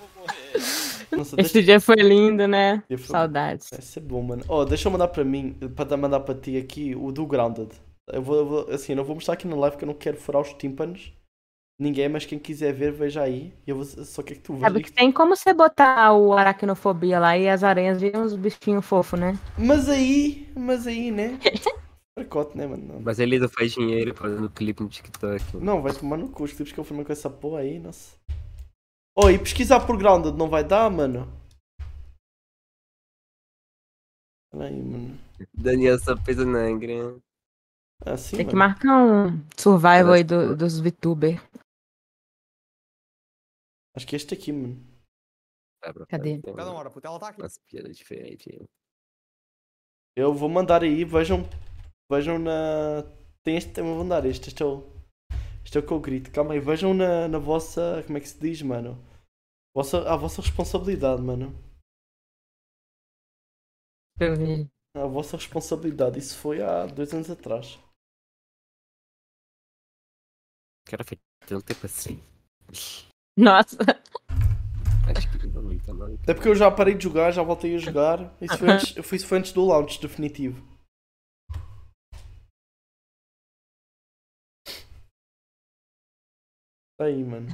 S1: Nossa,
S3: Esse dia foi lindo, né?
S1: Dia foi-
S3: Saudades.
S1: Vai ser bom, mano. Oh, deixa eu mandar para mim, para dar- mandar para ti aqui o do Grounded. Eu vou, eu vou- assim, eu não vou mostrar aqui na live que eu não quero furar os tímpanos. Ninguém, mas quem quiser ver, veja aí. E Eu vou, só quero que tu veja.
S3: Sabe que É, tem como você botar o aracnofobia lá e as aranhas viram uns bichinhos fofos, né?
S1: Mas aí, mas aí, né? Fracote, né, mano? Não.
S2: Mas a Elisa faz dinheiro fazendo clipe no TikTok. mano.
S1: Não, vai tomar no cu. Os clipes que eu filmei com essa porra aí, nossa. Oh, e pesquisar por Grounded não vai dar, mano? Peraí, mano.
S2: Daniel só pensa na Angra.
S1: Assim,
S3: Tem que
S1: mano.
S3: marcar um survival aí
S2: Parece-
S3: do- dos VTuber.
S1: Acho que é este aqui, mano.
S2: Tá, bro,
S3: Cadê?
S2: tem
S1: um.
S7: Pera
S2: uma-
S7: hora, puta, ela tá aqui.
S2: Umas piadas diferentes. aí.
S1: Eu vou mandar aí, vejam. Vejam na. Tem este tema, vou mandar este. Este é o. Este é o que eu grito. Calma aí, vejam na, na vossa. Como é que se diz, mano? Vossa, a vossa responsabilidade, mano.
S3: Deixa eu ver.
S1: A vossa responsabilidade. Isso foi há dois anos atrás.
S2: Cara, faz tanto tempo assim.
S3: Nossa,
S2: Acho que não tá mal.
S1: Até É porque eu já parei de jogar, já voltei a jogar. Isso foi antes, eu fiz isso foi antes do launch, definitivo. Tá aí, mano.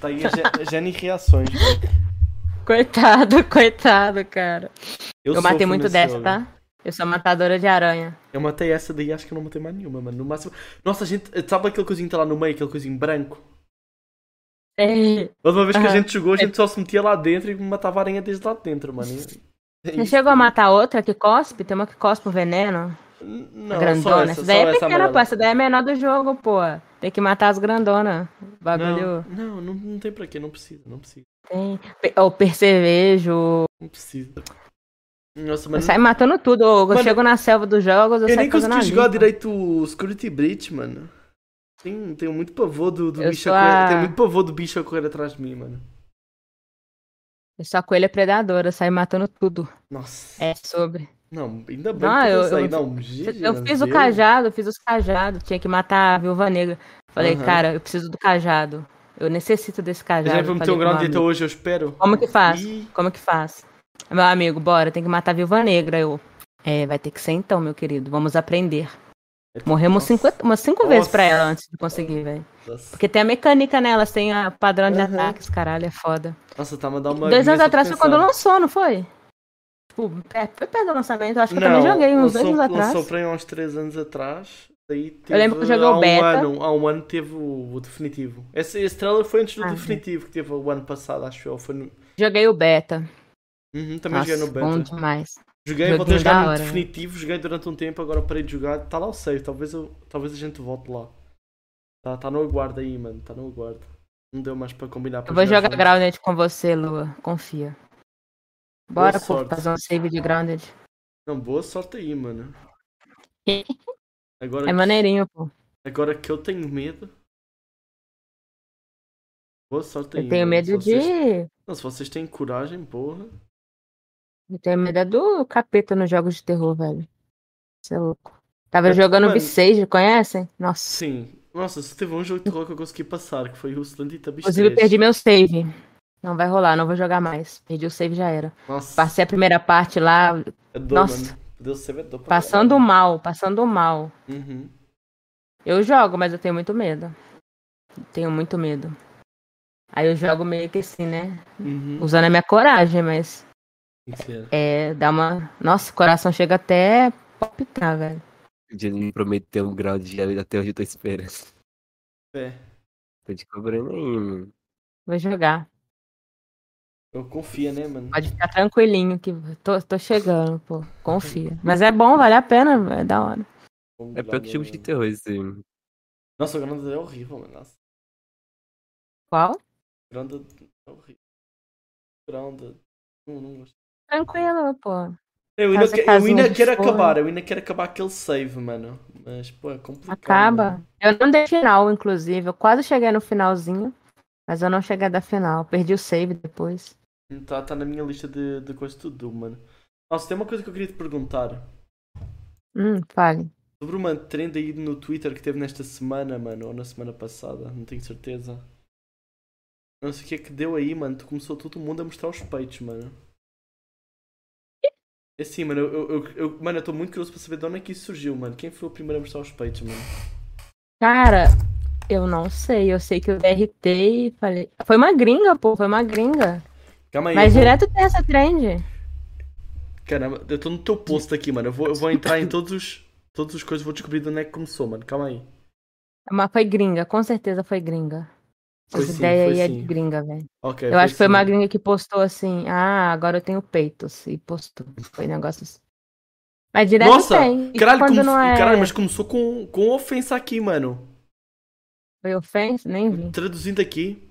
S1: Tá aí a, Ge- a Jenny Reações. mano.
S3: coitado, coitado, cara. Eu,
S1: sofro
S3: matei muito
S1: nesse
S3: dessa,
S1: jogo.
S3: tá? Eu sou matadora de aranha.
S1: Eu matei essa daí, acho que eu não matei mais nenhuma, mano. No máximo. Nossa, a gente. Sabe aquele coisinho que tá lá no meio, aquele coisinho branco?
S3: Ei,
S1: A última vez que a
S3: Aham. É.
S1: gente jogou, a gente só se metia lá dentro e me matava a aranha desde lá dentro, mano. E-
S3: Você chegou a matar outra que cospe? Tem uma que cospe um veneno?
S1: Não, só
S3: grandona.
S1: essa,
S3: Essa
S1: só
S3: daí é
S1: essa
S3: pequena,
S1: amarela.
S3: pô. Essa daí é a menor do jogo, pô. Tem que matar as grandonas. Bagulho.
S1: Não, não, não, não tem pra quê, não precisa, não precisa,
S3: Tem. Pe- O percevejo.
S1: não precisa. Nossa, mano,
S3: Sai matando tudo. Eu
S1: Mano,
S3: chego na selva dos jogos, eu,
S1: eu
S3: saio
S1: nem
S3: fazendo
S1: consegui
S3: a
S1: jogar
S3: limpa.
S1: direito o Security Breach, mano. Tenho, tenho muito pavor do, do
S3: Eu
S1: bicho
S3: sou
S1: a correr,
S3: a-
S1: tenho muito pavor do bicho a correr atrás de mim, mano.
S3: Eu sou a coelha é predadora, sai matando tudo.
S1: Nossa.
S3: É sobre.
S1: Não, ainda bem
S3: Não,
S1: que eu
S3: eu-
S1: sei,
S3: eu-
S1: não.
S3: Eu fiz o
S1: cajado.
S3: cajado, eu fiz os cajados. Tinha que matar a viúva negra. Falei,
S1: Aham.
S3: cara, eu preciso do cajado. Eu necessito desse
S1: A
S3: cajado.
S1: gente vai meter um
S3: Falei com
S1: grande
S3: meu
S1: até
S3: amigo.
S1: hoje, eu espero.
S3: Como que faz?
S1: Ih,
S3: Como que faz? Meu amigo, bora, tem que matar a viúva negra. Eu, é, vai ter que ser então, meu querido. Vamos aprender. Morremos
S1: Nossa.
S3: 50 umas cinco
S1: Nossa.
S3: vezes pra ela antes de conseguir, velho.
S1: Nossa,
S3: Porque tem a mecânica, né? Elas têm a padrão de
S1: Aham.
S3: ataques, caralho, é foda.
S1: Nossa, tá a dar uma.
S3: dois anos
S1: agonia só de
S3: atrás foi
S1: pensar.
S3: quando lançou, não foi? Tipo, é, foi perto do lançamento, eu acho que
S1: não,
S3: eu também joguei uns
S1: lançou,
S3: dois anos atrás.
S1: Lançou pra aí há uns 3 anos atrás. Daí teve,
S3: lembro que eu joguei o
S1: há um
S3: beta.
S1: Ano, há um ano teve o, o definitivo. Esse, esse trailer foi antes do
S3: Ah,
S1: definitivo, que teve o ano passado, acho eu. Foi no-
S3: Joguei o beta.
S1: Uhum, também
S3: Nossa,
S1: joguei no beta.
S3: bom demais.
S1: Joguei,
S3: Joguinho
S1: voltei a jogar
S3: da
S1: no
S3: hora, né?
S1: definitivo, joguei durante um tempo, agora parei de jogar. Tá lá o save, talvez, eu, talvez a gente volte lá. Tá, tá no aguardo aí, mano, tá no aguardo. Não deu mais para combinar. pra
S3: Eu vou jogar
S1: juntos.
S3: Grounded com você, Lua. Confia. Bora, pô,
S1: sorte.
S3: fazer um save de Grounded.
S1: Não, boa sorte aí, mano. Agora
S3: É maneirinho, pô.
S1: Agora que eu tenho medo. Boa sorte aí.
S3: Eu tenho
S1: mano.
S3: medo
S1: Se vocês-
S3: de.
S1: Não, se vocês têm coragem, porra.
S3: Eu tenho medo é do capeta nos jogos de terror, velho. Você é louco. Tava jogando
S1: Mano.
S3: Visage, conhecem? Nossa.
S1: Sim. Nossa, se teve um jogo de terror que eu consegui passar, que foi o Slendy Tubbies
S3: Inclusive,
S1: 3.
S3: perdi meu save. Não vai rolar, não vou jogar mais. Perdi o save, já era.
S1: Nossa,
S3: Passei a primeira parte lá,
S1: é dor,
S3: Nossa.
S1: mano. Deus sabe, é dor pra
S3: passando
S1: caralho.
S3: mal, passando mal.
S1: Uhum.
S3: Eu jogo, mas eu tenho muito medo. Tenho muito medo. Aí eu jogo meio que assim, né?
S1: Uhum.
S3: Usando a minha coragem, mas
S1: Tem que ser.
S3: é, dá uma. Nossa, o coração chega até palpitar, velho.
S2: O Jenny me prometeu um grau de gelo e até hoje eu tô esperando.
S1: É,
S2: Tô te cobrando aí, mano.
S3: Vou jogar.
S1: eu confio, né, mano?
S3: Pode ficar tranquilinho que tô, tô chegando, pô. Confia. Mas é bom, vale a pena, é da hora.
S2: É pior que jogo de terror esse. mano.
S1: né, Nossa, o Grande é horrível, mano. Nossa,
S3: Qual?
S1: o Grande é horrível. Grande. Não, não gosto.
S3: Tranquilo, pô.
S1: Eu ainda,
S3: Casa
S1: que- eu
S3: casual
S1: ainda
S3: de
S1: quero
S3: forno.
S1: acabar, eu ainda quero acabar aquele save, mano. Mas, pô, é complicado. mano.
S3: Acaba. Eu não dei final, inclusive. Eu quase cheguei no finalzinho, mas eu não cheguei da final. Perdi o save depois.
S1: Tá, tá na minha lista de, de coisas tudo, mano. Nossa, tem uma coisa que eu queria te perguntar.
S3: Hum, fale.
S1: Sobre uma trend aí no Twitter que teve nesta semana, mano, ou na semana passada, não tenho certeza. Não sei o que é que deu aí, mano. Tu começou todo mundo a mostrar os peitos, mano. É assim, mano, eu, eu, eu- mano, eu estou muito curioso para saber de onde é que isso surgiu, mano. Quem foi o primeiro a mostrar os peitos, mano?
S3: Cara, eu não sei. Eu sei que eu derritei e falei. Foi uma gringa, pô, foi uma gringa.
S1: Calma aí,
S3: Mas
S1: eu vou-
S3: direto tem essa trend.
S1: Caramba, eu estou no teu post aqui, mano. Eu vou, eu vou entrar em todos os. Todas as coisas, vou descobrir de onde é que começou, mano. Calma aí.
S3: Mas foi gringa, com certeza foi gringa.
S1: Foi
S3: Essa
S1: sim,
S3: ideia
S1: foi
S3: aí é
S1: sim.
S3: de gringa, velho.
S1: Ok.
S3: Eu acho que foi
S1: sim.
S3: uma gringa que postou assim, ah, agora eu tenho peitos. E postou. Foi um negócio assim. Mas direto
S1: Nossa!
S3: tem. E
S1: Caralho, um
S3: quando
S1: como-
S3: não é
S1: caralho, mas começou com, com ofensa aqui, mano.
S3: foi ofensa, nem vi.
S1: Traduzindo aqui,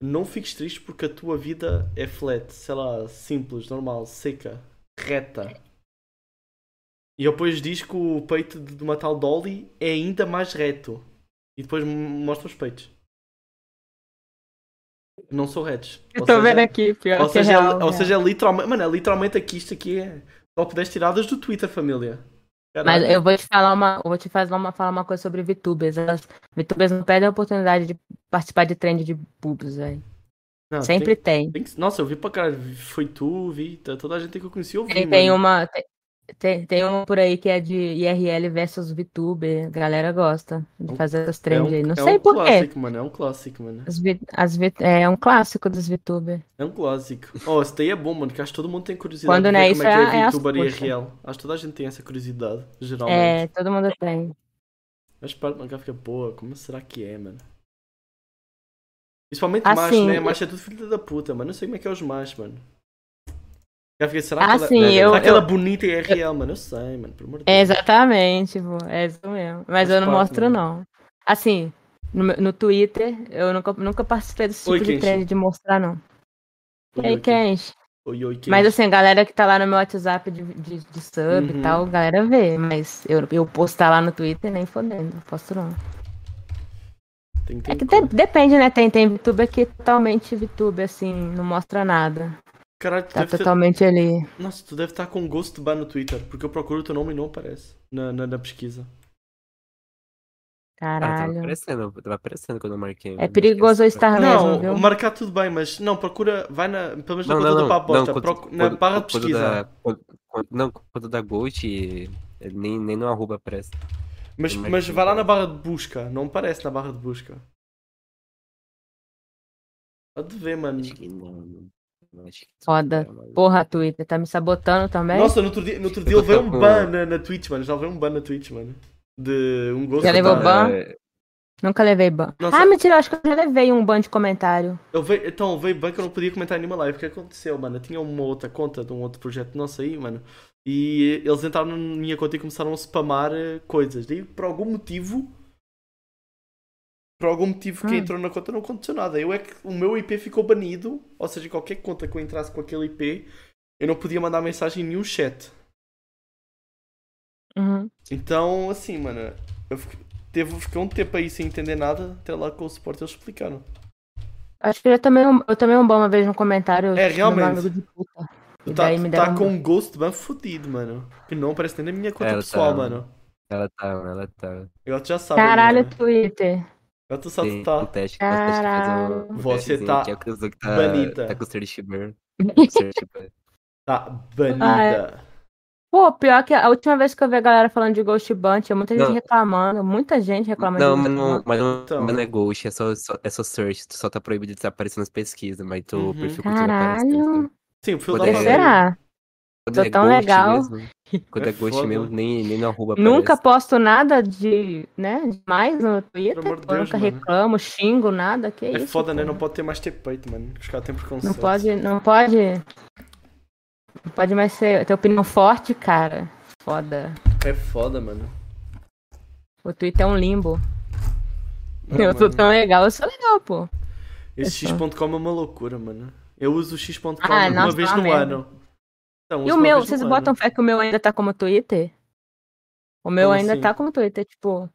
S1: não fiques triste porque a tua vida é flat, sei lá, simples, normal, seca, reta. E depois diz que o peito de de uma tal Dolly é ainda mais reto. E depois m- mostra os peitos. Não sou retos.
S3: Eu
S1: Ou
S3: tô
S1: seja-
S3: vendo aqui, pior
S1: Ou
S3: que é
S1: seja,
S3: real,
S1: é, ou
S3: real.
S1: seja, é literalmente. Mano, é literalmente aqui isto aqui é top 10 tiradas do Twitter, família.
S3: Mas
S1: Caralho.
S3: eu vou te falar uma, eu vou te fazer uma, falar uma coisa sobre VTubers. Elas, VTubers não perdem a oportunidade de participar de trend de boobs, velho.
S1: Não, tem-
S3: Sempre tem.
S1: Tem que- Nossa, eu vi pra caralho. Foi tu, vi. t- Toda a gente que eu conheci, eu vi.
S3: Tem, tem um
S1: mano. É
S3: uma tem- tem, tem uma por aí que é de IRL versus VTuber. A galera gosta de fazer essas
S1: É um-
S3: trends aí. Não
S1: é
S3: sei
S1: um
S3: por quê.
S1: clássico, mano. É um clássico, mano.
S3: As vi- as vi- é um clássico dos VTubers.
S1: É um clássico. Oh, esse daí é bom, mano. Que acho que todo mundo tem curiosidade
S3: Quando
S1: de ver
S3: não é
S1: como
S3: isso,
S1: é que
S3: é
S1: é,
S3: a- é as
S1: VTuber e
S3: coxas.
S1: real. Acho que toda a gente tem essa curiosidade, geralmente.
S3: É, todo mundo tem.
S1: Mas parte nunca fica, pô, como será que é, mano? Principalmente
S3: Ah,
S1: macho,
S3: sim.
S1: né? Macho é tudo filho da puta, mano. Não sei como é que é os machos, mano. Já fiquei, será
S3: Ah,
S1: que ela,
S3: sim,
S1: será
S3: eu-
S1: que ela
S3: eu-
S1: bonita e é real, mano? Eu sei, mano. Pelo amor de
S3: É,
S1: Deus.
S3: exatamente, vô, é isso mesmo. Mas
S1: Faz
S3: eu não
S1: parte,
S3: mostro,
S1: né?
S3: não. Assim, no, meu- no Twitter, eu nunca, nunca participei desse tipo
S1: Oi,
S3: de
S1: Kenshi.
S3: trend de mostrar, não. E
S1: Oi,
S3: aí,
S1: oi,
S3: Kenshi?
S1: Oi, oi, quem?
S3: é. Mas assim, a galera que tá lá no meu WhatsApp de, de, de sub
S1: Uhum.
S3: e tal, a galera vê. Mas eu, eu postar lá no Twitter, nem fodendo, não posto não.
S1: Tem, tem
S3: É que
S1: como.
S3: de- depende, né? Tem, tem VTuber que é totalmente VTuber, assim, não mostra nada.
S1: Caralho,
S3: Tá
S1: deve ter-
S3: totalmente ali.
S1: Nossa, tu deve estar com gosto de ban no Twitter, porque eu procuro o teu nome e não aparece na, na, na pesquisa. tá.
S2: Ah, tava
S3: Caralho.
S2: aparecendo, tava aparecendo quando eu marquei.
S3: É perigoso eu estar
S1: não,
S3: mesmo, viu?
S1: marcar tudo bem, mas não, procura, vai na, pelo menos na
S2: Não,
S1: conta
S2: não,
S1: do
S2: não.
S1: Papo Bosta,
S2: quando-
S1: procu- na
S2: quando-
S1: barra de
S2: quando
S1: né, pesquisa.
S2: da- quando- quando- não, quando da Gold, ele nem, nem no arroba aparece.
S1: Mas,
S2: Como é
S1: mas
S2: que
S1: vai lá na
S2: faz?
S1: barra de busca, não aparece na barra de busca. Pode ver, mano.
S2: Acho que não, não, não, é acho que-
S3: Foda. Porra, Twitter, tá me sabotando também?
S1: Nossa, no outro dia, no outro dia
S2: Eu
S1: ele veio um
S2: tô com-
S1: ban na, na Twitch, mano. Já veio um ban na Twitch, mano. De um gosto
S3: Já
S1: de
S3: levou
S1: ban.
S3: ban?
S2: É,
S3: Nunca levei ban.
S1: Nossa.
S3: Ah, mentira, eu acho que eu já levei um ban de comentário.
S1: Eu veio, então, veio bem que eu não podia comentar nenhuma live. O que aconteceu, mano? Eu tinha uma outra conta de um outro projeto nosso aí, mano. E eles entraram na minha conta e começaram a spamar eh, coisas. Daí, por algum motivo. Por algum motivo, quem
S3: Hum.
S1: entrou na conta não aconteceu nada. Eu é que o meu IP ficou banido. Ou seja, qualquer conta que eu entrasse com aquele IP, eu não podia mandar mensagem em nenhum chat.
S3: Uhum.
S1: Então, assim, mano. Eu fiquei, teve, fiquei um tempo aí sem entender nada. Até lá com o suporte eles explicaram.
S3: Acho que eu já tomei um, eu tomei um ban uma vez num comentário.
S1: É,
S3: de um
S1: realmente.
S3: amigo de puta.
S1: Tu
S3: E
S1: tá,
S3: daí me
S1: tu
S3: deram
S1: tá
S3: um
S1: com um gosto bem fudido, mano. Que não parece nem na minha conta
S2: Ela tá-
S1: pessoal, mano.
S2: Ela tá, ela tá.
S1: Eu já sabe.
S3: Caralho,
S1: mano.
S3: Twitter.
S1: Eu tu sabe
S2: Tem
S1: que tá.
S2: um teste que faz- teste que faz um- um
S1: Você
S2: testezinho
S1: tá
S2: que é a pessoa que tá
S1: banida.
S2: Tá com o search burn. com o search burn.
S1: Tá
S3: Ah, é.
S1: banida.
S3: Pô, pior que a última vez que eu vi a galera falando de Ghost Bunch, tinha muita gente
S2: Não.
S3: reclamando, muita gente reclamando.
S2: Não,
S3: de
S2: mas
S3: Ghost
S2: não,
S3: Bunch.
S2: mas não,
S1: Então.
S2: mas não é ghost, é só, só- é só search. Tu só tá proibido de estar aparecendo nas pesquisas, mas teu
S1: Uhum.
S2: perfil continua aparecendo.
S3: Caralho,
S1: Sim, o perfil
S2: Poder-
S1: da
S2: Mas
S1: família.
S3: será?
S2: Quando
S3: Tô
S2: é
S3: tão
S2: ghost
S3: legal.
S2: mesmo, quando
S1: É
S2: é ghost
S1: foda.
S2: mesmo, nem, nem no arroba
S3: Nunca
S2: aparece.
S3: posto nada de, né, demais no Twitter,
S1: amor de
S3: pô,
S1: Deus,
S3: nunca
S1: mano.
S3: reclamo, xingo, nada, que
S1: É
S3: isso,
S1: foda, né?
S3: pô.
S1: Não pode ter mais ter peito, mano. Os caras têm preconceito.
S3: Não pode, não pode. Não pode mais ser. Ter opinião forte, cara. Foda.
S1: É foda, mano.
S3: O Twitter é um limbo.
S1: Não,
S3: eu sou
S1: mano.
S3: tão legal, eu sou legal, pô.
S1: Esse x.com é uma loucura, mano. Eu uso o x.com
S3: Ah,
S1: uma
S3: nossa,
S1: vez
S3: tá
S1: no
S3: uma merda.
S1: ano. Então,
S3: E
S1: uso
S3: o
S1: uma
S3: meu,
S1: vez no
S3: vocês
S1: ano.
S3: botam fé que o meu ainda tá como Twitter? O meu
S1: Como
S3: ainda
S1: assim?
S3: tá como Twitter, tipo.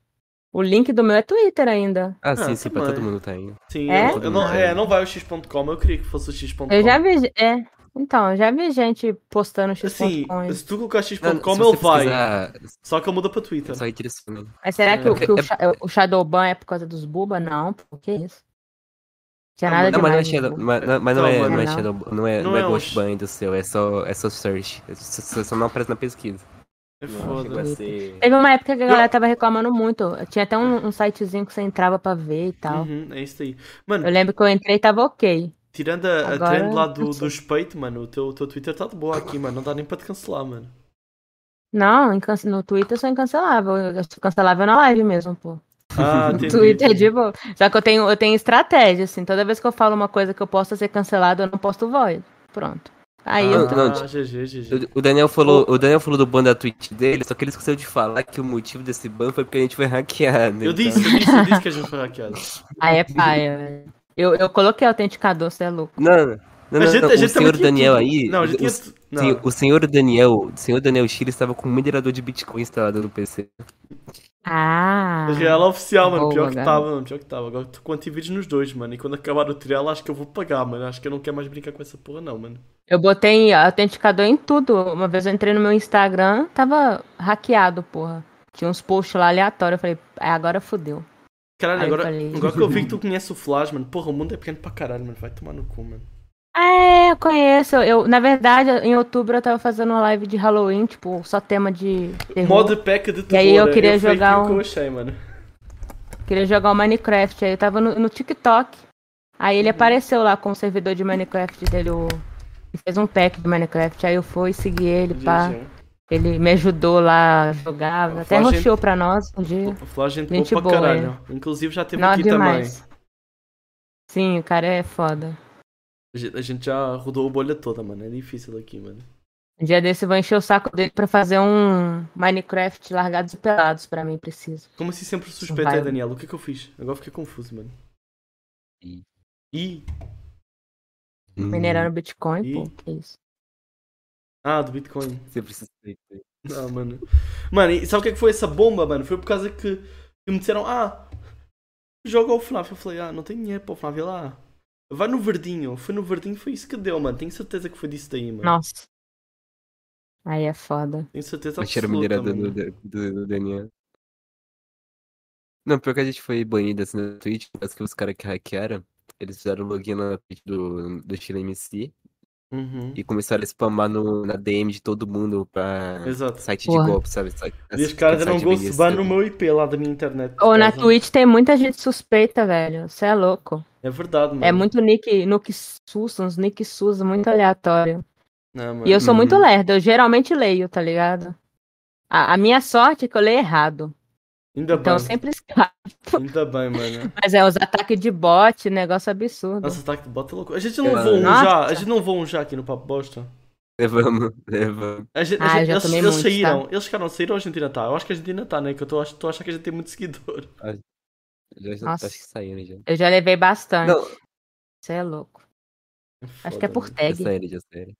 S3: O link do meu é Twitter ainda.
S2: Ah, sim,
S1: Ah,
S2: sim, pra
S1: também.
S2: todo mundo tá aí.
S1: Sim,
S3: É?
S1: eu- eu não, é, não vai o x.com. Eu queria que fosse o x.com.
S3: Eu já vi. É, Então, já vi gente postando
S1: Assim,
S3: x.com.
S1: se tu colocar
S2: Não, se
S1: x.com
S2: você
S1: ele vai. Tá.
S2: pesquisar,
S1: Só que ele muda para Twitter.
S2: Só direciona.
S3: Mas será que, o, que o,
S2: É-
S3: Sha- o Shadowban é por causa dos buba? Não, pô, que isso? Tinha
S1: Não,
S3: nada
S2: Não, mas não é
S3: demais. tipo.
S2: Shadow,
S3: nisso.
S2: mas, não- mas não, é,
S1: Não,
S2: não é
S3: não.
S2: Shadow, não é,
S1: Não
S2: não é
S1: é um-
S2: Ghostbind do seu, é só, é só search. É só- Só, só não aparece na pesquisa.
S1: É
S2: Não chegou a
S1: foda.
S2: ser-
S3: Teve uma época que a galera tava reclamando muito. Tinha até um, um sitezinho que você entrava pra ver e tal.
S1: Uhum, é isso aí. Mano,
S3: Eu lembro que eu entrei e tava ok.
S1: tirando a, a
S3: Agora,
S1: trend lá do,
S3: não sei.
S1: do espeito, mano, o teu, o teu Twitter tá de boa aqui, mano. Não dá nem para te cancelar, mano.
S3: Não, incan- no Twitter eu sou incancelável. Eu sou cancelável na live mesmo, pô.
S1: Ah,
S3: No
S1: entendi.
S3: Twitter é de boa. Só que eu tenho, eu tenho estratégia, assim. Toda vez que eu falo uma coisa que eu possa ser cancelado, eu não posto void. Pronto. Aí
S1: ah,
S3: eu
S2: não,
S1: GG, GG.
S2: O- O Daniel falou, o Daniel falou do ban da Twitch dele, só que ele esqueceu de falar que o motivo desse ban foi porque a gente foi hackeado.
S1: Eu
S2: então.
S1: disse, eu disse, eu disse que a gente foi hackeado.
S3: Aí é paia, velho. Eu, eu coloquei autenticador, você é louco.
S2: Não, não, não,
S1: a
S2: não,
S1: gente,
S2: não,
S1: a gente
S2: o senhor
S1: também tinha
S2: Daniel
S1: tudo.
S2: aí,
S1: Não, a
S2: o,
S1: gente tinha.
S2: sen-
S1: tu- Não,
S2: o senhor Daniel, o senhor Daniel Chile estava com um minerador de Bitcoin instalado no PC.
S3: Ah.
S1: Mas real é oficial, mano.
S3: Boa,
S1: Pior que
S3: cara.
S1: tava, mano. Pior que tava. Agora tô com antivírus nos dois, mano. E quando acabar o trial, acho que eu vou pagar, mano. Acho que eu não quero mais brincar com essa porra, não, mano.
S3: Eu botei autenticador em tudo. Uma vez eu entrei no meu Instagram, tava hackeado, porra. Tinha uns posts lá aleatórios. Eu falei, "Ah, agora fodeu.
S1: Caralho,
S3: Aí eu
S1: agora,
S3: falei-
S1: agora que eu vi que tu conhece o Flash, mano. Porra, o mundo é pequeno pra caralho, mano. Vai tomar no cu, mano.
S3: É, eu conheço. Eu, na verdade, em outubro eu tava fazendo uma live de Halloween, tipo, só tema de terror.
S1: Modo pack de terror.
S3: aí eu
S1: é-
S3: queria
S1: foi
S3: jogar
S1: aquilo
S3: um-
S1: que eu achei, mano.
S3: Queria jogar o Minecraft. Aí eu tava no, no TikTok. Aí
S1: Uhum.
S3: ele apareceu lá com o servidor de Minecraft dele. O... E fez um pack de Minecraft. Aí eu fui segui ele, pá.
S1: GG.
S3: Ele me ajudou lá a jogar.
S1: Ah,
S3: até
S1: faz
S3: roxou pra nós um dia.
S1: O Flash gente
S3: Gente
S1: boa pra
S3: boa,
S1: caralho. Inclusive já teve
S3: Não,
S1: aqui
S3: demais. Sim, o cara é foda.
S1: também. A gente- A gente já rodou a bolha toda, mano. É difícil aqui, mano.
S3: Um dia desse eu vou encher o saco dele pra fazer um Minecraft largados e pelados pra mim, preciso.
S1: Como assim sempre suspeita
S3: Vai.
S1: é Daniel? O que é que eu fiz? Agora fiquei confuso, mano.
S2: Ih.
S1: Ih.
S3: Minerando Bitcoin,
S1: Uhum. Ih.
S3: pô, que isso.
S1: Ah, do Bitcoin.
S2: Você precisa de-
S1: Ah, mano. Mano, e sabe o que é que foi essa bomba, mano? Foi por causa que, que me disseram, ah, joga o FNAF. Eu falei, ah, não tenho dinheiro para o FNAF. Ele, ah, vai no verdinho. Foi no verdinho, foi isso que deu, mano. Tenho certeza que foi disso daí, mano.
S3: Nossa. Aí é foda.
S1: Tenho certeza
S2: Baixaram
S1: absoluta,
S2: o minerador do,
S1: mano.
S2: do- do Daniel. Não, pior que a gente foi banido assim na Twitch, mas que os caras que hackearam, eles fizeram login na Twitch do, do Chile MC
S1: Uhum.
S2: e começaram a spamar no, na DM de todo mundo pra
S1: Exato.
S2: site
S3: Porra.
S2: de golpe, sabe? Sa-
S1: E os
S2: sa-
S1: caras deram um
S2: site
S1: gol
S2: BNC.
S1: ban no meu IP lá da minha internet. por
S3: Ou na
S1: causa.
S3: Twitch tem muita gente suspeita, velho. Você é louco.
S1: É verdade, mano.
S3: É muito Nick, Nuke Susan, uns Nick Susan, muito aleatório.
S1: Não, mano.
S3: E eu sou
S2: Uhum.
S3: muito lerda, eu geralmente leio, tá ligado? A, a minha sorte é que eu leio errado.
S1: Ainda
S3: então eu
S1: bem.
S3: sempre escapo.
S1: Ainda bem, mano.
S3: Mas é os ataques de bot, negócio absurdo.
S1: Nossa, ataque de bota é louco. A gente não levou um
S3: Nossa.
S1: já. A gente não levou um já aqui no Papo Bosta.
S2: Levamos, levamos.
S1: A gente, a
S3: Ah,
S1: gente-
S3: eu já
S1: eles,
S3: tomei
S1: eles
S3: muito,
S1: saíram. Eles ficaram, saíram ou a gente ainda tá? Eu acho que a gente ainda tá, né? Que eu tô, ach- tô achando que a gente tem muito seguidor.
S2: Já, já,
S3: Nossa.
S2: acho que saíram já.
S3: Eu já levei bastante.
S2: Não,
S3: Você é louco. Acho que é por
S1: Foda,
S2: já
S3: tag.
S2: saíram, já saíram.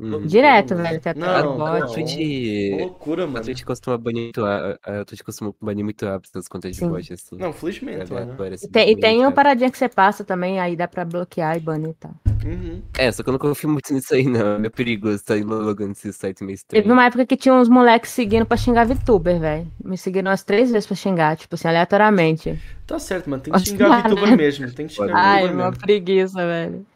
S2: Uhum.
S3: Direto,
S1: Não,
S3: velho, tem
S1: não,
S3: ataque de
S1: não.
S2: A, a
S3: bot.
S1: mano.
S2: Twitch.
S1: Loucura,
S2: A
S1: mano.
S2: Twitch costuma banir muito, a, a Twitch costuma banir muito rápido essas contas de
S3: Sim.
S2: bot, assim.
S1: Não, felizmente, mano.
S2: Aleatório, assim,
S3: E tem, e
S2: bem
S3: tem uma
S2: rápido.
S3: paradinha que você passa também, aí dá pra bloquear e banir e tal.
S1: Uhum.
S2: É, só que eu não confio muito nisso aí, não. É perigoso tá logando esses sites meio
S3: Teve
S2: estranhos.
S3: uma época que tinha uns moleques seguindo pra xingar VTuber, velho. Me seguiram umas três vezes pra xingar, tipo assim, aleatoriamente.
S1: Tá certo, mano. Tem que
S3: Nossa,
S1: xingar
S3: mano.
S1: VTuber mesmo. Tem que xingar
S3: né? Ai,
S1: VTuber
S3: uma
S1: mesmo.
S3: preguiça, velho.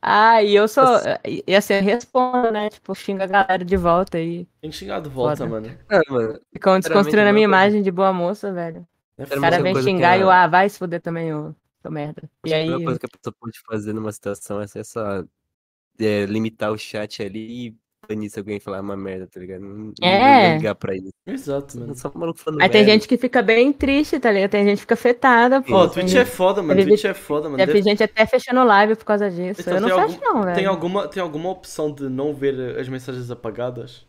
S3: Ah, e eu sou. E e assim, eu respondo, né? Tipo, xinga a galera de volta e
S1: Tem que xingar de volta,
S3: Foda.
S1: mano.
S2: Ah, mano.
S3: ficam desconstruindo a minha
S2: mano.
S3: imagem de boa moça, velho.
S1: É
S2: Era
S3: O
S1: foda.
S3: cara
S2: uma
S3: vem
S2: coisa que
S3: xingar e
S2: a-
S3: eu, ah, vai se fuder também, ô. Tô merda. E
S2: Acho
S3: aí.
S2: que a melhor coisa que a pessoa pode fazer numa situação é só- só é, limitar o chat ali e banir se alguém falar uma merda, tá ligado? Não, não-
S3: É.
S2: não ligar pra isso.
S1: Exato, mano.
S2: Só um maluco falando
S3: Aí tem
S2: merda.
S3: gente que fica bem triste, tá ligado? Tem gente que fica afetada, pô.
S1: Ó,
S3: tem
S1: Twitch é foda, mano.
S3: Deve-
S1: Twitch é foda, mano.
S3: Deve
S1: Deve-
S3: ter gente até fechando live por causa disso.
S1: Então,
S3: eu não
S1: tem
S3: fecho,
S1: algum-
S3: não, velho.
S1: Tem alguma, tem alguma opção de não ver eh, as mensagens apagadas?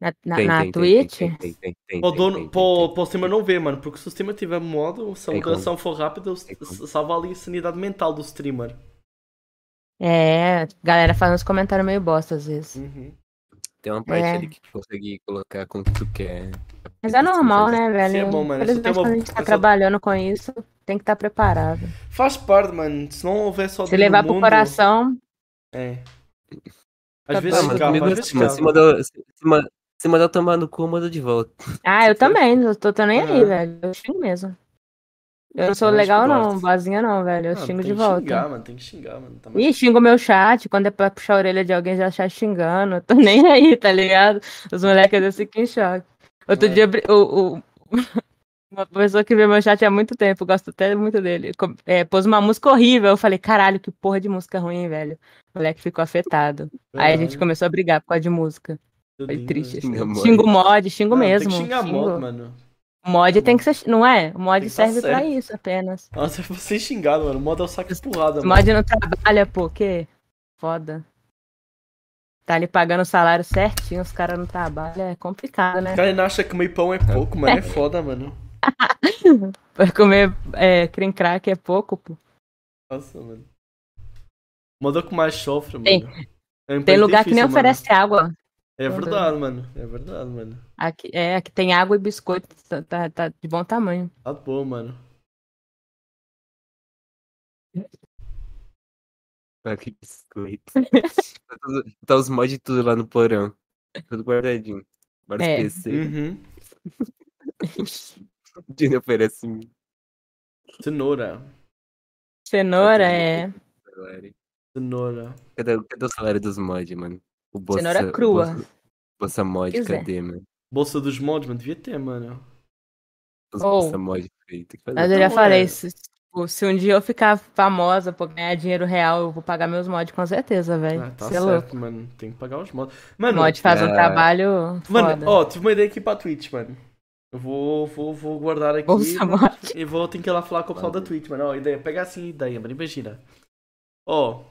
S3: Na, na,
S2: Tem,
S3: na
S2: tem, tem, tem,
S3: Twitch?
S2: tem, tem, tem, tem,
S1: Para o,
S2: tem,
S1: dono,
S2: tem, tem,
S1: para, o,
S2: tem. É
S1: para o sistema não ver, mano, porque se o sistema tiver modo, se a
S2: Tem
S1: moderação for rápida, s-
S2: Tem como.
S1: salva ali a sanidade mental do streamer.
S3: É, galera faz uns comentários meio bosta às vezes.
S1: Uhum.
S2: Tem uma parte
S3: É.
S2: ali que consegue colocar com o que tu quer. Tipo assim,
S3: Mas é normal, né, velho?
S1: Sim, é bom, mano. Isso
S3: Infelizmente,
S1: tem uma-
S3: quando a gente tá
S1: essa-
S3: trabalhando com isso, tem que estar preparado.
S1: Faz parte, mano. Se não houver só
S3: Se levar
S1: no
S3: pro
S1: mundo,
S3: coração,
S1: É.
S3: Tá
S1: Às vezes
S2: Ah, mas
S1: escapa,
S2: comigo é
S1: às vezes
S2: assim, mano. Se
S1: escapa.
S2: mandar, se, se ma- se mandar tomar no cu, eu mando de volta.
S3: Ah, eu também, não tô, tô nem aí,
S1: É.
S3: velho. Eu xingo mesmo. Eu não sou
S2: Mas
S3: legal,
S2: gosto.
S3: não, boazinha não, velho. Eu
S1: Mano,
S3: xingo
S1: Ah, tem
S3: de
S1: que
S3: volta.
S1: xingar, mano, tem que xingar, mano. Tá mais-
S3: Ih, xingo meu chat, quando é pra puxar a orelha de alguém já achar xingando, eu tô nem aí, tá ligado? Os moleques às vezes ficam em choque. Outro
S1: É.
S3: dia, bri- o, o- uma pessoa que vê meu chat há muito tempo, eu gosto até muito dele, co- é, pôs uma música horrível, eu falei, caralho, que porra de música ruim, velho. O moleque ficou afetado. Aí a gente
S1: Caralho,
S3: começou a brigar por causa de música. Foi
S1: tadinho,
S3: triste.
S1: mano.
S2: Minha mãe.
S3: Xingo mod, xingo
S1: Mano,
S3: mesmo.
S1: Tem que xingar
S3: xingo.
S1: modo, mano.
S3: O mod tem que ser, não é? O mod
S1: Tem que tá
S3: serve pra
S1: certo.
S3: isso apenas.
S1: Nossa, eu vou ser xingado, mano. Modo é o saco de porrada,
S3: O
S1: mano.
S3: mod não trabalha, pô, que foda. Tá ali pagando o salário certinho, os caras não trabalham, é complicado, né?
S1: O cara ainda acha que meio pão é pouco, mano. É foda, mano.
S3: Pra comer é, cream crack é pouco, pô.
S1: Nossa, mano. Modo é o que mais sofre, mano.
S3: Tem-
S1: É um
S3: Tem
S1: emprego
S3: lugar que nem
S1: difícil, mano.
S3: oferece água.
S1: É verdade, mano. É verdade, mano.
S3: Aqui, é, aqui tem água e biscoito, tá- tá, tá de bom tamanho.
S1: Tá bom, mano.
S2: Ah, que biscoito. Tá tudo- tá os mods tudo lá no porão. Tudo guardadinho. Vários
S3: É.
S2: PC.
S1: Uhum.
S2: Dino oferece mil
S1: Cenoura.
S3: Cenoura
S1: Tá
S3: é.
S2: salário.
S1: Cenoura.
S2: Cadê, cadê o salário dos mods, mano? O bolsa,
S3: Cenoura crua.
S2: Bolsa, bolsa mod,
S3: Pois é.
S2: cadê, mano?
S1: Bolsa dos mods, mano. Devia ter, mano.
S2: Os
S3: Ou-
S2: bolsa mod feito. Tem que fazer.
S3: Mas eu já
S1: Não, é.
S3: falei, se, tipo, se um dia eu ficar famosa, pô, ganhar dinheiro real, eu vou pagar meus mods com certeza, velho.
S1: Ah, tá
S3: Você é louco.
S1: certo, mano. Tem que pagar os mods. Mano,
S3: Mod faz um
S2: é.
S3: trabalho.
S1: mano,
S3: foda.
S1: ó, tive uma ideia aqui pra Twitch, mano. Eu vou, vou, vou guardar aqui.
S3: Bolsa mod.
S1: E vou ter que ir lá falar com o pessoal da Twitch, mano. Ó, ideia, pega assim a ideia, mano. Imagina. Ó,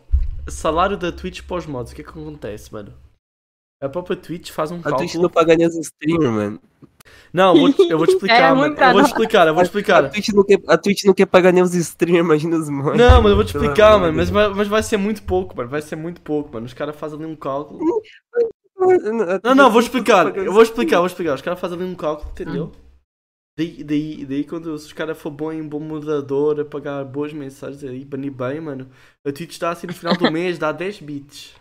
S1: salário da Twitch pós-mods, o que é que acontece, mano? A própria Twitch faz um
S2: A Twitch
S1: cálculo.
S2: não paga nem os streamers, mano.
S1: Não, eu vou, eu vou te explicar,
S3: É, muito
S1: mano.
S3: pra
S1: Eu vou te
S3: nós.
S1: explicar, eu vou te
S2: A
S1: explicar.
S2: Twitch não quer, a Twitch não quer pagar nem os streamers, imagina os mods.
S1: Não, mas eu vou te
S2: Pelo
S1: explicar,
S2: amor
S1: mano.
S2: de
S1: Mas
S2: Deus.
S1: vai, mas vai ser muito pouco, mano. Vai ser muito pouco, mano. Os caras fazem ali um cálculo.
S2: A
S1: Não, não, vou
S2: Twitch
S1: explicar.
S2: paga
S1: Eu
S2: os
S1: vou explicar, vou explicar. Os caras fazem ali um cálculo,
S3: Hum.
S1: entendeu? Daí, daí, daí quando se os caras for bom em bom moderador, a pagar boas mensagens aí, banir bem, mano. A Twitch dá assim no final do mês, dá 10 bits.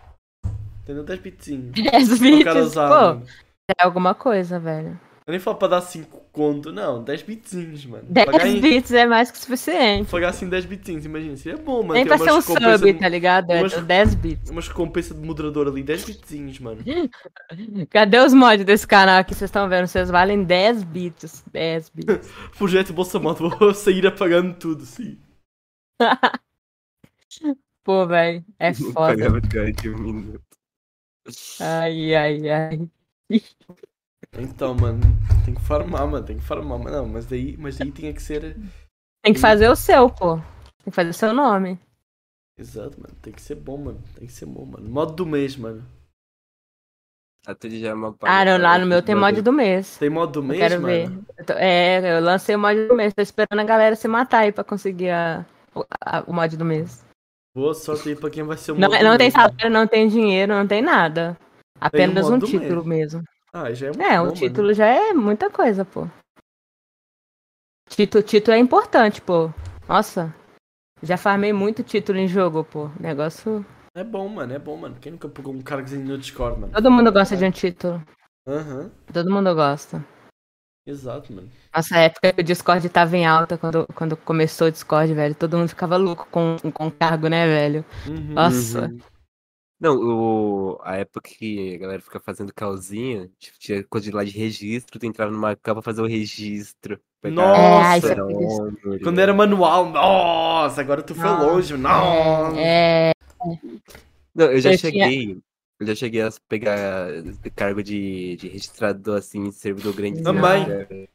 S1: Entendeu? 10 bitzinho.
S3: 10
S1: Pro cara
S3: é vídeos,
S1: usar,
S3: pô,
S1: mano.
S3: é alguma coisa, velho.
S1: Eu nem falo pra dar 5 conto, não. 10 bitzinhos, mano.
S3: 10
S1: Pagar em-
S3: bits é mais que o suficiente.
S1: Pagar assim 10 bitzinhos, imagina. Seria bom, mano.
S3: Nem
S1: ter
S3: pra
S1: umas
S3: ser um
S1: recompensas
S3: sub,
S1: de-
S3: tá ligado? É
S1: umas-
S3: 10 bits.
S1: Umas recompensas de moderador ali, 10 bitzinhos, mano.
S3: Cadê os mods desse canal aqui? Vocês estão vendo? Vocês valem 10 bits. 10 bits.
S1: Projeto Bolsa Moto, vou sair apagando tudo, sim.
S3: Pô, velho, é
S2: Não
S3: foda. Ah.
S2: pagava cara de um minuto.
S3: Ai, ai, ai.
S1: Então, mano, tem que farmar, mano, tem que farmar, mas não, mas daí, mas daí tinha que ser.
S3: Tem que fazer o seu, pô. Tem que fazer o seu nome.
S1: Exato, mano, tem que ser bom, mano, tem que ser bom, mano. Modo do mês, mano.
S2: A Twitch já é uma
S3: Ah, não, lá no meu tem mod do mês.
S1: Tem modo do mês,
S3: quero
S1: mano?
S3: ver. Eu tô- é, eu lancei o mod do mês. Tô esperando a galera se matar aí pra conseguir a- o- a- o mod do mês.
S1: Boa sorte aí pra quem vai ser o
S3: Não,
S1: modo do
S3: não tem
S1: mês.
S3: salário, não tem dinheiro, não tem nada. Apenas um
S1: modo
S3: título mesmo.
S1: Ah, já é muito bom,
S3: É, um
S1: mano.
S3: título já é muita coisa, pô. Título, título é importante, pô. Nossa, já farmei muito título em jogo, pô. Negócio.
S1: É bom, mano, é bom, mano. Quem nunca pegou um cargozinho no Discord, mano?
S3: Todo mundo gosta de um título.
S1: Aham,
S3: Todo mundo gosta.
S1: exato, mano.
S3: Nossa, a época que o Discord tava em alta, quando, quando começou o Discord, velho, todo mundo ficava louco com, com cargo, né, velho?
S1: Uhum.
S3: Nossa.
S2: Não, o... a época que a galera fica fazendo calzinha, tipo, tinha coisa de lá de registro, tu entrava numa capa pra fazer o registro. um
S1: Nossa!
S3: É, ai,
S1: Quando era manual, nossa, agora tu foi
S3: Não.
S1: longe, nossa.
S3: É,
S2: Não, eu já
S3: Eu tinha-
S2: cheguei. Eu já cheguei a pegar eh, cargo de, de registrador assim né? em servidor grande.
S1: Também. Eu,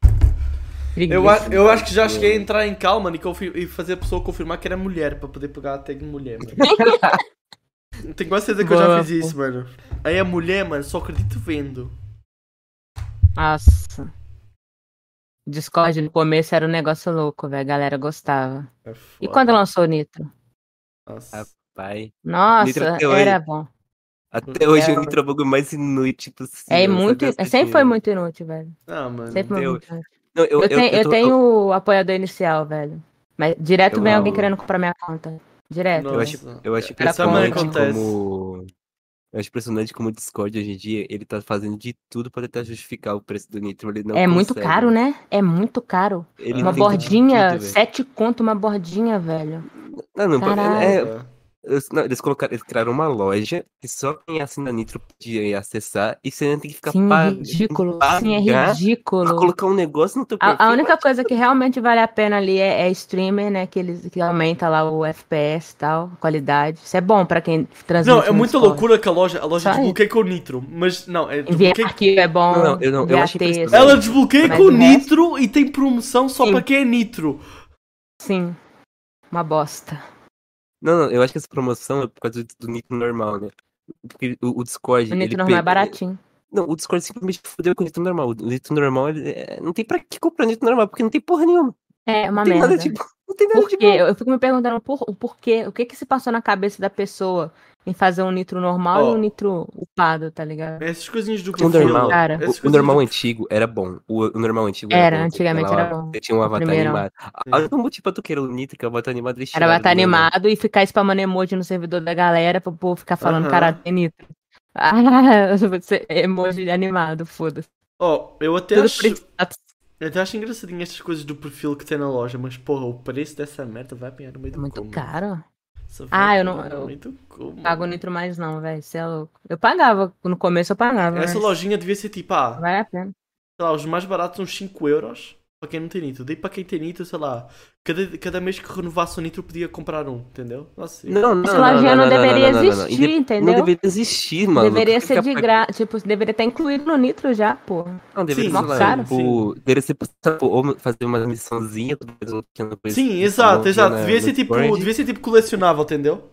S3: preguiça.
S1: a- eu acho que já cheguei a
S2: tipo
S1: entrar em calma mano, e, confir- e fazer a pessoa confirmar que era mulher pra poder pegar a tag de mulher, mano. Tenho quase certeza que eu já
S3: Boa,
S1: fiz isso, mano. Aí a mulher, mano, só acredito vendo.
S3: Nossa. Discord no começo era um negócio louco, velho. A galera gostava.
S1: É
S3: E
S1: foda.
S3: quando lançou o Nitro?
S2: Ah.
S1: Nossa.
S2: Pai. Nitro
S3: Nossa,
S2: até hoje.
S3: era bom.
S2: Até hoje
S3: É.
S2: eu me trabalho mais inútil possível.
S3: É
S2: eu só
S3: muito.
S2: gasto
S3: Sempre foi
S2: dinheiro.
S3: muito inútil, velho.
S1: Ah, mano.
S3: Sempre foi
S2: Deus.
S3: muito inútil.
S2: Não, eu,
S3: Eu,
S2: eu-
S3: tenho,
S2: eu
S3: eu
S2: tô-
S3: tenho o apoiador inicial, velho. Mas direto
S2: Eu
S3: vem alguém
S2: amo.
S3: querendo comprar minha conta. Direto.
S1: Nossa.
S2: Eu acho, eu acho
S1: Cara, também
S2: impressionante
S1: acontece.
S2: como. Eu acho impressionante como o Discord hoje em dia ele tá fazendo de tudo pra tentar justificar o preço do Nitro. Ele não
S3: é muito
S2: consegue.
S3: caro, né? É muito caro.
S2: Ele tenta
S3: uma
S2: de
S3: bordinha,
S2: tudo, velho.
S3: sete conto uma bordinha, velho.
S2: Não, não,
S3: Caralho.
S2: é, eles- não, eles, colocaram, eles criaram uma loja que só quem assina Nitro podia acessar e você ainda tem que ficar
S3: Sim, é
S2: pagando.
S3: ridículo.
S2: pagar
S3: Sim, é
S2: Pra
S3: ridículo.
S2: colocar um negócio no teu perfil.
S3: A, a única coisa que realmente vale a pena ali é, é streamer, né? Que eles que aumenta lá o FPS e tal, qualidade. Isso é bom pra quem transmite.
S1: Não, é
S3: no
S1: muita
S3: Discord.
S1: loucura que a loja, a loja
S3: Sai.
S1: desbloqueia com o Nitro, mas não, é
S3: Enviar
S1: desbloqueia...
S3: arquivo é bom.
S2: Não, não, eu não- eu
S3: enviar
S2: acho
S3: texto,
S2: impressionante.
S1: ela desbloqueia
S3: Mas
S1: com o
S3: o resto-
S1: Nitro e tem promoção só
S3: Sim.
S1: para quem é Nitro.
S3: Sim. Uma bosta.
S2: Não, não, eu acho que essa promoção é por causa do, do Nitro normal, né? Porque o, o Discord.
S3: O
S2: ele
S3: Nitro normal é
S2: pega-
S3: baratinho.
S2: Não, o Discord simplesmente fudeu com o Nitro normal. O Nitro normal, ele, é, não tem pra que comprar Nitro normal, porque não tem porra nenhuma.
S3: É uma
S2: não tem
S3: merda.
S2: nada de bom. Não tem nada
S3: Por
S2: de
S3: quê?
S2: bom.
S3: Eu eu fico me perguntando por- o porquê. O que que se passou na cabeça da pessoa em fazer um nitro normal
S1: Ó.
S3: e um nitro upado, tá ligado?
S1: Essas coisinhas do
S2: O
S1: perfil.
S2: normal,
S3: Cara.
S1: essas
S2: o, o
S1: coisinhas
S2: normal é
S1: do-
S2: antigo era bom. O, o normal antigo
S3: Era,
S2: bom. Você tinha lá
S3: antigamente
S2: o-
S3: era bom.
S2: Você tinha um avatar
S3: primeirão.
S2: animado. A única motivo pra tu querer o Nitro, que é o avatar animado, né, eles
S3: Era
S2: tiraram
S3: estar
S2: do normal.
S3: animado e ficar spamando emoji no servidor da galera pro povo ficar falando,
S1: Aham.
S3: cara, tem nitro. Ah, você- emoji animado, foda-se.
S1: Ó, eu até
S3: Tudo
S1: acho,
S3: por status.
S1: eu até acho engraçadinho estas coisas do perfil que tem na loja, mas porra, o preço dessa merda vai apanhar no meio
S3: É
S1: do
S3: muito
S1: como.
S3: caro.
S1: Isso
S3: Ah,
S1: vai
S3: eu não-
S1: apanhar no
S3: eu
S1: meio do como.
S3: Pago nitro mais não, velho. Você é louco. Eu pagava, no começo eu pagava.
S1: Essa
S3: mas
S1: lojinha devia ser tipo, ah,
S3: não Vale a pena.
S1: sei lá, os mais baratos uns 5 euros para quem não tem nitro. Daí para quem tem nitro, sei lá, cada, cada mês que renovasse o nitro podia comprar um, entendeu? Nossa,
S2: Não, não,
S3: Essa
S2: não,
S3: lojinha não
S2: não, não, não,
S3: deveria
S2: não, não, não.
S3: existir,
S2: Inde-
S3: entendeu?
S2: Não deveria existir, mano.
S3: Deveria ser de graça, tipo, deveria estar incluído no Nitro já, pô.
S2: Não, deveria
S1: Sim,
S2: ser, lá,
S3: claro.
S2: tipo, deveria ser pra- ou fazer uma missãozinha. tu faz uma pequena coisa
S1: Sim,
S2: que
S1: exato,
S2: você
S1: exato.
S2: não é vê
S1: Devia
S2: na-
S1: ser
S2: no
S1: tipo,
S2: Discord.
S1: devia ser tipo colecionável, entendeu?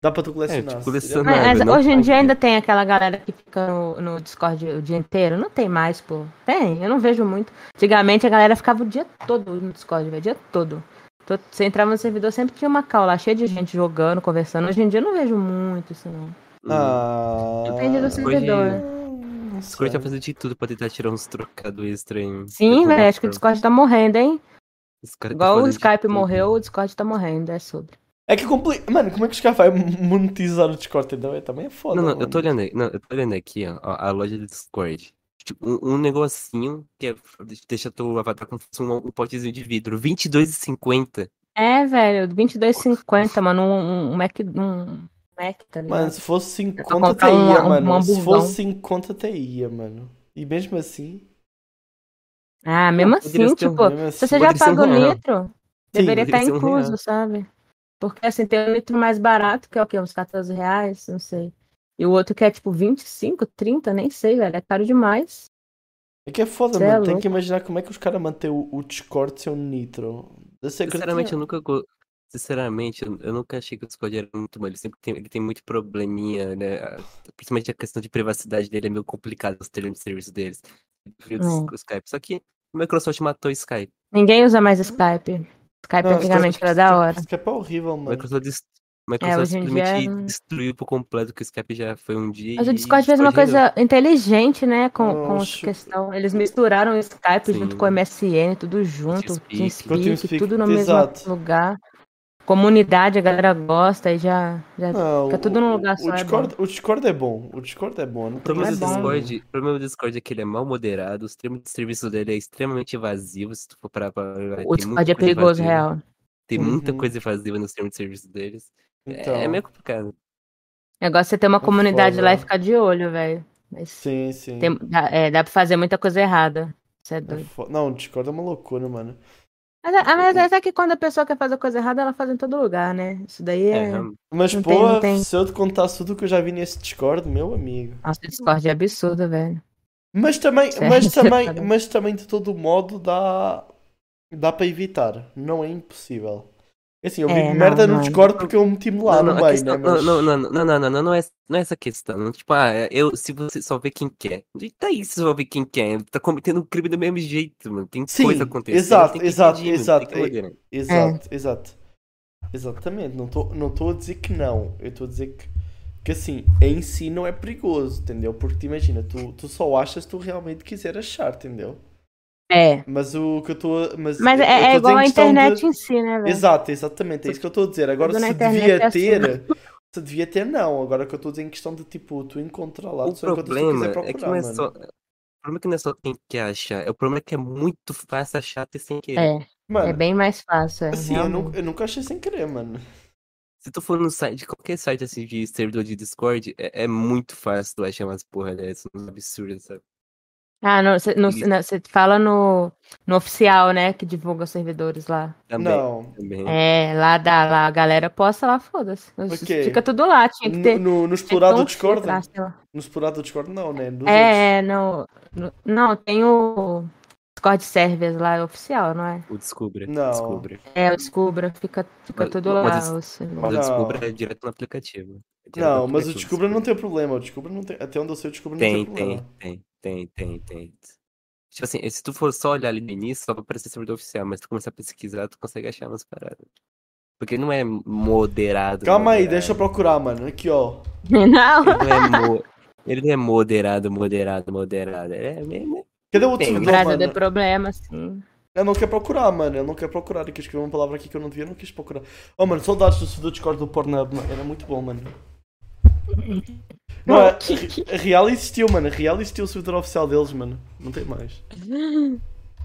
S1: Dá para tu colecionar.
S2: É, tipo,
S1: entendeu?
S2: colecionável.
S3: Mas
S2: não
S3: hoje em
S2: faz
S3: dia
S2: isso.
S3: ainda tem aquela galera que fica no, no Discord o dia inteiro. Não tem mais, pô. Tem, eu não vejo muito. Antigamente a galera ficava o dia todo no Discord, velho, o dia todo. Tô- Você entrava no servidor, sempre tinha uma call lá, cheia de gente jogando, conversando. Hoje em dia eu não vejo muito isso, não.
S2: Hum.
S1: Ah,
S3: Depende do
S2: É, Hoje-
S3: servidor.
S1: não
S2: O Discord
S1: sei.
S2: tá fazendo de tudo pra tentar tirar uns trocados extra em.
S3: Sim,
S2: alguma
S3: velho, acho que o
S2: forma.
S3: Discord tá morrendo, hein?
S2: Esse cara tá
S3: Igual o
S2: fazendo de
S3: Skype
S2: tudo.
S3: morreu, o Discord tá morrendo, é sobre.
S1: É que complica. Mano, como é que os caras vão monetizar o Discord, entendeu? É também é foda.
S2: Não, não,
S1: mano.
S2: eu tô olhando, aí- não, eu tô olhando aqui, ó, ó, a loja do Discord. Tipo, um, um negocinho que é, deixa teu avatar como se fosse um, um potezinho de vidro. R$22,50.
S3: É, velho, 22,50, mano, um, um Mac, um Mac, tá ligado?
S1: Mano, se fosse 5
S3: Pra
S1: conta, até
S3: comprar um-
S1: ia,
S3: um
S1: mano. Se
S3: hamburgão.
S1: fosse 5 conta, até ia, mano. E mesmo assim.
S3: Ah, mesmo
S2: poderia
S3: assim,
S2: ser um
S3: tipo,
S1: mesmo assim,
S3: se você já
S2: poderia ser um
S3: paga o
S2: real.
S3: litro,
S1: Sim,
S2: poderia
S3: deveria estar
S2: ser um real.
S3: incluso, sabe? Porque assim, tem um litro mais barato, que é o quê? Uns 14 reais, não sei. E o outro que é tipo 25, 30, nem sei, velho. É caro demais.
S1: É que é foda,
S3: Cê é
S1: mano. Tem
S3: louco.
S1: que imaginar como é que os caras mantêm o, o Discord sem o Nitro. Eu sei que eu
S2: Sinceramente,
S1: tinha-
S2: eu nunca. go- Sinceramente, eu, eu nunca achei que o Discord era muito bom. Ele sempre tem, ele tem muito probleminha, né? A- Principalmente a questão de privacidade dele é meio complicada, os termos de serviço deles. Eu prefiro o
S3: É.
S2: Dis- o Skype. Só que o Microsoft matou o Skype.
S3: Ninguém usa mais Skype. Skype
S1: Não,
S3: antigamente
S1: Skype-
S3: era da hora.
S1: Skype é horrível,
S2: O
S1: mano.
S2: Microsoft, des- Microsoft
S3: É, hoje em dia
S2: simplesmente
S3: não-
S2: destruiu por completo o que o Skype já foi um dia.
S3: Mas o
S2: e
S3: Discord fez uma
S2: renovou.
S3: coisa inteligente, né? Com, com essa
S1: Nossa.
S3: questão. Eles misturaram o Skype junto
S2: Sim.
S3: com o MSN, tudo junto, o
S2: TeamSpeak.
S1: Com o
S3: TeamSpeak,
S1: TeamSpeak,
S3: tudo no mesmo
S1: exato.
S3: lugar. Comunidade, a galera gosta e já. já...
S2: Ah,
S1: Não,
S3: Fica tudo
S1: o-
S3: num lugar
S1: o
S3: só, é
S1: Discord, o Discord é bom. O Discord é bom. Não
S2: O
S1: tem
S2: problema,
S3: É
S2: do
S1: nada
S3: bom.
S1: de ruim.
S2: Discord, o problema do Discord é que ele é mal moderado, o termo de serviço dele é extremamente evasivo, se tu for parar pra... olhar,
S3: O
S2: tem muita
S3: Discord é
S2: coisa
S3: perigoso,
S2: evasiva,
S3: real.
S2: Tem muita
S1: Uhum.
S2: coisa evasiva no termo de serviço deles. É-
S1: Então,
S2: É, meio complicado.
S3: O negócio é você ter uma
S1: É
S3: comunidade
S1: foda.
S3: lá e ficar de olho, velho. Mas
S1: sim, sim.
S3: tem- dá, é, dá pra fazer muita coisa errada. Isso é
S1: É
S3: doido.
S1: fo- Não, o Discord é uma loucura, mano.
S3: Mas, a- mas até que quando a pessoa quer fazer coisa errada, ela faz em todo lugar, né? Isso daí
S2: É,
S3: é.
S2: realmente.
S1: Mas,
S3: Não
S1: pô,
S3: tem- não tem.
S1: se eu te contasse tudo que eu já vi nesse Discord, meu amigo.
S3: Nossa, o Discord é absurdo, velho.
S2: Hum.
S1: Mas também,
S3: Sério?
S1: mas também,
S3: Sério?
S1: mas também de todo modo dá dá para evitar, não é impossível. Assim, eu vi
S3: É, não,
S1: merda
S3: não
S1: no
S3: é.
S1: Discord porque eu meti-me lá
S2: Não, não,
S1: no
S2: a
S1: meio,
S2: questão-
S1: né, mas
S2: não, não, não, não, não, não, não, não é, não é essa questão. Não, Tipo, ah, é, eu, se você só vê quem quer. E daí se você só vê quem quer? Tá cometendo um crime do mesmo jeito, mano. Tem
S1: Sim,
S2: coisa acontecendo.
S1: exato,
S2: tem que
S1: exato,
S2: impedir, mano,
S1: exato,
S2: tem que
S1: é-
S2: moderar.
S1: exato, exato. Exatamente, não estou não tô a dizer que não, eu estou a dizer que, que assim, em si não é perigoso, entendeu? Porque te imagina, tu, tu só achas se tu realmente quiser achar, entendeu?
S3: É.
S1: Mas o que eu estou. Mas,
S3: Mas
S1: eu- eu tô a
S3: é, é
S1: dizer
S3: igual
S1: em
S3: a
S1: questão de- Assim,
S3: internet em si, né, velho?
S1: Exato, exatamente, é isso que eu estou a dizer. Agora
S3: Tudo na
S1: se
S3: internet
S1: devia
S3: é assim.
S1: ter. Se devia ter, não. Agora que eu estou a dizer em questão de tipo, tu encontra lá,
S2: O
S1: tu só encontras se tu
S2: problema
S1: quiser
S2: é que não
S1: procurar,
S2: é
S1: mano.
S2: só. O problema é que não é só quem quer achar. É o problema é que é muito fácil achar até sem querer.
S3: É,
S1: Mano,
S3: é bem mais fácil. É,
S1: assim, eu
S3: realmente.
S1: nunca, eu nunca achei sem querer, mano.
S2: Se tu for no site, qualquer site assim de servidor de Discord, é, é muito fácil tu achar umas porra dessas, uns absurdos, sabe?
S3: Ah, não, você não-
S2: Ele-
S3: não, você fala no, no oficial, né? Que divulga os servidores lá.
S2: Também,
S1: Não.
S2: também.
S3: É, lá dá, lá a galera posta lá, foda-se. Os-
S1: Ok.
S3: Fica tudo lá, tinha que ter.
S1: No, no, no
S3: tinha que ter
S1: explorado
S3: um
S1: do Discord.
S3: filtro lá, sei lá.
S1: No explorado do Discord, não, né? Nos outros.
S3: É, não, no- não, tem o Discord Servers lá, é oficial, não é?
S2: O Descubra.
S1: Não.
S2: Descubra.
S3: É, o Descubra, fica, fica
S2: Mas-
S3: tudo lá.
S2: mas
S3: os-
S2: Mas o
S1: Não.
S2: Descubra é direto no aplicativo. É direto
S1: Não,
S2: no
S1: mas o
S2: aplicativo,
S1: Descubra não tem problema. O Descubra não tem. Até onde eu sei, o Descubra não tem,
S2: Tem, tem,
S1: problema.
S2: tem, tem, tem, tem. Tipo assim, se tu for só olhar ali no início, só vai aparecer servidor oficial, mas tu começar a pesquisar, tu consegue achar umas paradas. Porque não é moderado.
S1: Calma aí,
S2: moderado.
S1: deixa eu procurar, mano. Aqui, ó.
S3: Não,
S2: Ele não é, mo- ele não é moderado, moderado, moderado. Ele é mesmo.
S1: Cadê o outro
S2: Tem,
S1: servidor,
S3: Brasa de
S1: mano?
S3: problema, assim. sim.
S1: Eu não quero procurar, mano. Eu não quero procurar. Aqui escrevi uma palavra aqui que eu não devia, eu não quis procurar. Oh, mano, saudades do servidor Discord do Pornhub, mano. Era muito bom, mano. Não, é- a, a Real existiu, mano. A Real existiu o servidor oficial deles, mano. Não tem mais.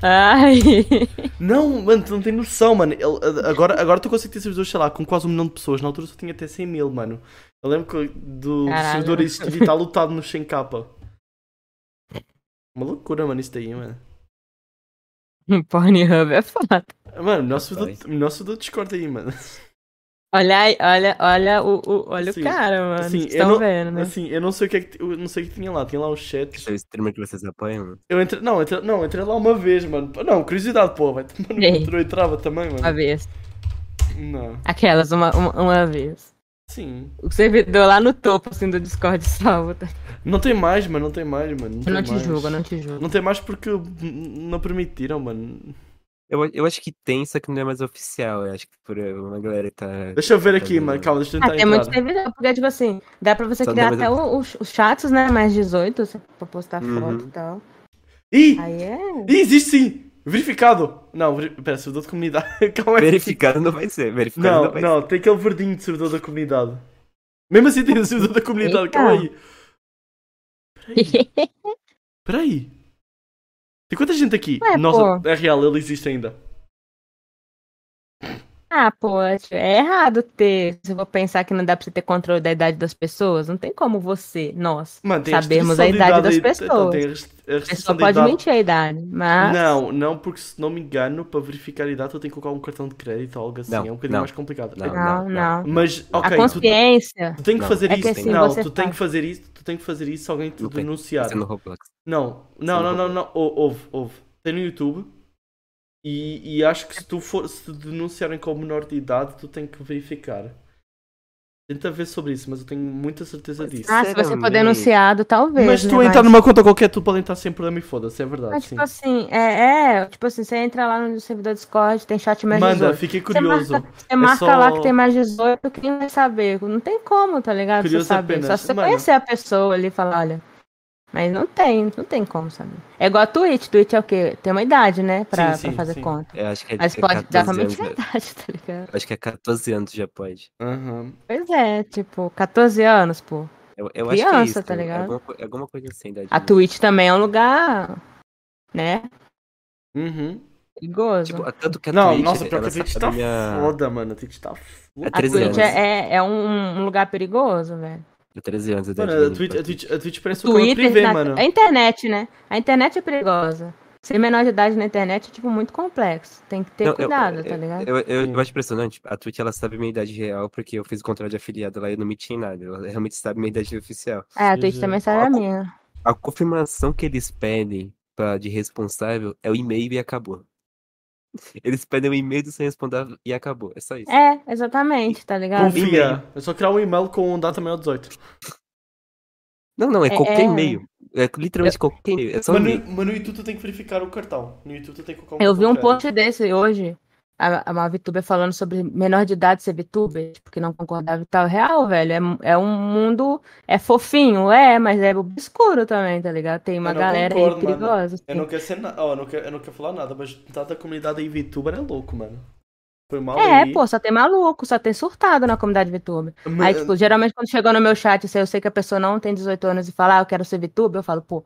S3: Ai,
S1: Não, mano, tu não tem noção, mano. Ele- a- agora, agora tu consegue ter servidores, sei lá, com quase um milhão de pessoas. Na altura só tinha até 100 mil, mano. Eu lembro que eu- do
S3: Caralho.
S1: servidor existir e estar lutado no 100k. Uma loucura, mano, isso daí, mano.
S3: Pornhub é foda.
S1: Mano, nosso servidor, melhor servidor Discord aí, mano.
S3: Olha aí, olha, olha o, o- olha
S1: Assim,
S3: o cara, mano.
S1: assim,
S3: Vocês
S1: eu
S3: estão
S1: não-
S3: vendo, né?
S1: Assim, eu não sei o que é que, eu não sei o que tinha lá. Tinha lá os chats.
S2: Esse é o streamer que vocês apoiam?
S1: Eu entrei, não, entrei, não, entrei lá uma vez, mano. Não, curiosidade, pô, vai. Mano,
S3: Ei.
S1: eu entrava também,
S3: Uma
S1: mano.
S3: vez.
S1: Não.
S3: Aquelas, uma, uma, uma vez.
S1: Sim.
S3: O servidor lá no topo, assim, do Discord salvo. tá?
S1: Não tem mais, mano, não tem mais, mano.
S3: Eu
S1: tem
S3: não é te
S1: mais.
S3: julgo, eu não te julgo.
S1: Não tem mais porque n- não permitiram, mano.
S2: Eu, a- eu acho que tem, só que não é mais oficial. Eu acho que por uma galera que tá.
S1: Deixa eu ver aqui, mano. Calma, deixa eu
S3: Ah,
S1: tentar
S3: tem muito
S1: entrar.
S3: servidor, porque, tipo assim, dá pra você
S2: Só
S3: criar
S2: dá mais-
S3: até o- os, os chatos, né? Mais 18, você- pra postar
S2: Uhum.
S3: foto e tal.
S1: Ih!
S3: Aí é.
S1: Ih, existe sim! Verificado! Não, veri... pera, servidor de comunidade. Calma aí.
S2: Verificado não vai ser. Verificado não,
S1: é Não,
S2: vai
S1: não, tem aquele verdinho de servidor da comunidade. Mesmo assim tem o servidor da comunidade,
S3: Eita.
S1: calma aí. Pera aí. Tem quanta gente aqui?
S3: Ué,
S1: Nossa, é real, ele existe ainda.
S3: ah, pô, é errado ter. Se eu vou pensar que não dá pra você ter controle da idade das pessoas, não tem como você, nós,
S1: Mano, tem
S3: sabermos a
S1: restrição de
S3: idade das
S1: aí, Então,
S3: pessoas.
S1: tem a rest- a
S3: A
S1: restrição
S3: pessoa
S1: da
S3: pode
S1: idade.
S3: mentir tá? a idade, mas.
S1: Não, não, porque se não me engano, para verificar a idade eu tenho que colocar um cartão de crédito ou algo assim.
S2: Não,
S1: é um bocadinho
S2: não.
S1: mais complicado.
S2: Não,
S3: Não, não.
S1: Mas, ok,
S3: a
S1: tu,
S3: consciência.
S1: tu tem que
S2: Não,
S1: fazer
S3: é que
S1: isso.
S2: assim
S1: não,
S3: você
S1: tu tem que
S3: faz.
S1: fazer isso, tu tem que fazer isso se alguém te
S2: Não tem.
S1: denunciar.
S2: ser no Roblox.
S1: Não,
S2: Isso
S1: não,
S2: é
S1: não,
S2: no
S1: não, não. Ou- Houve, houve. Tem no YouTube. E, e acho que se tu for, se te denunciarem como menor de idade, tu tem que verificar. Tenta ver sobre isso, mas eu tenho muita certeza disso.
S3: Ah, se você for
S2: Sinceramente.
S3: denunciado, talvez.
S1: Mas se tu
S3: né,
S1: entrar numa conta qualquer, tu pode entrar sem problema e foda-se, é verdade,
S3: Mas,
S1: sim.
S3: tipo assim, é, é, tipo assim, você entra lá no servidor Discord, tem chat mais
S1: Manda,
S3: 18.
S1: fiquei
S3: Você
S1: curioso. É
S3: marca, você marca
S1: só-
S3: lá que tem mais 18, quem vai saber? Não tem como, tá ligado?
S1: Curioso
S3: você saber.
S1: apenas.
S3: Só se você
S1: Mano.
S3: conhecer a pessoa ali e falar, olha. Mas não tem, não tem como saber. É igual a Twitch, Twitch é o quê? Tem uma idade, né? Pra,
S1: Sim, sim,
S3: pra fazer
S1: sim.
S3: conta.
S2: Eu acho que é,
S3: Mas
S2: é
S3: pode dar pra
S2: 14 anos.
S3: mentir a
S2: né?
S3: idade, tá ligado?
S2: Eu Acho que é 14 anos já pode.
S1: Aham.
S3: Pois é, tipo, 14 anos, pô.
S2: Eu, eu acho que é
S3: Criança,
S2: isso.
S3: tá ligado?
S2: Alguma, co- alguma coisa assim. da
S3: A
S2: idade.
S3: Twitch também é um lugar, né?
S1: Uhum.
S3: Perigoso.
S2: Tipo, tanto que a
S1: Não,
S2: Twitch,
S1: nossa, pior que
S2: ela
S1: a Twitch
S2: sabe
S1: tá
S2: minha-
S1: foda, mano. A Twitch tá
S2: Ah. É
S1: foda.
S3: a
S2: 13
S3: Twitch
S2: anos.
S3: é, é- é um, um lugar perigoso, velho.
S2: 13 anos. idade
S1: Mano, a
S2: mínima
S1: Twitch,
S2: pra
S1: a Twitch, a Twitch parece um canal
S3: Twitter, tá
S1: privê,
S3: na-
S1: mano.
S3: a internet, né? A internet é perigosa. Ser menor de idade na internet é, tipo, muito complexo. Tem que ter
S2: Não, eu-
S3: cuidado, tá ligado?
S2: Eu, eu,
S1: Sim.
S2: eu acho impressionante. A Twitch ela sabe minha idade real porque eu fiz o contrato de afiliado lá e eu não menti em nada. Ela realmente sabe minha idade oficial.
S3: é, a Twitch
S1: seja,
S3: também sabe a
S2: algo-
S3: minha.
S2: A confirmação que eles pedem pra, de responsável é o e-mail e acabou. Eles pedem o e-mail do seu responsável e acabou. É só isso.
S3: É, exatamente, tá ligado?
S1: Confia. É só criar um e-mail com data maior de 18.
S2: Não, não, é
S3: É-
S2: qualquer
S3: é-
S2: e-mail. É literalmente qualquer e-mail. É só um
S1: Mas
S2: e-mail.
S1: no, mas no YouTube tu tem que verificar o cartão. No YouTube tu tem que colocar um
S3: Eu vi um
S1: cartão de crédito.
S3: post desse hoje a, uma VTuber falando sobre menor de idade ser VTuber, porque não concordava e tal. Real, velho. É, é um mundo. É fofinho, é, mas é obscuro também, tá ligado? Tem uma
S1: Eu não
S3: galera
S1: concordo,
S3: aí perigosa. assim.
S1: Eu não quero ser nada. Ó, eu, não quero, eu não quero falar nada, mas metade da comunidade aí VTuber é louco, mano. Foi mal
S3: É,
S1: aí.
S3: pô, só tem maluco, só tem surtado na comunidade VTuber.
S1: Ma-
S3: Aí, tipo, geralmente quando chegou no meu chat, se eu sei que a pessoa não tem 18 anos e fala, ah, eu quero ser VTuber, eu falo, pô,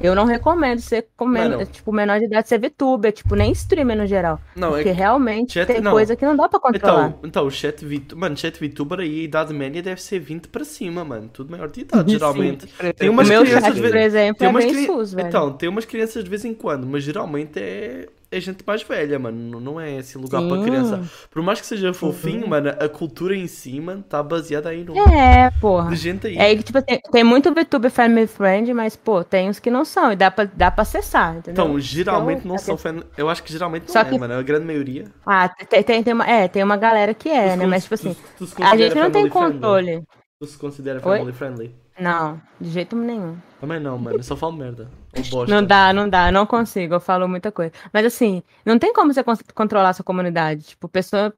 S3: eu não recomendo ser com men
S1: Mano.
S3: tipo, menor de idade ser VTuber, tipo, nem streamer no geral.
S1: não, é
S3: porque
S1: que-
S3: realmente
S1: chat-
S3: tem
S1: não.
S3: coisa que não dá pra controlar.
S1: Então, então, o chat VTuber. Mano, chat VTuber aí, a idade média deve ser 20 para cima, mano. Tudo maior de idade, geralmente. Tem
S3: o
S1: umas
S3: meu
S1: crianças
S3: chat,
S1: de
S3: por
S1: vez-
S3: exemplo,
S1: Tem
S3: é
S1: umas
S3: bem
S1: cri-
S3: SUS, velho.
S1: Então, tem umas crianças de vez em quando, mas geralmente é, é gente mais velha, mano. Não- Não é esse lugar para
S3: Sim. Uhum.
S1: criança. Por mais que seja fofinho, mano, a cultura em si, mano, tá baseada aí no.
S3: É, porra.
S1: De gente aí.
S3: É que, tipo, tem, tem muito VTuber family friend, mas, pô, tem uns que não são, e dá pra, dá pra acessar, entendeu?
S1: Então, geralmente
S3: Então,
S1: não
S3: tá
S1: são fan... Eu acho que geralmente não
S3: Só
S1: é,
S3: que-
S1: mano. A grande maioria.
S3: Ah, tem, tem, tem uma, é, tem uma galera que é,
S1: Tu
S3: né?
S1: se
S3: Mas, tipo
S1: con-
S3: assim,
S1: tu- tu se
S3: a
S1: considera
S3: gente não tem
S1: family friendly?
S3: controle.
S1: Tu se considera
S3: Oi?
S1: family friendly?
S3: Não, de jeito nenhum.
S1: Também não, mano. Eu só falo merda. Ou bosta.
S3: Não dá, não dá, não consigo, eu falo muita coisa. Mas assim, não tem como você cons- controlar a sua comunidade. Tipo, pessoa.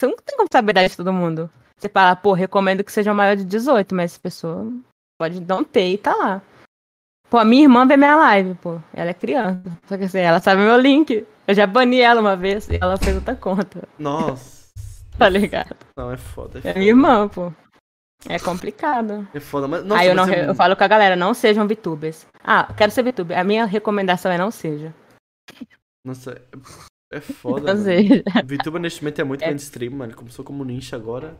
S3: Você não tem como saber da idade de todo mundo. Você fala, pô, recomendo que seja maior de 18, mas essa pessoa pode não ter e tá lá. Pô, a minha irmã vê minha live, pô. Ela é criança. Só que assim, ela sabe meu link. Eu já bani ela uma vez e ela fez outra conta.
S1: Nossa.
S3: Tá ligado?
S1: Não, é foda. É
S3: É
S1: foda,
S3: minha irmã, pô. É complicado.
S1: É foda. Mas, nossa, é um
S3: Aí eu, não,
S1: mas
S3: re- eu falo com a galera, não sejam VTubers. Ah, quero ser VTuber. A minha recomendação é não seja.
S1: Nossa, é- é foda.
S3: não
S1: mano.
S3: seja.
S1: VTuber neste momento é muito
S3: É.
S1: mainstream, mano. Começou como nicho agora.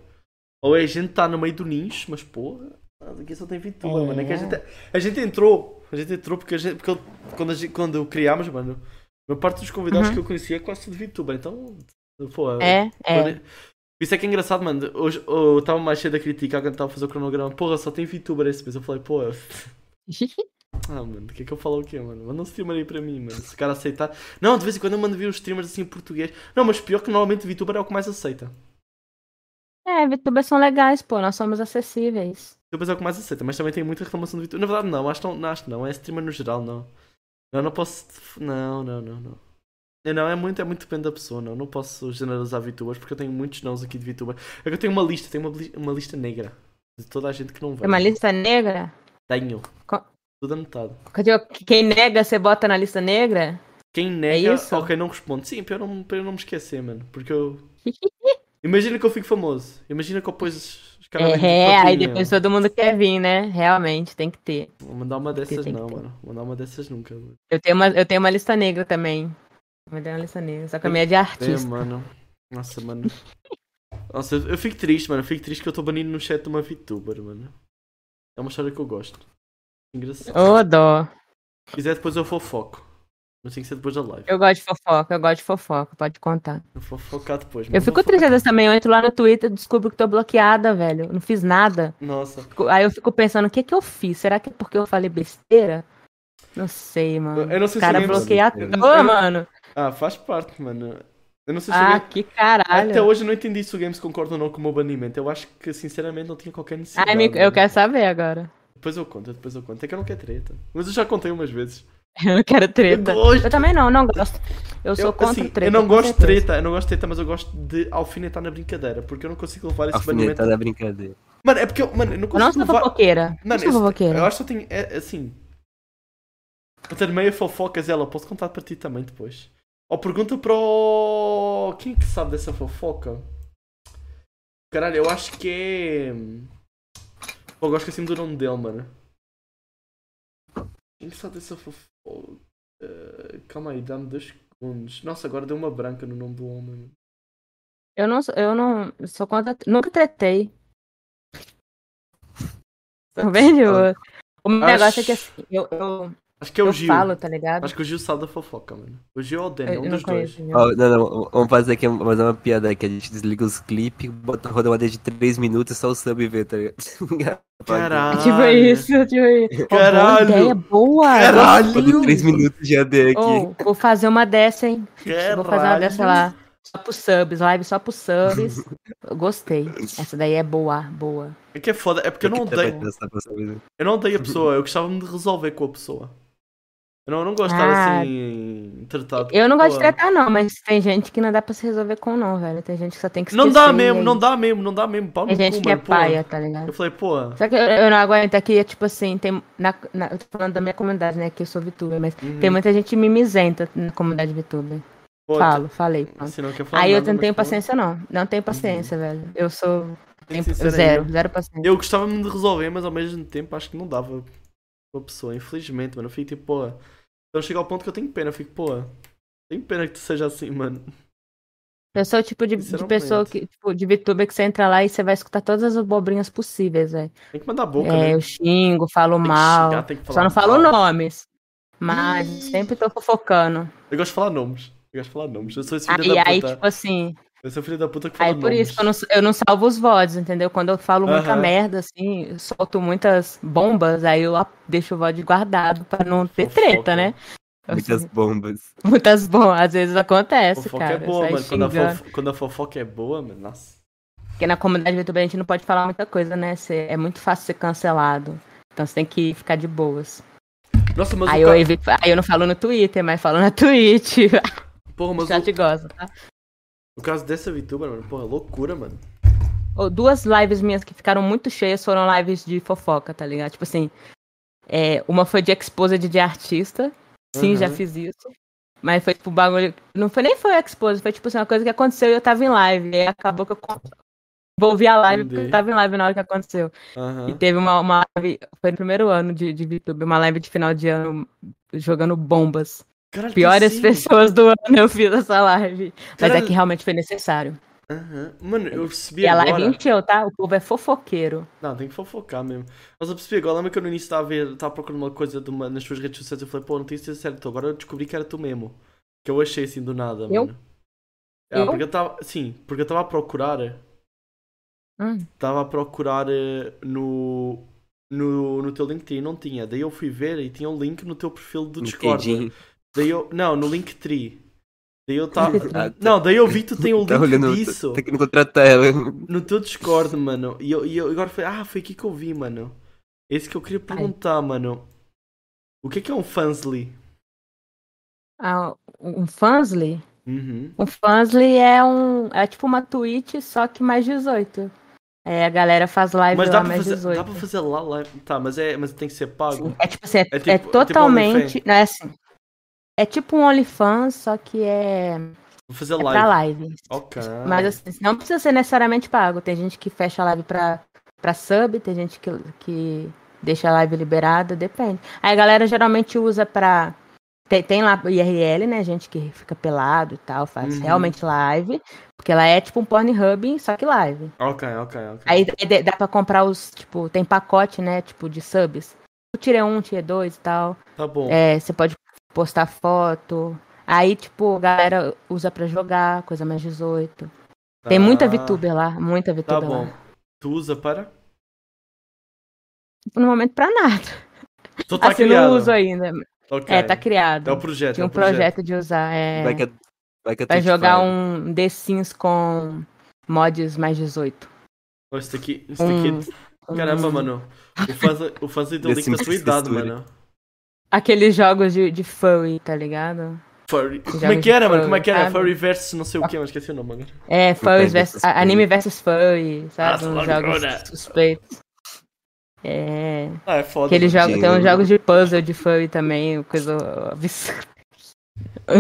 S1: Ou a gente tá no meio do nicho, mas porra, aqui só tem VTuber, mano. É que a gente, a gente entrou. A gente entrou porque, a gente, porque eu- quando, a gente- quando criámos, mano, a maior parte dos convidados
S3: Uhum.
S1: que eu conhecia é quase tudo VTuber. Então, pô,
S3: É, é.
S1: quando- Isso é que é engraçado, mano. Hoje eu tava mais cheio da criticar quando tava a fazer o cronograma. Porra, só tem VTuber esse mês. Eu falei, pô, ah, mano, o que é que eu falo o quê, mano? Manda um streamer aí pra mim, mano. Se o cara aceitar. Não, de vez em quando eu mando vir os streamers assim em português. Não, mas pior que normalmente VTuber é o que mais aceita.
S3: É, VTubers são legais, pô. Nós somos acessíveis.
S1: VTubers é o que mais aceita, mas também tem muita reclamação de VTuber. Na verdade, não, acho que não, não, acho que não. É streamer no geral, não. Não, não posso. Não, não, não, não. É, Não, é muito, é muito depende da pessoa, não. Não posso generalizar VTubers porque eu tenho muitos nãos aqui de VTuber. É que eu tenho uma lista, tenho uma, li- uma lista negra de toda a gente que não vai.
S3: Tem É uma lista negra?
S1: Tenho.
S3: Co-
S1: Tudo anotado.
S3: Eu digo, Quem nega, você bota na lista negra?
S1: Quem nega
S3: É isso?
S1: ou quem não responde. Sim, para eu não, para eu não me esquecer, mano. Porque eu. Imagina que eu fico famoso. Imagina que eu pus os caras.
S3: É,
S1: dentro do
S3: aí
S1: patinho.
S3: depois todo mundo quer vir, né? Realmente, tem que ter.
S1: Vou mandar uma dessas,
S3: Tem que
S1: não,
S3: ter.
S1: mano. Vou mandar uma dessas nunca, mano.
S3: Eu tenho uma, eu tenho uma lista negra também. Eu tenho uma lista negra, só que a minha é de
S1: É,
S3: artista.
S1: mano. Nossa, mano. Nossa, eu eu fico triste, mano. Eu fico triste que eu tô banido no chat de uma VTuber, mano. É uma história que eu gosto. Engraçado.
S3: Ô, dó.
S1: Se quiser, depois eu fofoco. Mas tem que ser depois da live.
S3: Eu gosto de fofoca, eu gosto de fofoca, pode contar.
S1: Eu vou fofocar depois, mano.
S3: Eu fico triste às vezes também, eu entro lá no Twitter e descubro que tô bloqueada, velho. Eu Não fiz nada.
S1: Nossa.
S3: Fico- Aí eu fico pensando, o que que eu fiz? Será que é porque eu falei besteira? Não sei, mano.
S1: Eu não sei se
S3: O cara
S1: alguém...
S3: bloqueado.
S1: Eu-
S3: Ô,
S1: eu-
S3: mano.
S1: Ah, faz parte, mano. Eu não sei se
S3: Ah,
S1: alguém...
S3: que
S1: Até
S3: caralho.
S1: hoje eu não entendi se o Games concorda ou não com o meu banimento. Eu acho que, sinceramente, não tinha qualquer necessidade.
S3: Ai, me- eu
S1: mano.
S3: quero saber agora.
S1: Depois eu conto, depois eu conto. É que eu não quero treta. Mas eu já contei umas vezes.
S3: Eu não quero treta.
S1: Eu gosto.
S3: Eu também não, não gosto. Eu sou contra
S1: assim,
S3: treta.
S1: Eu não
S3: com
S1: gosto de
S3: certeza.
S1: treta, eu não gosto de treta, mas eu gosto de alfinetar na brincadeira, porque eu não consigo levar esse banimento.
S2: Alfinetada da brincadeira.
S1: Mano, é porque eu, mano, eu não
S3: Eu não
S1: consigo
S3: sou
S1: levar.
S3: fofoqueira. Não
S1: Mano,
S3: sou
S1: esse- eu
S3: fofoqueira.
S1: acho que eu tenho. É, assim. Eu tenho meio fofocas ela, posso contar para ti também depois. Ou pergunta para o. Quem é que sabe dessa fofoca? Caralho, eu acho que é. Pô, agora esqueci-me do nome dele, mano. Quem é que sabe dessa fofoca? Eh, calma aí, dá-me dois segundos. Nossa, agora deu uma branca no nome do homem, mano.
S3: Eu não sou, eu não sou contra. Nunca tretei. Tô bem de boa. O meu
S1: Tá Acho-
S3: negócio é que assim, eu, eu,
S1: Acho que é o
S3: eu
S1: Gil.
S3: falo, tá ligado?
S1: Acho que o Gil sabe da fofoca, mano. O Gil ou o Dan, é
S3: eu
S1: um
S3: não
S1: dos dois.
S3: conheço. nenhum.
S2: Ó, não, não, vamos fazer aqui fazer uma piada aqui. A gente desliga os clipes, bota roda uma de 3 minutos só o sub vê, tá ligado?
S1: Caralho.
S3: Tipo isso, tipo isso. Ó,
S1: Caralho.
S3: Boa ideia, boa.
S1: Caralho!
S2: 3 minutos já dei aqui.
S3: Ou, vou fazer uma dessa, hein? Tipo, Vou fazer uma
S1: Caralho.
S3: dessa lá. Só pros subs, live só pros subs. Eu Gostei. Essa daí é boa, boa.
S1: É que é foda, é porque eu não
S2: tá
S1: odeio.
S2: né?
S1: Eu não odeio a pessoa, eu gostava-me de resolver com a pessoa. Eu não, eu não gostava
S3: Ah.
S1: assim. tratado.
S3: Eu não gosto de
S1: Olá.
S3: tratar, não, mas tem gente que não dá pra se resolver com não, velho. Tem gente que só tem que
S1: Não
S3: esquecer
S1: dá
S3: e
S1: mesmo,
S3: aí-
S1: não dá mesmo, não dá mesmo. Pau
S3: Tem
S1: no
S3: gente
S1: cu,
S3: que é
S1: mano, porra.
S3: paia, tá ligado?
S1: Eu falei, pô,
S3: Só que eu, eu não aguento aqui, é tipo assim, tem. Na, na- eu tô falando da minha comunidade, né? Que eu sou VTuber, mas tem muita gente mimizenta na comunidade VTuber.
S1: Hum. uhum, pô,
S3: Falo, falei. pronto.
S1: Assim, não quer falar
S3: Aí eu
S1: nada,
S3: não tenho
S1: mas, pô,
S3: paciência, não. Não tenho paciência, velho. Eu sou.
S1: tem que ser
S3: eu
S1: sincero aí,
S3: zero,
S1: né?
S3: zero paciência.
S1: Eu gostava muito de resolver, mas ao mesmo tempo acho que não dava pra pessoa, infelizmente, mano. Eu fico tipo, pô. Então chega ao ponto que eu tenho pena, eu fico, pô. Tenho pena que tu seja assim, mano.
S3: Eu, sou o tipo de,
S1: Isso eu
S3: de
S1: não
S3: pessoa
S1: aguento.
S3: que, tipo, de VTuber que você entra lá e você vai escutar todas as abobrinhas possíveis, velho.
S1: Tem que mandar a boca,
S3: É,
S1: né?
S3: eu xingo, falo
S1: Tem que
S3: mal.
S1: xingar, tem que
S3: Só
S1: falar
S3: não falo
S1: mal.
S3: nomes. Mas sempre tô fofocando.
S1: Eu gosto de falar nomes. Eu gosto de falar nomes. Eu sou esse filho
S3: Aí,
S1: da
S3: aí,
S1: puta.
S3: tipo assim.
S1: Eu sou filho da puta que fala
S3: Aí por
S1: nomes.
S3: isso que eu não, eu não salvo os VODs, entendeu? Quando eu falo muita
S1: Aham.
S3: merda, assim, eu solto muitas bombas, aí eu a- deixo o VOD guardado pra não ter treta,
S1: Fofoca.
S3: né? Eu-
S2: Muitas bombas.
S3: muitas bombas, às vezes acontece,
S1: Fofoca
S3: cara.
S1: é boa,
S3: sai
S1: mano. Quando a,
S3: xingando.
S1: fofo- quando a fofoca é boa, mano, nossa.
S3: Porque na comunidade YouTube a gente não pode falar muita coisa, né? Cê- é muito fácil ser cancelado. Então você tem que ficar de boas.
S1: Nossa, mas
S3: Aí
S1: o
S3: eu,
S1: cara...
S3: evito- aí eu não falo no Twitter, mas falo na Twitch.
S1: Porra,
S3: O
S1: mas
S3: chat
S1: o...
S3: gosta, tá?
S1: o caso dessa VTuber, mano, porra, loucura, mano.
S3: Ou Duas lives minhas que ficaram muito cheias foram lives de fofoca, tá ligado? Tipo assim, é, uma foi de exposed de artista. Sim, já
S1: Uhum.
S3: fiz isso. Mas foi tipo bagulho. Não foi nem foi exposed, foi tipo assim, uma coisa que aconteceu e eu tava em live. E aí acabou que eu con- envolvi a live porque eu
S1: Entendi.
S3: tava em live na hora que aconteceu.
S1: Aham.
S3: E teve uma, uma live, foi no primeiro ano de, de VTube, uma live de final de ano jogando bombas.
S1: Caralho,
S3: Piores
S1: tem sim.
S3: pessoas do ano eu fiz essa live. Mas é
S1: Caralho.
S3: que realmente foi necessário.
S1: Aham. Mano, eu percebi
S3: E a
S1: agora...
S3: live encheu, tá? O povo é fofoqueiro.
S1: Não, tem que fofocar mesmo. Mas eu percebi agora, lembra que eu no início estava a ver, estava procurando uma coisa de uma- nas tuas redes sociais eu falei, pô, não tenho certeza certo, agora eu descobri que era tu mesmo. Que eu achei assim do nada,
S3: Eu?
S1: mano. Ah,
S3: Eu?
S1: porque eu estava. Sim, porque eu estava a procurar.
S3: Hum.
S1: Estava a procurar eh, no, no. no teu LinkedIn, não tinha. Daí eu fui ver e tinha um link no teu perfil do Discord.
S2: LinkedIn.
S1: Daí eu. Não, no Linktree. Daí eu estava.
S2: Ah, tá.
S1: Não, daí eu vi que tu tem o link
S2: Tá olhando,
S1: disso
S2: Tem que não contratar ela.
S1: no teu Discord, mano. E eu, e eu agora foi, ah, foi aqui que eu vi, mano. Esse que eu queria perguntar, mano. O que é que é um fansly?
S3: Ah, um fansly?
S1: Uhum.
S3: Um fansly é um. É tipo uma Twitch, só que mais 18. É, a galera faz live
S1: Mas
S3: lá
S1: dá pra,
S3: mais
S1: fazer,
S3: 18.
S1: dá pra fazer lá, lá. Tá, mas, é, mas tem que ser pago.
S3: É tipo assim, é,
S1: tipo-
S3: é
S1: é tipo
S3: totalmente.
S1: OnlyFans.
S3: não, é assim. É tipo um OnlyFans, só que é, é
S1: Vou fazer
S3: pra
S1: live.
S3: live.
S1: Ok.
S3: Mas assim, não precisa ser necessariamente pago. Tem gente que fecha a live pra, pra sub, tem gente que, que deixa a live liberada, depende. Aí a galera geralmente usa pra. Tem, tem lá o IRL, né? Gente que fica pelado e tal, faz
S1: Uhum.
S3: realmente live. Porque ela é tipo um Pornhub, só que live.
S1: Ok, ok, ok.
S3: Aí d- d- dá pra comprar os, tipo, tem pacote, né? Tipo, de subs. Tipo, Tier 1, Tier 2 e tal.
S1: tá bom.
S3: É, você pode postar foto. Aí, tipo, a galera usa pra jogar, coisa mais 18. Tem muita
S1: Ah,
S3: VTuber lá, muita
S1: Tá
S3: VTuber
S1: bom.
S3: lá.
S1: Tu usa para?
S3: No momento pra nada.
S1: Tu tá
S3: assim,
S1: criado.
S3: não uso ainda.
S1: Ok.
S3: É, tá criado.
S1: É o projeto.
S3: Tinha
S1: é
S3: um
S1: o projeto.
S3: projeto de usar. É,
S2: Vai que a, vai que a
S3: pra
S2: Twitch
S3: jogar
S2: paga.
S3: um The Sims com mods mais 18.
S1: Oh, isso daqui. Isso daqui. é Caramba,
S3: Um-
S1: mano. O fansly- O fansly deu
S2: The
S1: link da
S2: Sims
S1: tua idade,
S2: Textura.
S1: mano.
S3: Aqueles jogos de, de furry, tá ligado?
S1: Furry.
S3: Já
S1: Como é
S3: me
S1: que era, mano?
S3: furry,
S1: Como é que era?
S3: sabe?
S1: Furry versus não sei o que, mas esqueci o nome agora.
S3: É, furries
S2: Entendi,
S3: versus,
S2: essas
S3: a- anime versus furry, sabe?
S1: Nossa,
S3: Uns
S1: loucura.
S3: jogos suspeitos. É.
S1: Ah, é foda.
S3: Aqueles
S1: mano.
S3: jogos, tem uns
S2: Dinheiro.
S3: jogos de puzzle de furry também, coisa absurda.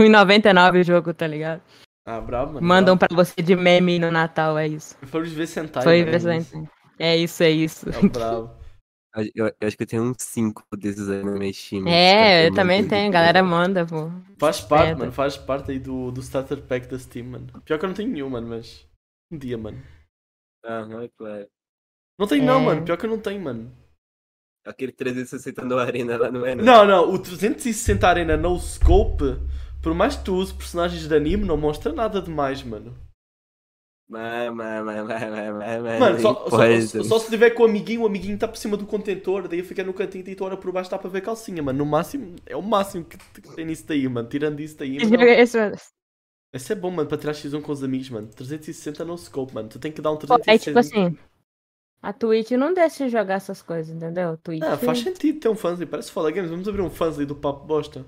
S3: 1,99 o jogo, tá ligado?
S1: Ah, brabo, mano.
S3: Mandam pra você de meme no Natal, é isso.
S1: Brabo. Furry vs Sentai.
S3: Foi
S1: mano, é isso.
S3: interessante. É isso, é isso.
S1: É brabo.
S2: Ah, Eu, eu acho que eu tenho uns 5 desses aí no meu time. Tá
S3: É, eu também tenho, a galera manda, pô.
S1: Faz parte,
S3: Esperta.
S1: mano. Faz parte aí do, do starter pack da Steam, mano. Pior que eu não tenho nenhum, mano, mas. Um dia, mano.
S2: Ah, não é claro.
S1: Não tenho, não,
S3: É.
S1: mano. Pior que eu não tenho, mano.
S2: Aquele 360 no Arena lá não é
S1: Não, não. O 360 Arena No Scope, por mais que tu use personagens de anime, não mostra nada demais, mano.
S2: Mas, mas, mas, mas, mas, mas,
S1: Mano, só,
S2: mas-
S1: só, só se tiver com o amiguinho, o amiguinho tá por cima do contentor, daí fica no cantinho e tu olha por baixo, tá pra ver calcinha, mano. No máximo, é o máximo que que tem nisso daí, mano. Tirando isso daí,
S3: Esse
S1: mano.
S3: jogo é esse, mano.
S1: Esse é bom, mano, pra tirar X1 com os amigos, mano. 360 no scope, mano. Tu tem que dar um
S3: Pô,
S1: 360.
S3: É tipo assim, a Twitch não deixa de jogar essas coisas,
S1: É,
S3: entendeu? Twitch.
S1: Ah, faz sentido ter um fanzine. Parece foda games. Vamos abrir um fanzine do Papo Bosta.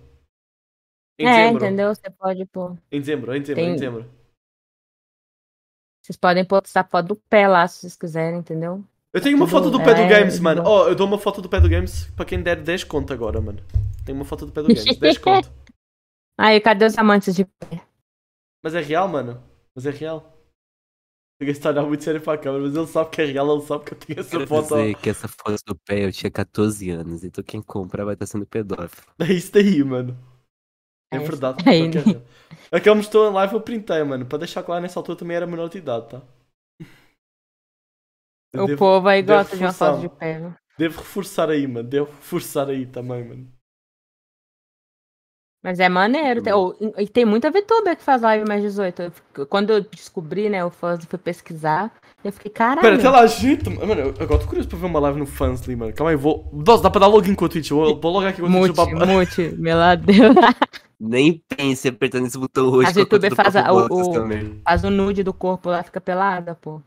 S1: Em
S3: é,
S1: dezembro.
S3: entendeu? Você pode pôr.
S1: Em dezembro, em dezembro, em
S3: Tem-
S1: dezembro.
S3: Vocês podem pôr a foto do pé lá, se vocês quiserem, entendeu?
S1: Eu tenho uma
S3: Tudo
S1: foto do pé do
S3: é,
S1: Games, mano.
S3: bom.
S1: Ó, eu dou uma foto do pé do Games pra quem der 10 conto agora, mano. Tenho uma foto do pé do Games, 10 conto.
S3: Aí, cadê os amantes de
S1: Mas é real, mano. Mas é real. O gajo está a dar muito sério para a câmera, mas ele sabe que é real, ele sabe que eu tenho essa
S2: Quero
S1: foto.
S2: dizer que essa foto do pé eu tinha 14 anos, então quem comprar vai estar sendo pedófilo.
S1: É isso daí, mano. É,
S3: É isso
S1: verdade.
S3: daí,
S1: só que é real. Aquele mostrou em live eu printei, mano. Para deixar claro, nessa altura também era menor de idade, tá? Eu
S3: O
S1: devo-
S3: povo aí
S1: devo
S3: gosta de uma foto de
S1: forçar.
S3: pé. né? viu?
S1: Devo reforçar aí, mano. Devo reforçar aí também, mano.
S3: Mas é maneiro. tem-
S1: Hum.
S3: ou- e- e tem muita VTuber que faz live mais 18. Eu fico- quando eu descobri, né, o fãs fui pesquisar, eu fiquei, caralho.
S1: Pera, até lá, gente. Mano, eu- agora tô curioso pra ver uma live no Fansly, mano. Calma aí, vou. Nossa, dá pra dar login com a Twitch. Eu Vou, vou logar aqui com a Twitch.
S3: Mute,
S1: pra-
S3: mute, meu Deus.
S2: Nem pense apertando esse botão roxo.
S3: As
S2: com a foto
S3: youtuber
S2: do
S3: faz a-
S2: Papo
S3: o-
S2: Bosta
S3: o-
S2: também.
S3: Faz o nude do corpo lá, fica pelada, pô.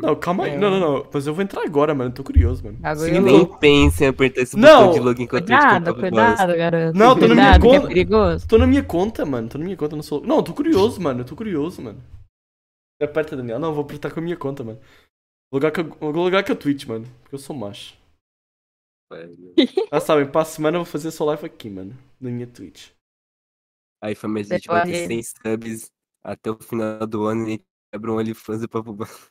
S1: Não, calma aí.
S3: É.
S1: Não, não, não. Mas eu vou entrar agora, mano. Tô curioso, mano.
S3: Bagulho é
S2: Sim,
S3: louco.
S2: nem pense em apertar esse
S1: Não!
S2: botão de login com a Twitch. com a
S3: Cuidado,
S2: Papo Bosta.
S3: cuidado, garoto.
S1: Não, tô na minha
S3: cuidado, que
S1: conta.
S3: é perigoso.
S1: Tô na minha conta, mano. Tô na minha conta, não sou. Não, tô curioso, mano. Tô curioso, mano. Aperta, Daniel. Não, vou apertar com a minha conta, mano. Vou logar com a, vou logar com a Twitch, mano. Porque eu sou macho. Ah, sabem, para a semana eu vou fazer só live aqui, mano. Na minha Twitch.
S2: Aí, família, a gente vai ter
S3: Depois-
S2: 100 subs até o final do ano e a gente quebra um OnlyFans do Papo Bosta.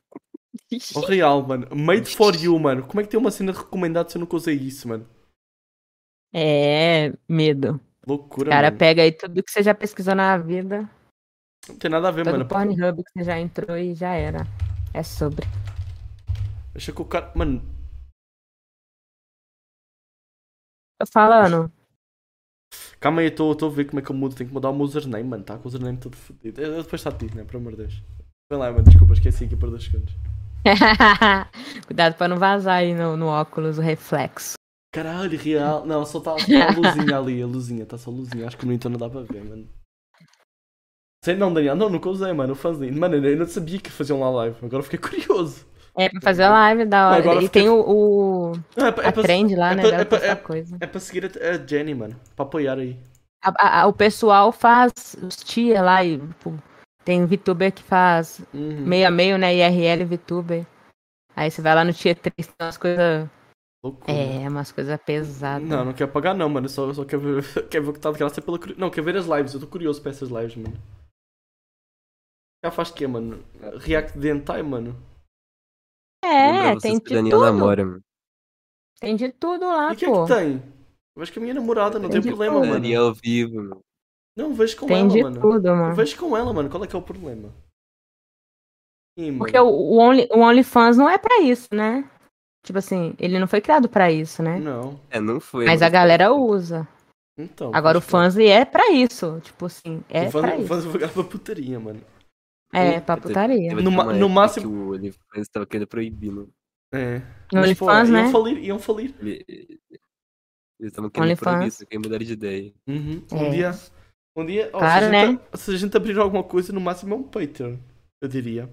S1: Ó, real, mano. Made for you, mano. Como é que tem uma cena recomendada se eu nunca usei isso, mano?
S3: É, medo. O
S1: Loucura,
S3: cara
S1: mano.
S3: pega aí tudo que você já pesquisou na vida,
S1: Não tem nada a ver,
S3: todo
S1: mano.
S3: Pornhub que você já entrou e já era. É sobre.
S1: Achei que o cara. Mano,
S3: Tô falando.
S1: calma aí, eu tô, eu tô a ver como é que eu mudo. Tenho que mudar o meu username, mano. Tá com o username todo fodido. Eu, eu depois está a ti, né? Pelo amor de Deus. Vem lá, mano. Desculpa, esqueci aqui por dois segundos.
S3: Cuidado pra não vazar aí no, no óculos o reflexo.
S1: Caralho, real. Não, só tá só a luzinha ali, a luzinha, tá só a luzinha. Acho que no Nintendo não dá pra ver, mano. Sei não, Daniel, não, nunca usei, mano, o fanzine. Mano, eu não sabia que faziam lá live, agora eu fiquei curioso.
S3: É, pra fazer a live da hora.
S1: Agora
S3: e
S1: fica-
S3: tem o, o-
S1: Não, é, pra- é
S3: a
S1: pra-
S3: trend lá,
S1: é
S3: né?
S1: pra-
S3: dela
S1: é pra-
S3: postar coisa.
S1: é pra seguir a, a Jenny, mano, pra apoiar aí.
S3: A- a- a- o pessoal faz os tia lá e tipo, tem VTuber que faz
S1: Uhum.
S3: meio a meio, né? IRL e VTuber. Aí você vai lá no Tia 3, tem umas coisas.
S1: Loucura.
S3: É, umas coisas pesadas.
S1: Não, não quero pagar não, mano, eu só, eu só quero, ver, quero ver o que tá de graça pela... curi- Não, quero ver as lives, eu tô curioso pra essas lives, mano. Já faz o quê, mano? React Dentai, mano?
S2: Lembra
S3: É,
S2: vocês
S3: tem
S2: que o
S3: de
S2: Daniel
S3: tudo.
S2: namora, mano.
S3: Tem de tudo lá,
S1: e o que é
S3: Ah, pô.
S1: que tem? Eu acho que a minha namorada, não tem
S3: Tem de
S1: problema,
S3: tudo.
S1: mano.
S2: Daniel ao vivo, mano.
S1: Não, vejo com
S3: tem
S1: ela,
S3: de
S1: mano.
S3: tudo, mano.
S1: Vejo com ela, mano. Qual é que é o problema? Ih, mano.
S3: Porque é o, o Only- o OnlyFans não é pra isso, né? Tipo assim, ele não foi criado pra isso, né?
S1: Não.
S2: É, não foi.
S3: Mas a galera usa.
S1: Então.
S3: Agora o
S1: fã
S3: Fansly é pra isso. Tipo assim, é
S1: O fã
S3: pra
S1: o
S3: isso.
S1: fã advogado pra putaria, mano.
S3: É, pra putaria.
S1: No ma- no máximo-
S2: O OnlyFans tava querendo proibir, mano.
S1: É.
S3: No
S1: Mas, pô,
S3: OnlyFans,
S1: Iam
S3: né?
S1: falir, iam falir.
S2: Ele- Eles estavam querendo
S3: OnlyFans.
S2: proibir isso, querem mudar de ideia. tá
S1: Uhum. Um
S3: É.
S1: dia. Um dia. ó,
S3: Claro,
S1: se
S3: né?
S1: a gente, Se a gente abrir alguma coisa, no máximo é um Patreon. Eu diria.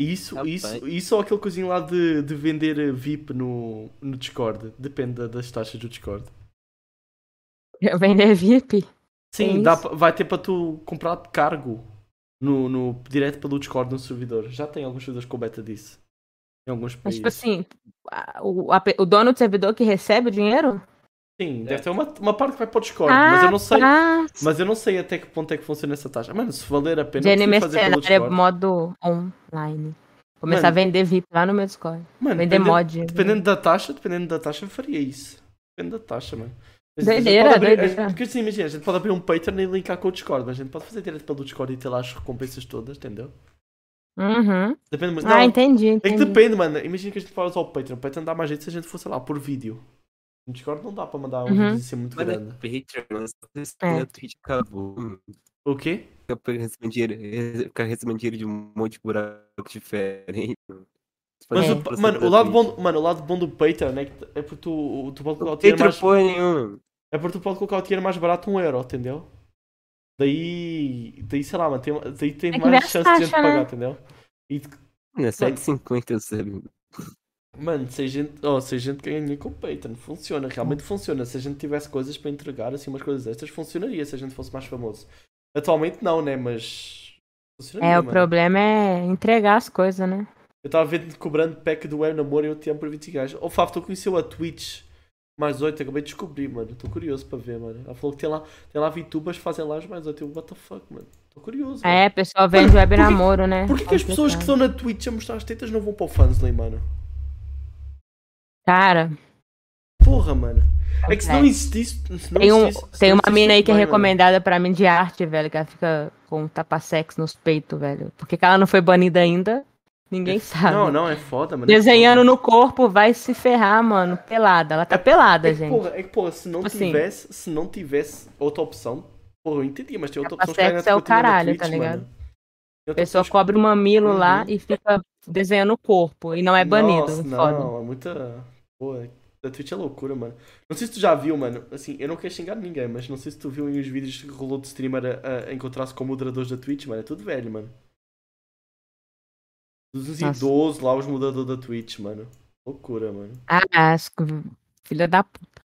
S1: Isso,
S2: Tá
S1: isso,
S2: bem.
S1: isso ou aquele coisinho lá de, de vender eh, VIP no, no Discord. Depende da- das taxas do Discord.
S3: Vender VIP.
S1: Sim,
S3: É
S1: dá
S3: isso?
S1: pra- vai ter para tu comprar cargo no, no, direto pelo Discord no servidor. Já tem alguns servidores com beta disso. Em alguns países.
S3: Mas, tipo assim, a- o, a pe- o dono do servidor que recebe o dinheiro?
S1: Sim,
S2: É.
S1: deve ter uma, uma parte que vai para o Discord,
S3: ah,
S1: mas eu não sei.
S3: tá.
S1: Mas eu não sei até que ponto é que funciona essa taxa. Mano, se valer a pena, eu
S3: Jenny
S1: prefiro fazer pelo
S3: Mercenária
S1: Discord.
S3: é modo online. Começar
S1: Mano.
S3: a vender VIP lá no meu Discord.
S1: Mano,
S3: Vender
S1: dependendo,
S3: mod.
S1: dependendo da taxa, dependendo da taxa, eu faria isso. Depende da taxa, mano. Mas a gente
S3: Doideira,
S1: pode abrir- a
S3: doideira.
S1: gente- Porque assim, imagina, a gente pode abrir um Patreon e linkar com o Discord, mas a gente pode fazer direto pelo Discord e ter lá as recompensas todas, entendeu?
S3: Uhum.
S1: Depende muito.
S3: ah,
S1: não,
S3: entendi,
S1: É que
S3: entendi.
S1: depende, mano. Imagina que a gente fala só o Patreon. O Patreon dá mais jeito se a gente fosse, sei lá, por vídeo. No Discord não dá pra mandar um
S3: Uhum.
S1: vídeo assim muito
S2: Mas é
S1: grande.
S2: Patreon, só que isso
S3: É.
S2: na Twitch acabou, mano.
S1: O quê?
S2: Hum, Fica pe- recebendo dinheiro, fica recebendo dinheiro de um monte de buraco diferente. mano.
S1: Mas
S2: Fazer
S3: É.
S2: um
S1: o,
S2: processo
S1: mano, o
S2: da
S1: lado
S2: Twitch.
S1: bom, mano, o lado bom do Patreon é que é porque tu, tu pode
S2: Não
S1: colocar o
S2: tem
S1: dinheiro mais.
S2: porra nenhuma.
S1: É porque tu pode colocar o dinheiro mais barato um euro, entendeu? Daí. Daí, sei lá, mano, tem, daí tem
S3: É que vem
S1: mais
S3: as
S1: chance de gente
S3: taxas, né?
S2: é
S1: pagar, entendeu?
S2: Mano, é 7,50 eu sei.
S1: Mano, se a gente, oh, se a gente ganha com o Patreon, funciona, realmente funciona. Se a gente tivesse coisas para entregar, assim, umas coisas extras, funcionaria se a gente fosse mais famoso. Atualmente não, né? Mas. Funcionaria,
S3: É, o
S1: mano.
S3: problema é entregar as coisas, né?
S1: Eu estava vendo cobrando pack do Web Namor e eu te amo por 20 reais. Oh, Fábio, tu conheceu a Twitch mais 8, acabei de descobrir, mano. Estou curioso para ver, mano. Ela falou que tem lá, tem lá VTubas que fazem lives mais 8. Eu, what the fuck, mano. Estou curioso. mano.
S3: É, o pessoal vende web namoro, né?
S1: Porquê que as pessoas que estão na Twitch a mostrar as tetas não vão para o Fansley, mano?
S3: Cara,
S1: Porra, mano. É que se não existisse. se não
S3: tem, um,
S1: existisse- se
S3: tem
S1: não
S3: uma
S1: existisse,
S3: mina aí
S1: tudo
S3: que é
S1: bem, mano.
S3: recomendada pra mim de arte, velho, que ela fica com um tapa-sex nos peitos, velho. Porque que ela não foi banida ainda, ninguém sabe.
S1: Não, não, é foda, mano.
S3: Desenhando no corpo vai se ferrar, mano. Pelada. Ela tá pelada,
S1: é que,
S3: gente.
S1: porra, é que, porra, se não
S3: Tipo assim.
S1: tivesse, se não tivesse outra opção, porra, eu entendi, mas tem outra opção
S3: Capacete
S1: calhar,
S3: é o
S1: continua na
S3: caralho, tá
S1: mano.
S3: ligado?
S1: Tem
S3: A
S1: outra
S3: pessoa
S1: opção é
S3: cobre o mamilo lá
S1: Uhum.
S3: e fica desenhando o corpo. E não é banido.
S1: Nossa,
S3: foda.
S1: não, é muita. Pô, a Twitch é loucura, mano. Não sei se tu já viu, mano. Assim, eu não quero xingar ninguém, mas não sei se tu viu em uns vídeos que rolou de streamer a, a encontrar-se com moderadores da Twitch, mano. É tudo velho, mano. Todos os
S3: Nossa.
S1: idosos lá, os moderadores da Twitch, mano. Loucura, mano. Não
S3: Ah, as- filha da puta.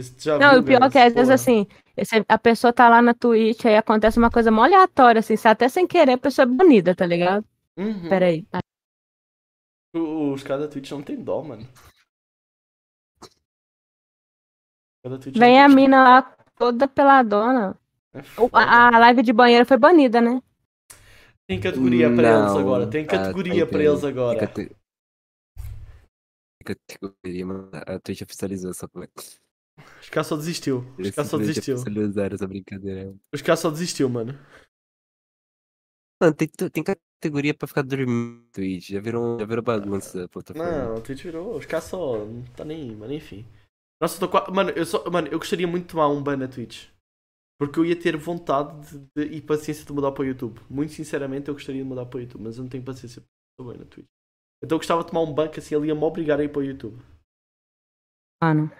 S1: sei se tu já
S3: Não,
S1: viu,
S3: e o pior
S1: Ganas,
S3: que às vezes
S1: Tá né, porra.
S3: assim, esse- a pessoa tá lá na Twitch, aí acontece uma coisa mó aleatória, assim, se até sem querer a pessoa é banida, tá ligado?
S1: Uhum.
S3: Peraí. Ah,
S1: O- Os caras da Twitch não tem dó, mano. Os caras da Twitch não
S3: Vem
S1: tem
S3: a
S1: dó.
S3: mina lá toda peladona.
S1: É
S3: O-
S1: foda.
S3: A, a live de banheiro foi banida, né?
S1: Tem categoria para eles
S2: Não,
S1: agora. Tem
S2: tá, tá
S1: categoria para
S2: entendendo.
S1: eles agora.
S2: Cate- Categoria, mano. A Twitch oficializou essa coisa.
S1: Os caras só desistiu. Os
S2: Eles
S1: caras só
S2: simplesmente
S1: desistiu.
S2: oficializaram essa brincadeira.
S1: Os caras só desistiu, mano.
S2: Mano, tem, tu- tem categoria pra ficar dormindo na Twitch. Já virou, um, já virou bagunça a plataforma.
S1: Não, o Twitch virou. Os caras só. Não tá nem aí, mano. Enfim. Nossa, eu tô quase. Mano, eu só. Mano, eu gostaria muito de tomar um ban na Twitch. Porque eu ia ter vontade de- de- e paciência de mudar para o YouTube. Muito sinceramente, eu gostaria de mudar para o YouTube, mas eu não tenho paciência para bem na Twitch. Então eu gostava de tomar um ban que assim ele ia me obrigar a ir para o YouTube.
S3: Mano.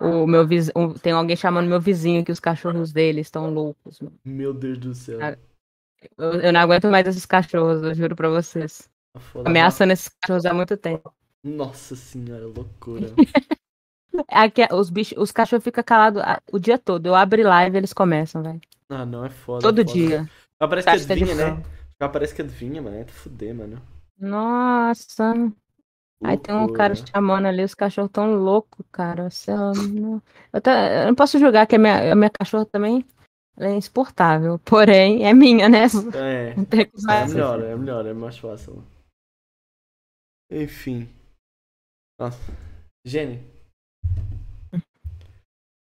S3: O meu viz... o- Tem alguém chamando meu vizinho que os cachorros dele estão loucos, mano.
S1: Meu Deus do céu.
S3: Ah, Eu, eu não aguento mais esses cachorros, eu juro pra vocês.
S1: Ah, foda.
S3: Ameaçando esses cachorros há muito tempo.
S1: Nossa senhora, loucura.
S3: Aqui, os, bichos, os cachorros ficam calados ah, o dia todo. Eu abro live e eles começam, velho.
S1: ah, não, é foda.
S3: Todo
S1: foda.
S3: dia. Tá,
S1: Ah, parece que
S3: Caixa de
S1: adivinha, né?
S3: frango.
S1: Já parece que adivinha, mano. É de foder, mano.
S3: Nossa. Aí tem um cara
S1: Loucura.
S3: chamando ali, os cachorros tão loucos, cara. Sei lá, não- Eu, tá- eu não posso julgar que a minha, a minha cachorra também ela é insuportável. Porém, é minha, né?
S1: É,
S3: Não tem o que
S1: é
S3: fazer.
S1: melhor, é melhor, é mais fácil. Enfim. Nossa. Jenny.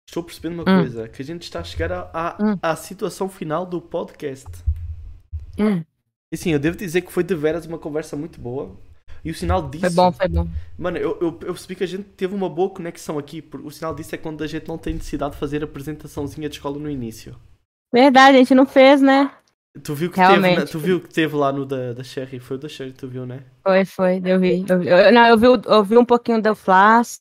S1: Estou percebendo uma
S3: Hum.
S1: coisa, que a gente está a chegar à- à,
S3: Hum.
S1: à situação final do podcast.
S3: Hum,
S1: E sim, eu devo dizer que foi de veras uma conversa muito boa. E o sinal disso.
S3: foi bom, foi bom.
S1: Mano, eu, eu, eu percebi que a gente teve uma boa conexão aqui. Porque o sinal disso é quando a gente não tem necessidade de fazer a apresentaçãozinha de escola no início.
S3: Verdade, a gente não fez, né?
S1: Tu viu que, teve, na-
S3: Realmente.
S1: tu viu que teve lá no da, da Sherry? Foi o da Sherry, tu viu, né?
S3: Foi, foi, eu vi. Eu, vi- eu- não, eu vi, o- eu vi um pouquinho da Flash,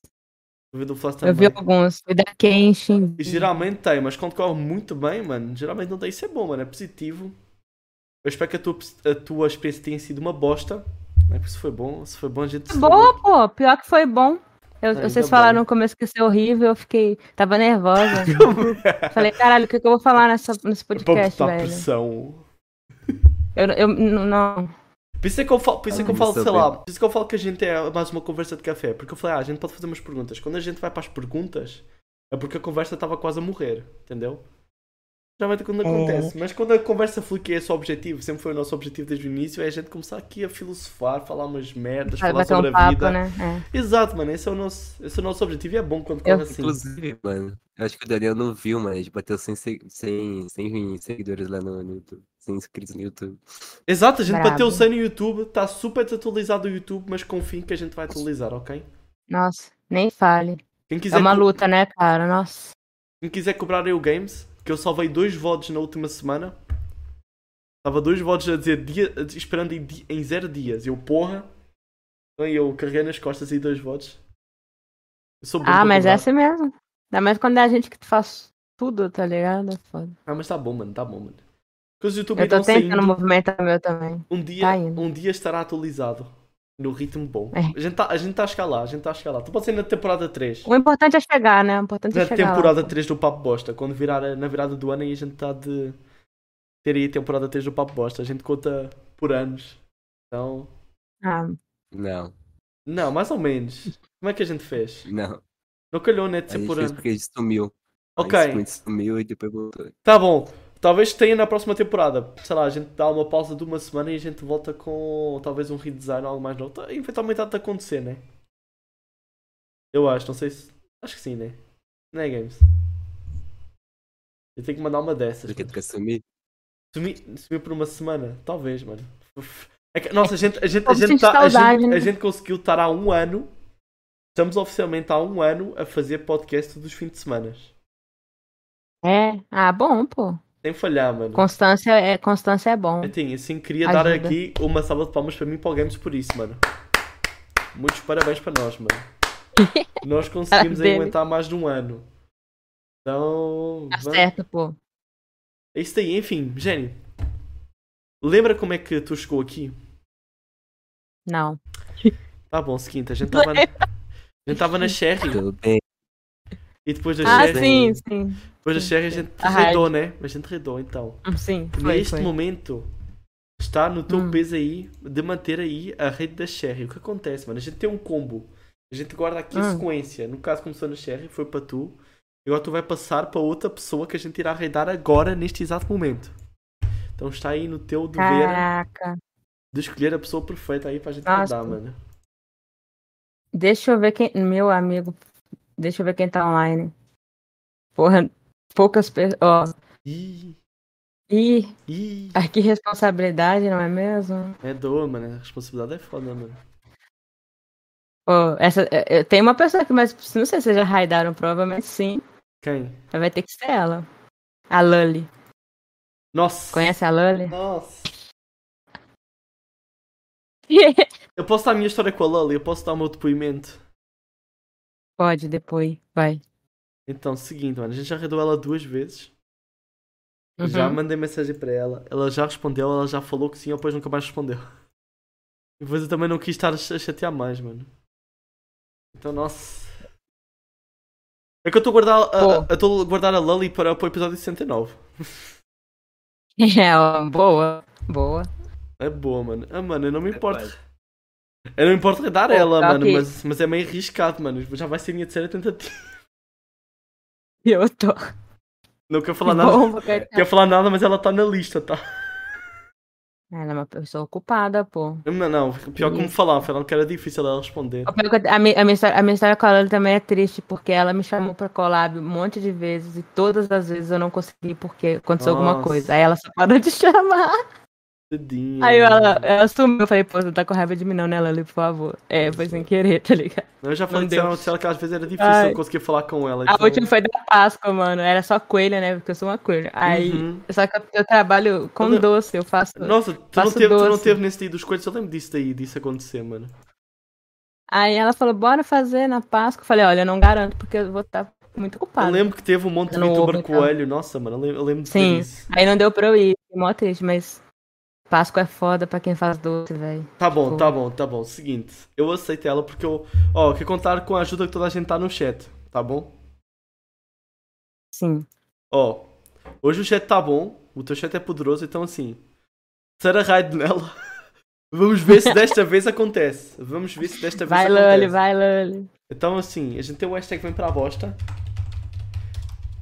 S1: Tu viu do Flash
S3: eu
S1: também.
S3: vi alguns. Vi da Kenshin.
S1: E geralmente tem, mas quando corre muito bem, mano, geralmente não tem. Isso é bom, mano, é positivo. Eu espero que a tua, a tua experiência tenha sido uma bosta. Né? Porque se foi bom, se foi bom, a gente. se
S3: Boa, pô. Pior que foi bom. Eu-
S1: Ainda
S3: vocês
S1: bem.
S3: falaram no começo que ia ser horrível, eu fiquei. Tava nervosa.
S1: lembra.
S3: Falei, caralho, o que, que eu vou falar nessa, nesse
S1: Para
S3: podcast,
S1: botar
S3: velho?
S1: pressão.
S3: Eu, eu n- não.
S1: Por isso é que eu falo, por isso é que eu
S2: Ah,
S1: falo
S2: isso é
S1: sei lá, por isso é que eu falo que a gente é mais uma conversa de café. Porque eu falei, ah, a gente pode fazer umas perguntas. Quando a gente vai para as perguntas, é porque a conversa estava quase a morrer, entendeu? Geralmente é quando
S2: Uhum.
S1: acontece. Mas quando a conversa flui, que é esse o objetivo, sempre foi o nosso objetivo desde o início, é a gente começar aqui a filosofar, falar umas merdas,
S3: Vai
S1: falar
S3: bater
S1: sobre
S3: um
S1: a
S3: papo,
S1: vida.
S3: né? É.
S1: Exato, mano, esse é, o nosso, esse é o nosso objetivo e é bom quando corre assim.
S2: Inclusive, mano, eu acho que o Daniel não viu, mano. A gente bateu 100, segu- 100, 100 seguidores lá no, no YouTube. 100 inscritos no YouTube.
S1: Exato, a gente
S3: Brabo.
S1: bateu 100 no YouTube, está super desatualizado o YouTube, mas confiem que a gente vai atualizar, ok?
S3: Nossa, nem fale.
S1: Quem quiser
S3: É uma
S1: co-
S3: luta, né, cara? Nossa.
S1: Quem quiser cobrar eu games, que eu salvei dois votos na última semana. Estava dois votos a dizer dia- esperando em, di- em zero dias. Eu, porra. Então eu carreguei nas costas e dois votos. Eu sou bom
S3: Ah,
S1: pra
S3: mas é
S1: cobrar.
S3: assim mesmo. Ainda mais quando é a gente que faz tudo, tá ligado? É Foda.
S1: Ah, mas tá bom, mano, tá bom, mano. Porque os YouTube
S3: Eu tô
S1: irão
S3: tentando
S1: saindo.
S3: movimentar o meu também.
S1: Um dia,
S3: tá indo.
S1: um dia estará atualizado. No ritmo bom.
S3: É.
S1: A gente tá, a gente tá a chegar lá, a gente tá a chegar lá. Tu pode ser na temporada 3.
S3: O importante é chegar, né? O importante é
S1: Na
S3: chegar. lá.
S1: temporada 3 do Papo Bosta, quando virar a- na virada do ano aí a gente tá de ter aí a temporada 3 do Papo Bosta. A gente conta por anos. Então.
S3: Ah,
S2: Não,
S1: Não, mais ou menos. Como é que a gente fez?
S2: não.
S1: Não calhou, né? De
S2: A
S1: ser
S2: gente
S1: por
S2: fez
S1: ano.
S2: porque a gente sumiu.
S1: Ok.
S2: A gente sumiu e depois voltou.
S1: Tá bom. Talvez tenha na próxima temporada. Sei lá, a gente dá uma pausa de uma semana e a gente volta com talvez um redesign ou algo mais novo. Tá- Eventualmente há de acontecer, né? Eu acho, não sei se. Acho que sim, né? Né, Games? Eu tenho que mandar uma dessas.
S2: Porque
S1: mano.
S2: tu quer sumir?
S1: Sumi, sumi por uma semana, talvez, mano. Uf. É que- nossa, a gente, a gente, a
S3: Como
S1: gente,
S3: sente
S1: tá- a
S3: saudade,
S1: gente-
S3: né?
S1: a gente conseguiu estar há um ano. Estamos oficialmente há um ano a fazer podcast dos fins de semana.
S3: é. Ah, bom, pô.
S1: Sem falhar, mano.
S3: Constância é, constância é bom.
S1: Betinho, assim, queria
S3: Ajuda.
S1: dar aqui uma salva de palmas para mim e para o Games por isso, mano. Muitos parabéns para nós, mano. Nós conseguimos aí
S3: Parabéns.
S1: aguentar mais de um ano. Então.
S3: Tá
S1: vamos-
S3: certo, pô.
S1: É isso aí, enfim, Jenny. Lembra como é que tu chegou aqui?
S3: Não.
S1: Tá bom, seguinte, a gente tava na, a gente tava na Sherry
S2: Tudo bem.
S1: e depois da
S3: Ah,
S1: Sherry,
S3: sim, sim.
S1: depois da Sherry a gente
S3: A
S1: redou, né? A gente redou então.
S3: Sim, foi,
S1: Neste
S3: foi.
S1: momento está no teu
S3: Hum.
S1: peso aí de manter aí a rede da Sherry. O que acontece, mano? A gente tem um combo. A gente guarda aqui a
S3: Hum.
S1: sequência. No caso começou na Sherry, foi para tu. E agora tu vai passar para outra pessoa que a gente irá arredar agora neste exato momento. Então está aí no teu dever
S3: Caraca.
S1: de escolher a pessoa perfeita aí pra gente
S3: Nossa.
S1: arredar, mano.
S3: Deixa eu ver quem. Meu amigo. Deixa eu ver quem tá online. Porra, poucas pessoas. Ó.
S1: Ih,
S3: Ih,
S1: ih.
S3: ah, que responsabilidade, não é mesmo?
S1: É dor, mano. A responsabilidade é foda, mano.
S3: Ó, essa, é, é, tem uma pessoa aqui, mas não sei se já raidaram, provavelmente sim.
S1: Quem?
S3: Mas vai ter que ser ela. A Lully.
S1: Nossa!
S3: Conhece a Lully?
S1: Nossa! Eu posso dar a minha história com a Loli, eu posso dar o meu depoimento.
S3: Pode, depois. Vai.
S1: Então, seguinte, mano, a gente já arredou ela duas vezes.
S3: Uhum.
S1: Já mandei mensagem para ela. Ela já respondeu, ela já falou que sim, ou depois nunca mais respondeu. E depois eu também não quis estar a ch- a chatear mais, mano. Então, nossa. É que eu estou a guardar a, a,
S3: Pô.
S1: eu tô a guardar a Loli para, para o episódio 69.
S3: É, ó, boa. Boa.
S1: É boa, mano. Ah, mano, eu não me importo.
S2: quase.
S1: Eu não me importo redar
S3: Pô,
S1: ela,
S3: tá
S1: mano,
S3: ok.
S1: mas, mas é meio arriscado, mano. Já vai ser minha terceira tentativa.
S3: Eu tô.
S1: Não quero falar nada.
S3: Bom, porque...
S1: Quer falar nada, mas ela tá na lista, tá?
S3: Ela é uma pessoa ocupada, pô.
S1: Não, não, pior
S3: Uhum.
S1: como falar, falando que era difícil ela responder.
S3: O pior que eu- A mi- a minha, história, a minha história com a Lully também é triste, porque ela me chamou pra collab um monte de vezes e todas as vezes eu não consegui porque aconteceu alguma
S1: Nossa.
S3: coisa. Aí ela só parou de chamar.
S1: Tadinha.
S3: Aí ela, ela sumiu. Eu falei, pô, você tá com raiva de mim não, né, Lully, por favor. É, foi sem querer, tá ligado?
S1: Eu já falei
S3: Não
S1: que
S3: deu.
S1: ela, disse ela que às vezes era difícil
S3: Ai. Ah,
S1: eu conseguir falar com ela.
S3: A
S1: então-
S3: última foi da Páscoa, mano. Era só coelha, né? Porque eu sou uma coelha. Aí.
S1: Uhum.
S3: Só que eu, eu trabalho com
S1: Quando-
S3: doce, eu faço.
S1: Nossa, tu não,
S3: Faço
S1: teve, tu não
S3: doce.
S1: teve nesse dia dos coelhos, eu lembro disso daí, disso acontecer, mano.
S3: Aí ela falou, bora fazer na Páscoa. Eu falei, olha, eu não garanto, porque eu vou estar muito
S1: Eu
S3: ocupada.
S1: lembro que teve um monte de
S3: Eu não
S1: youtuber
S3: ouvo, então.
S1: coelho, nossa, mano, eu lembro, eu lembro de
S3: Sim.
S1: ver isso.
S3: Aí não deu pra eu ir, fiquei mó triste, mas Páscoa é foda pra quem faz doce, velho.
S1: Tá bom,
S3: Pô.
S1: tá bom, tá bom. Seguinte, eu aceito ela porque eu. Ó, quer contar com a ajuda que toda a gente tá no chat, tá bom?
S3: Sim.
S1: Ó, hoje o chat tá bom, o teu chat é poderoso, então assim. Será raid nela? Vamos ver se desta vez acontece. Vamos ver se desta vez
S3: Vai,
S1: acontece.
S3: Lully, vai, Lully.
S1: Então assim, a gente tem o hashtag vem pra bosta.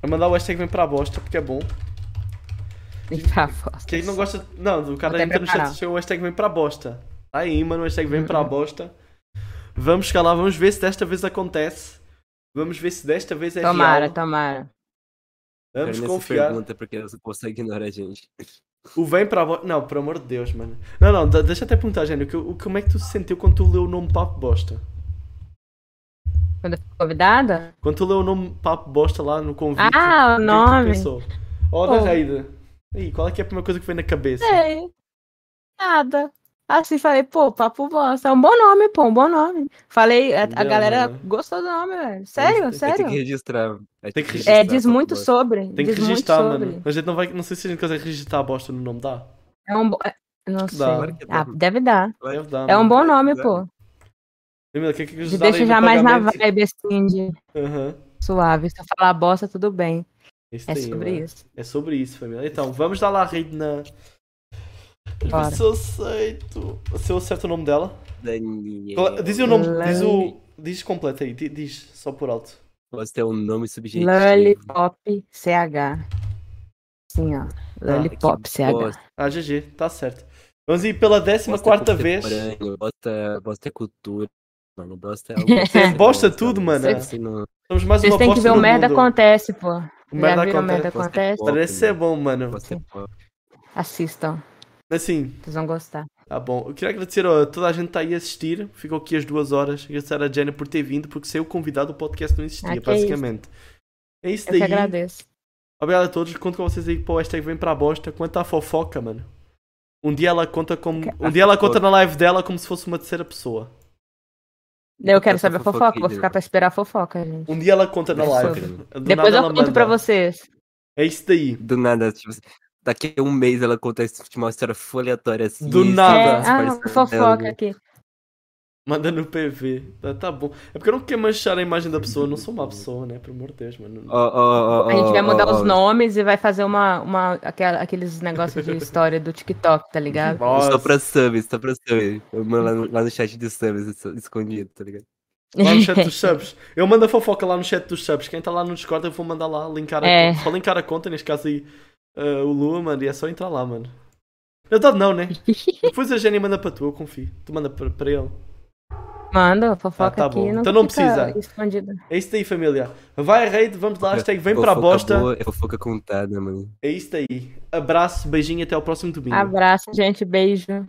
S1: Vou mandar o hashtag vem pra bosta, porque é bom.
S3: E pra foda.
S1: Quem não gosta. Não, o cara
S3: Vou até
S1: entra no chat
S3: preparar. Uhum.
S1: e chega o hashtag vem pra bosta. Tá Aí, mano, o hashtag vem pra bosta. Vamos chegar lá, vamos ver se desta vez acontece. Vamos ver se desta vez é
S3: Tomara,
S1: real.
S3: tomara.
S1: Vamos
S2: Ela nem se
S1: confiar.
S2: pergunta porque ela consegue ignorar a gente. É
S1: O vem para bosta. Não, por amor de Deus, mano. Não, não, de- deixa eu até perguntar, Jânio, que- o- como é que tu se sentiu quando tu leu o nome Papo Bosta?
S3: Quando eu fui convidada?
S1: Quando tu leu o nome Papo Bosta lá no convite. que é
S3: Ah, o
S1: que tu
S3: nome.
S1: pensou? Oh, da
S3: Oh. É,
S1: Raida. Aí, qual é que é a primeira coisa que vem na cabeça?
S3: Sei. Nada. Assim, falei, pô, papo bosta. É um bom nome, pô, um bom nome. Falei, a, a
S1: Entendeu,
S3: galera
S1: mano?
S3: gostou do nome, velho. Sério,
S1: Tem-
S2: Vai ter
S3: sério.
S2: que registrar.
S1: Tem que
S2: Vai ter
S1: registrar,
S3: É, diz muito sobre.
S1: Tem que
S3: diz muito
S1: registrar,
S3: sobre.
S1: mano. A gente não vai. Não sei se a gente consegue registrar a bosta no nome dá.
S3: É um bo- Não
S1: que tá.
S3: sei.
S1: dá.
S2: Claro que dá.
S3: Ah, deve dar.
S1: Deve dar,
S3: É um
S1: mano.
S3: bom nome,
S2: dá.
S3: pô.
S1: Camila, o que é que
S3: Te
S1: eles
S3: deixa
S1: darem
S3: já
S1: no
S3: mais na
S1: pagamento?
S3: vibe, assim, de
S1: Aham.
S3: suave. Se eu falar bosta, tudo bem.
S1: Isso
S3: É
S1: aí,
S3: sobre
S1: mano.
S3: isso.
S1: É sobre isso, família. Então, vamos dar lá raid na.
S3: Bora.
S1: Se eu aceito. Se eu acerto o nome dela.
S2: Daniel.
S1: Diz o nome. Diz
S3: Lani.
S1: o. Diz completo aí. di- Diz só por alto.
S2: Posso ter um nome subjetivo.
S3: Lollipop CH. Assim, ó.
S1: Ah,
S2: É
S3: Lollipop CH.
S1: Ah, GG, tá certo. Vamos ir pela 14 é quarta vez.
S2: Bosta, bosta é cultura, mano. Bosta é
S1: Você
S2: algo.
S1: bosta tudo, mano.
S2: Você não-
S1: Somos mais
S3: Vocês
S1: uma
S3: têm que
S1: bosta
S3: ver o
S1: do
S3: merda
S1: mundo.
S3: acontece, pô.
S1: O
S3: Já
S1: merda
S3: viram o merda
S1: acontece.
S3: acontece?
S1: Parece ser bom, mano.
S2: Bosta é pop.
S3: Assistam,
S1: Assim,
S3: vocês vão gostar.
S1: tá bom. Eu queria agradecer a toda a gente que está aí a assistir. Ficou aqui as duas horas. Agradecer a Jenna por ter vindo, porque sem o convidado o podcast não existia,
S3: Ah, que é
S1: basicamente. É isso
S3: Eu que
S1: daí.
S3: agradeço.
S1: Obrigado a todos. Conto com vocês aí para o hashtag Vem Pra Bosta. Quanto à fofoca, mano. Um dia ela conta como. Um dia ela conta na live dela como se fosse uma terceira pessoa.
S3: Eu quero
S2: Essa
S3: saber a
S2: fofoca
S3: fofoca,
S2: aí,
S3: vou
S2: Diego.
S3: ficar pra esperar a fofoca, gente.
S1: Um dia ela conta na
S3: Isso.
S1: live. Do
S3: Depois
S1: nada
S3: eu
S1: ela
S3: conto
S1: manda.
S3: pra vocês.
S1: É isso daí.
S2: Do nada, tipo, daqui a um mês ela conta esse- tipo, uma história full aleatória assim.
S1: Do
S2: e-
S1: nada.
S3: É,
S2: Os
S3: ah,
S2: parceiros dela,
S3: fofoca
S2: né?
S3: aqui.
S1: Manda no PV. Tá, tá bom. É porque eu não quero manchar a imagem da pessoa. Eu não sou uma pessoa, né? Pelo amor de Deus, mano.
S2: Ó, ó, ó,
S3: A gente vai
S2: ó,
S3: mudar
S2: ó,
S3: os
S2: ó.
S3: nomes e vai fazer uma, uma aquela- aqueles negócios de história do TikTok, tá ligado?
S2: Só pra subs, só pra subs. Eu mando lá no, lá no chat de subs, es- escondido, tá ligado?
S1: Lá no chat dos subs. Eu mando a fofoca lá no chat dos subs. Quem tá lá no Discord, eu vou mandar lá, linkar a
S3: É.
S1: conta. Só linkar a conta, neste caso aí, ah, o Lua, mano, e é só entrar lá, mano. Na verdade, não, né? Depois a Jenny manda para tu, eu confio. Tu manda para para ele.
S3: Manda, fofoca
S1: Ah, tá
S3: aqui.
S1: bom.
S3: Não
S1: Então não
S3: fica
S1: precisa.
S3: Escondido.
S1: É isso daí, família. Vai, raid, vamos lá, hashtag vem pra
S2: Fofoca
S1: bosta.
S2: boa É fofoca contada, mano.
S1: É isso daí. Abraço, beijinho, até o próximo domingo.
S3: Abraço, gente. Beijo.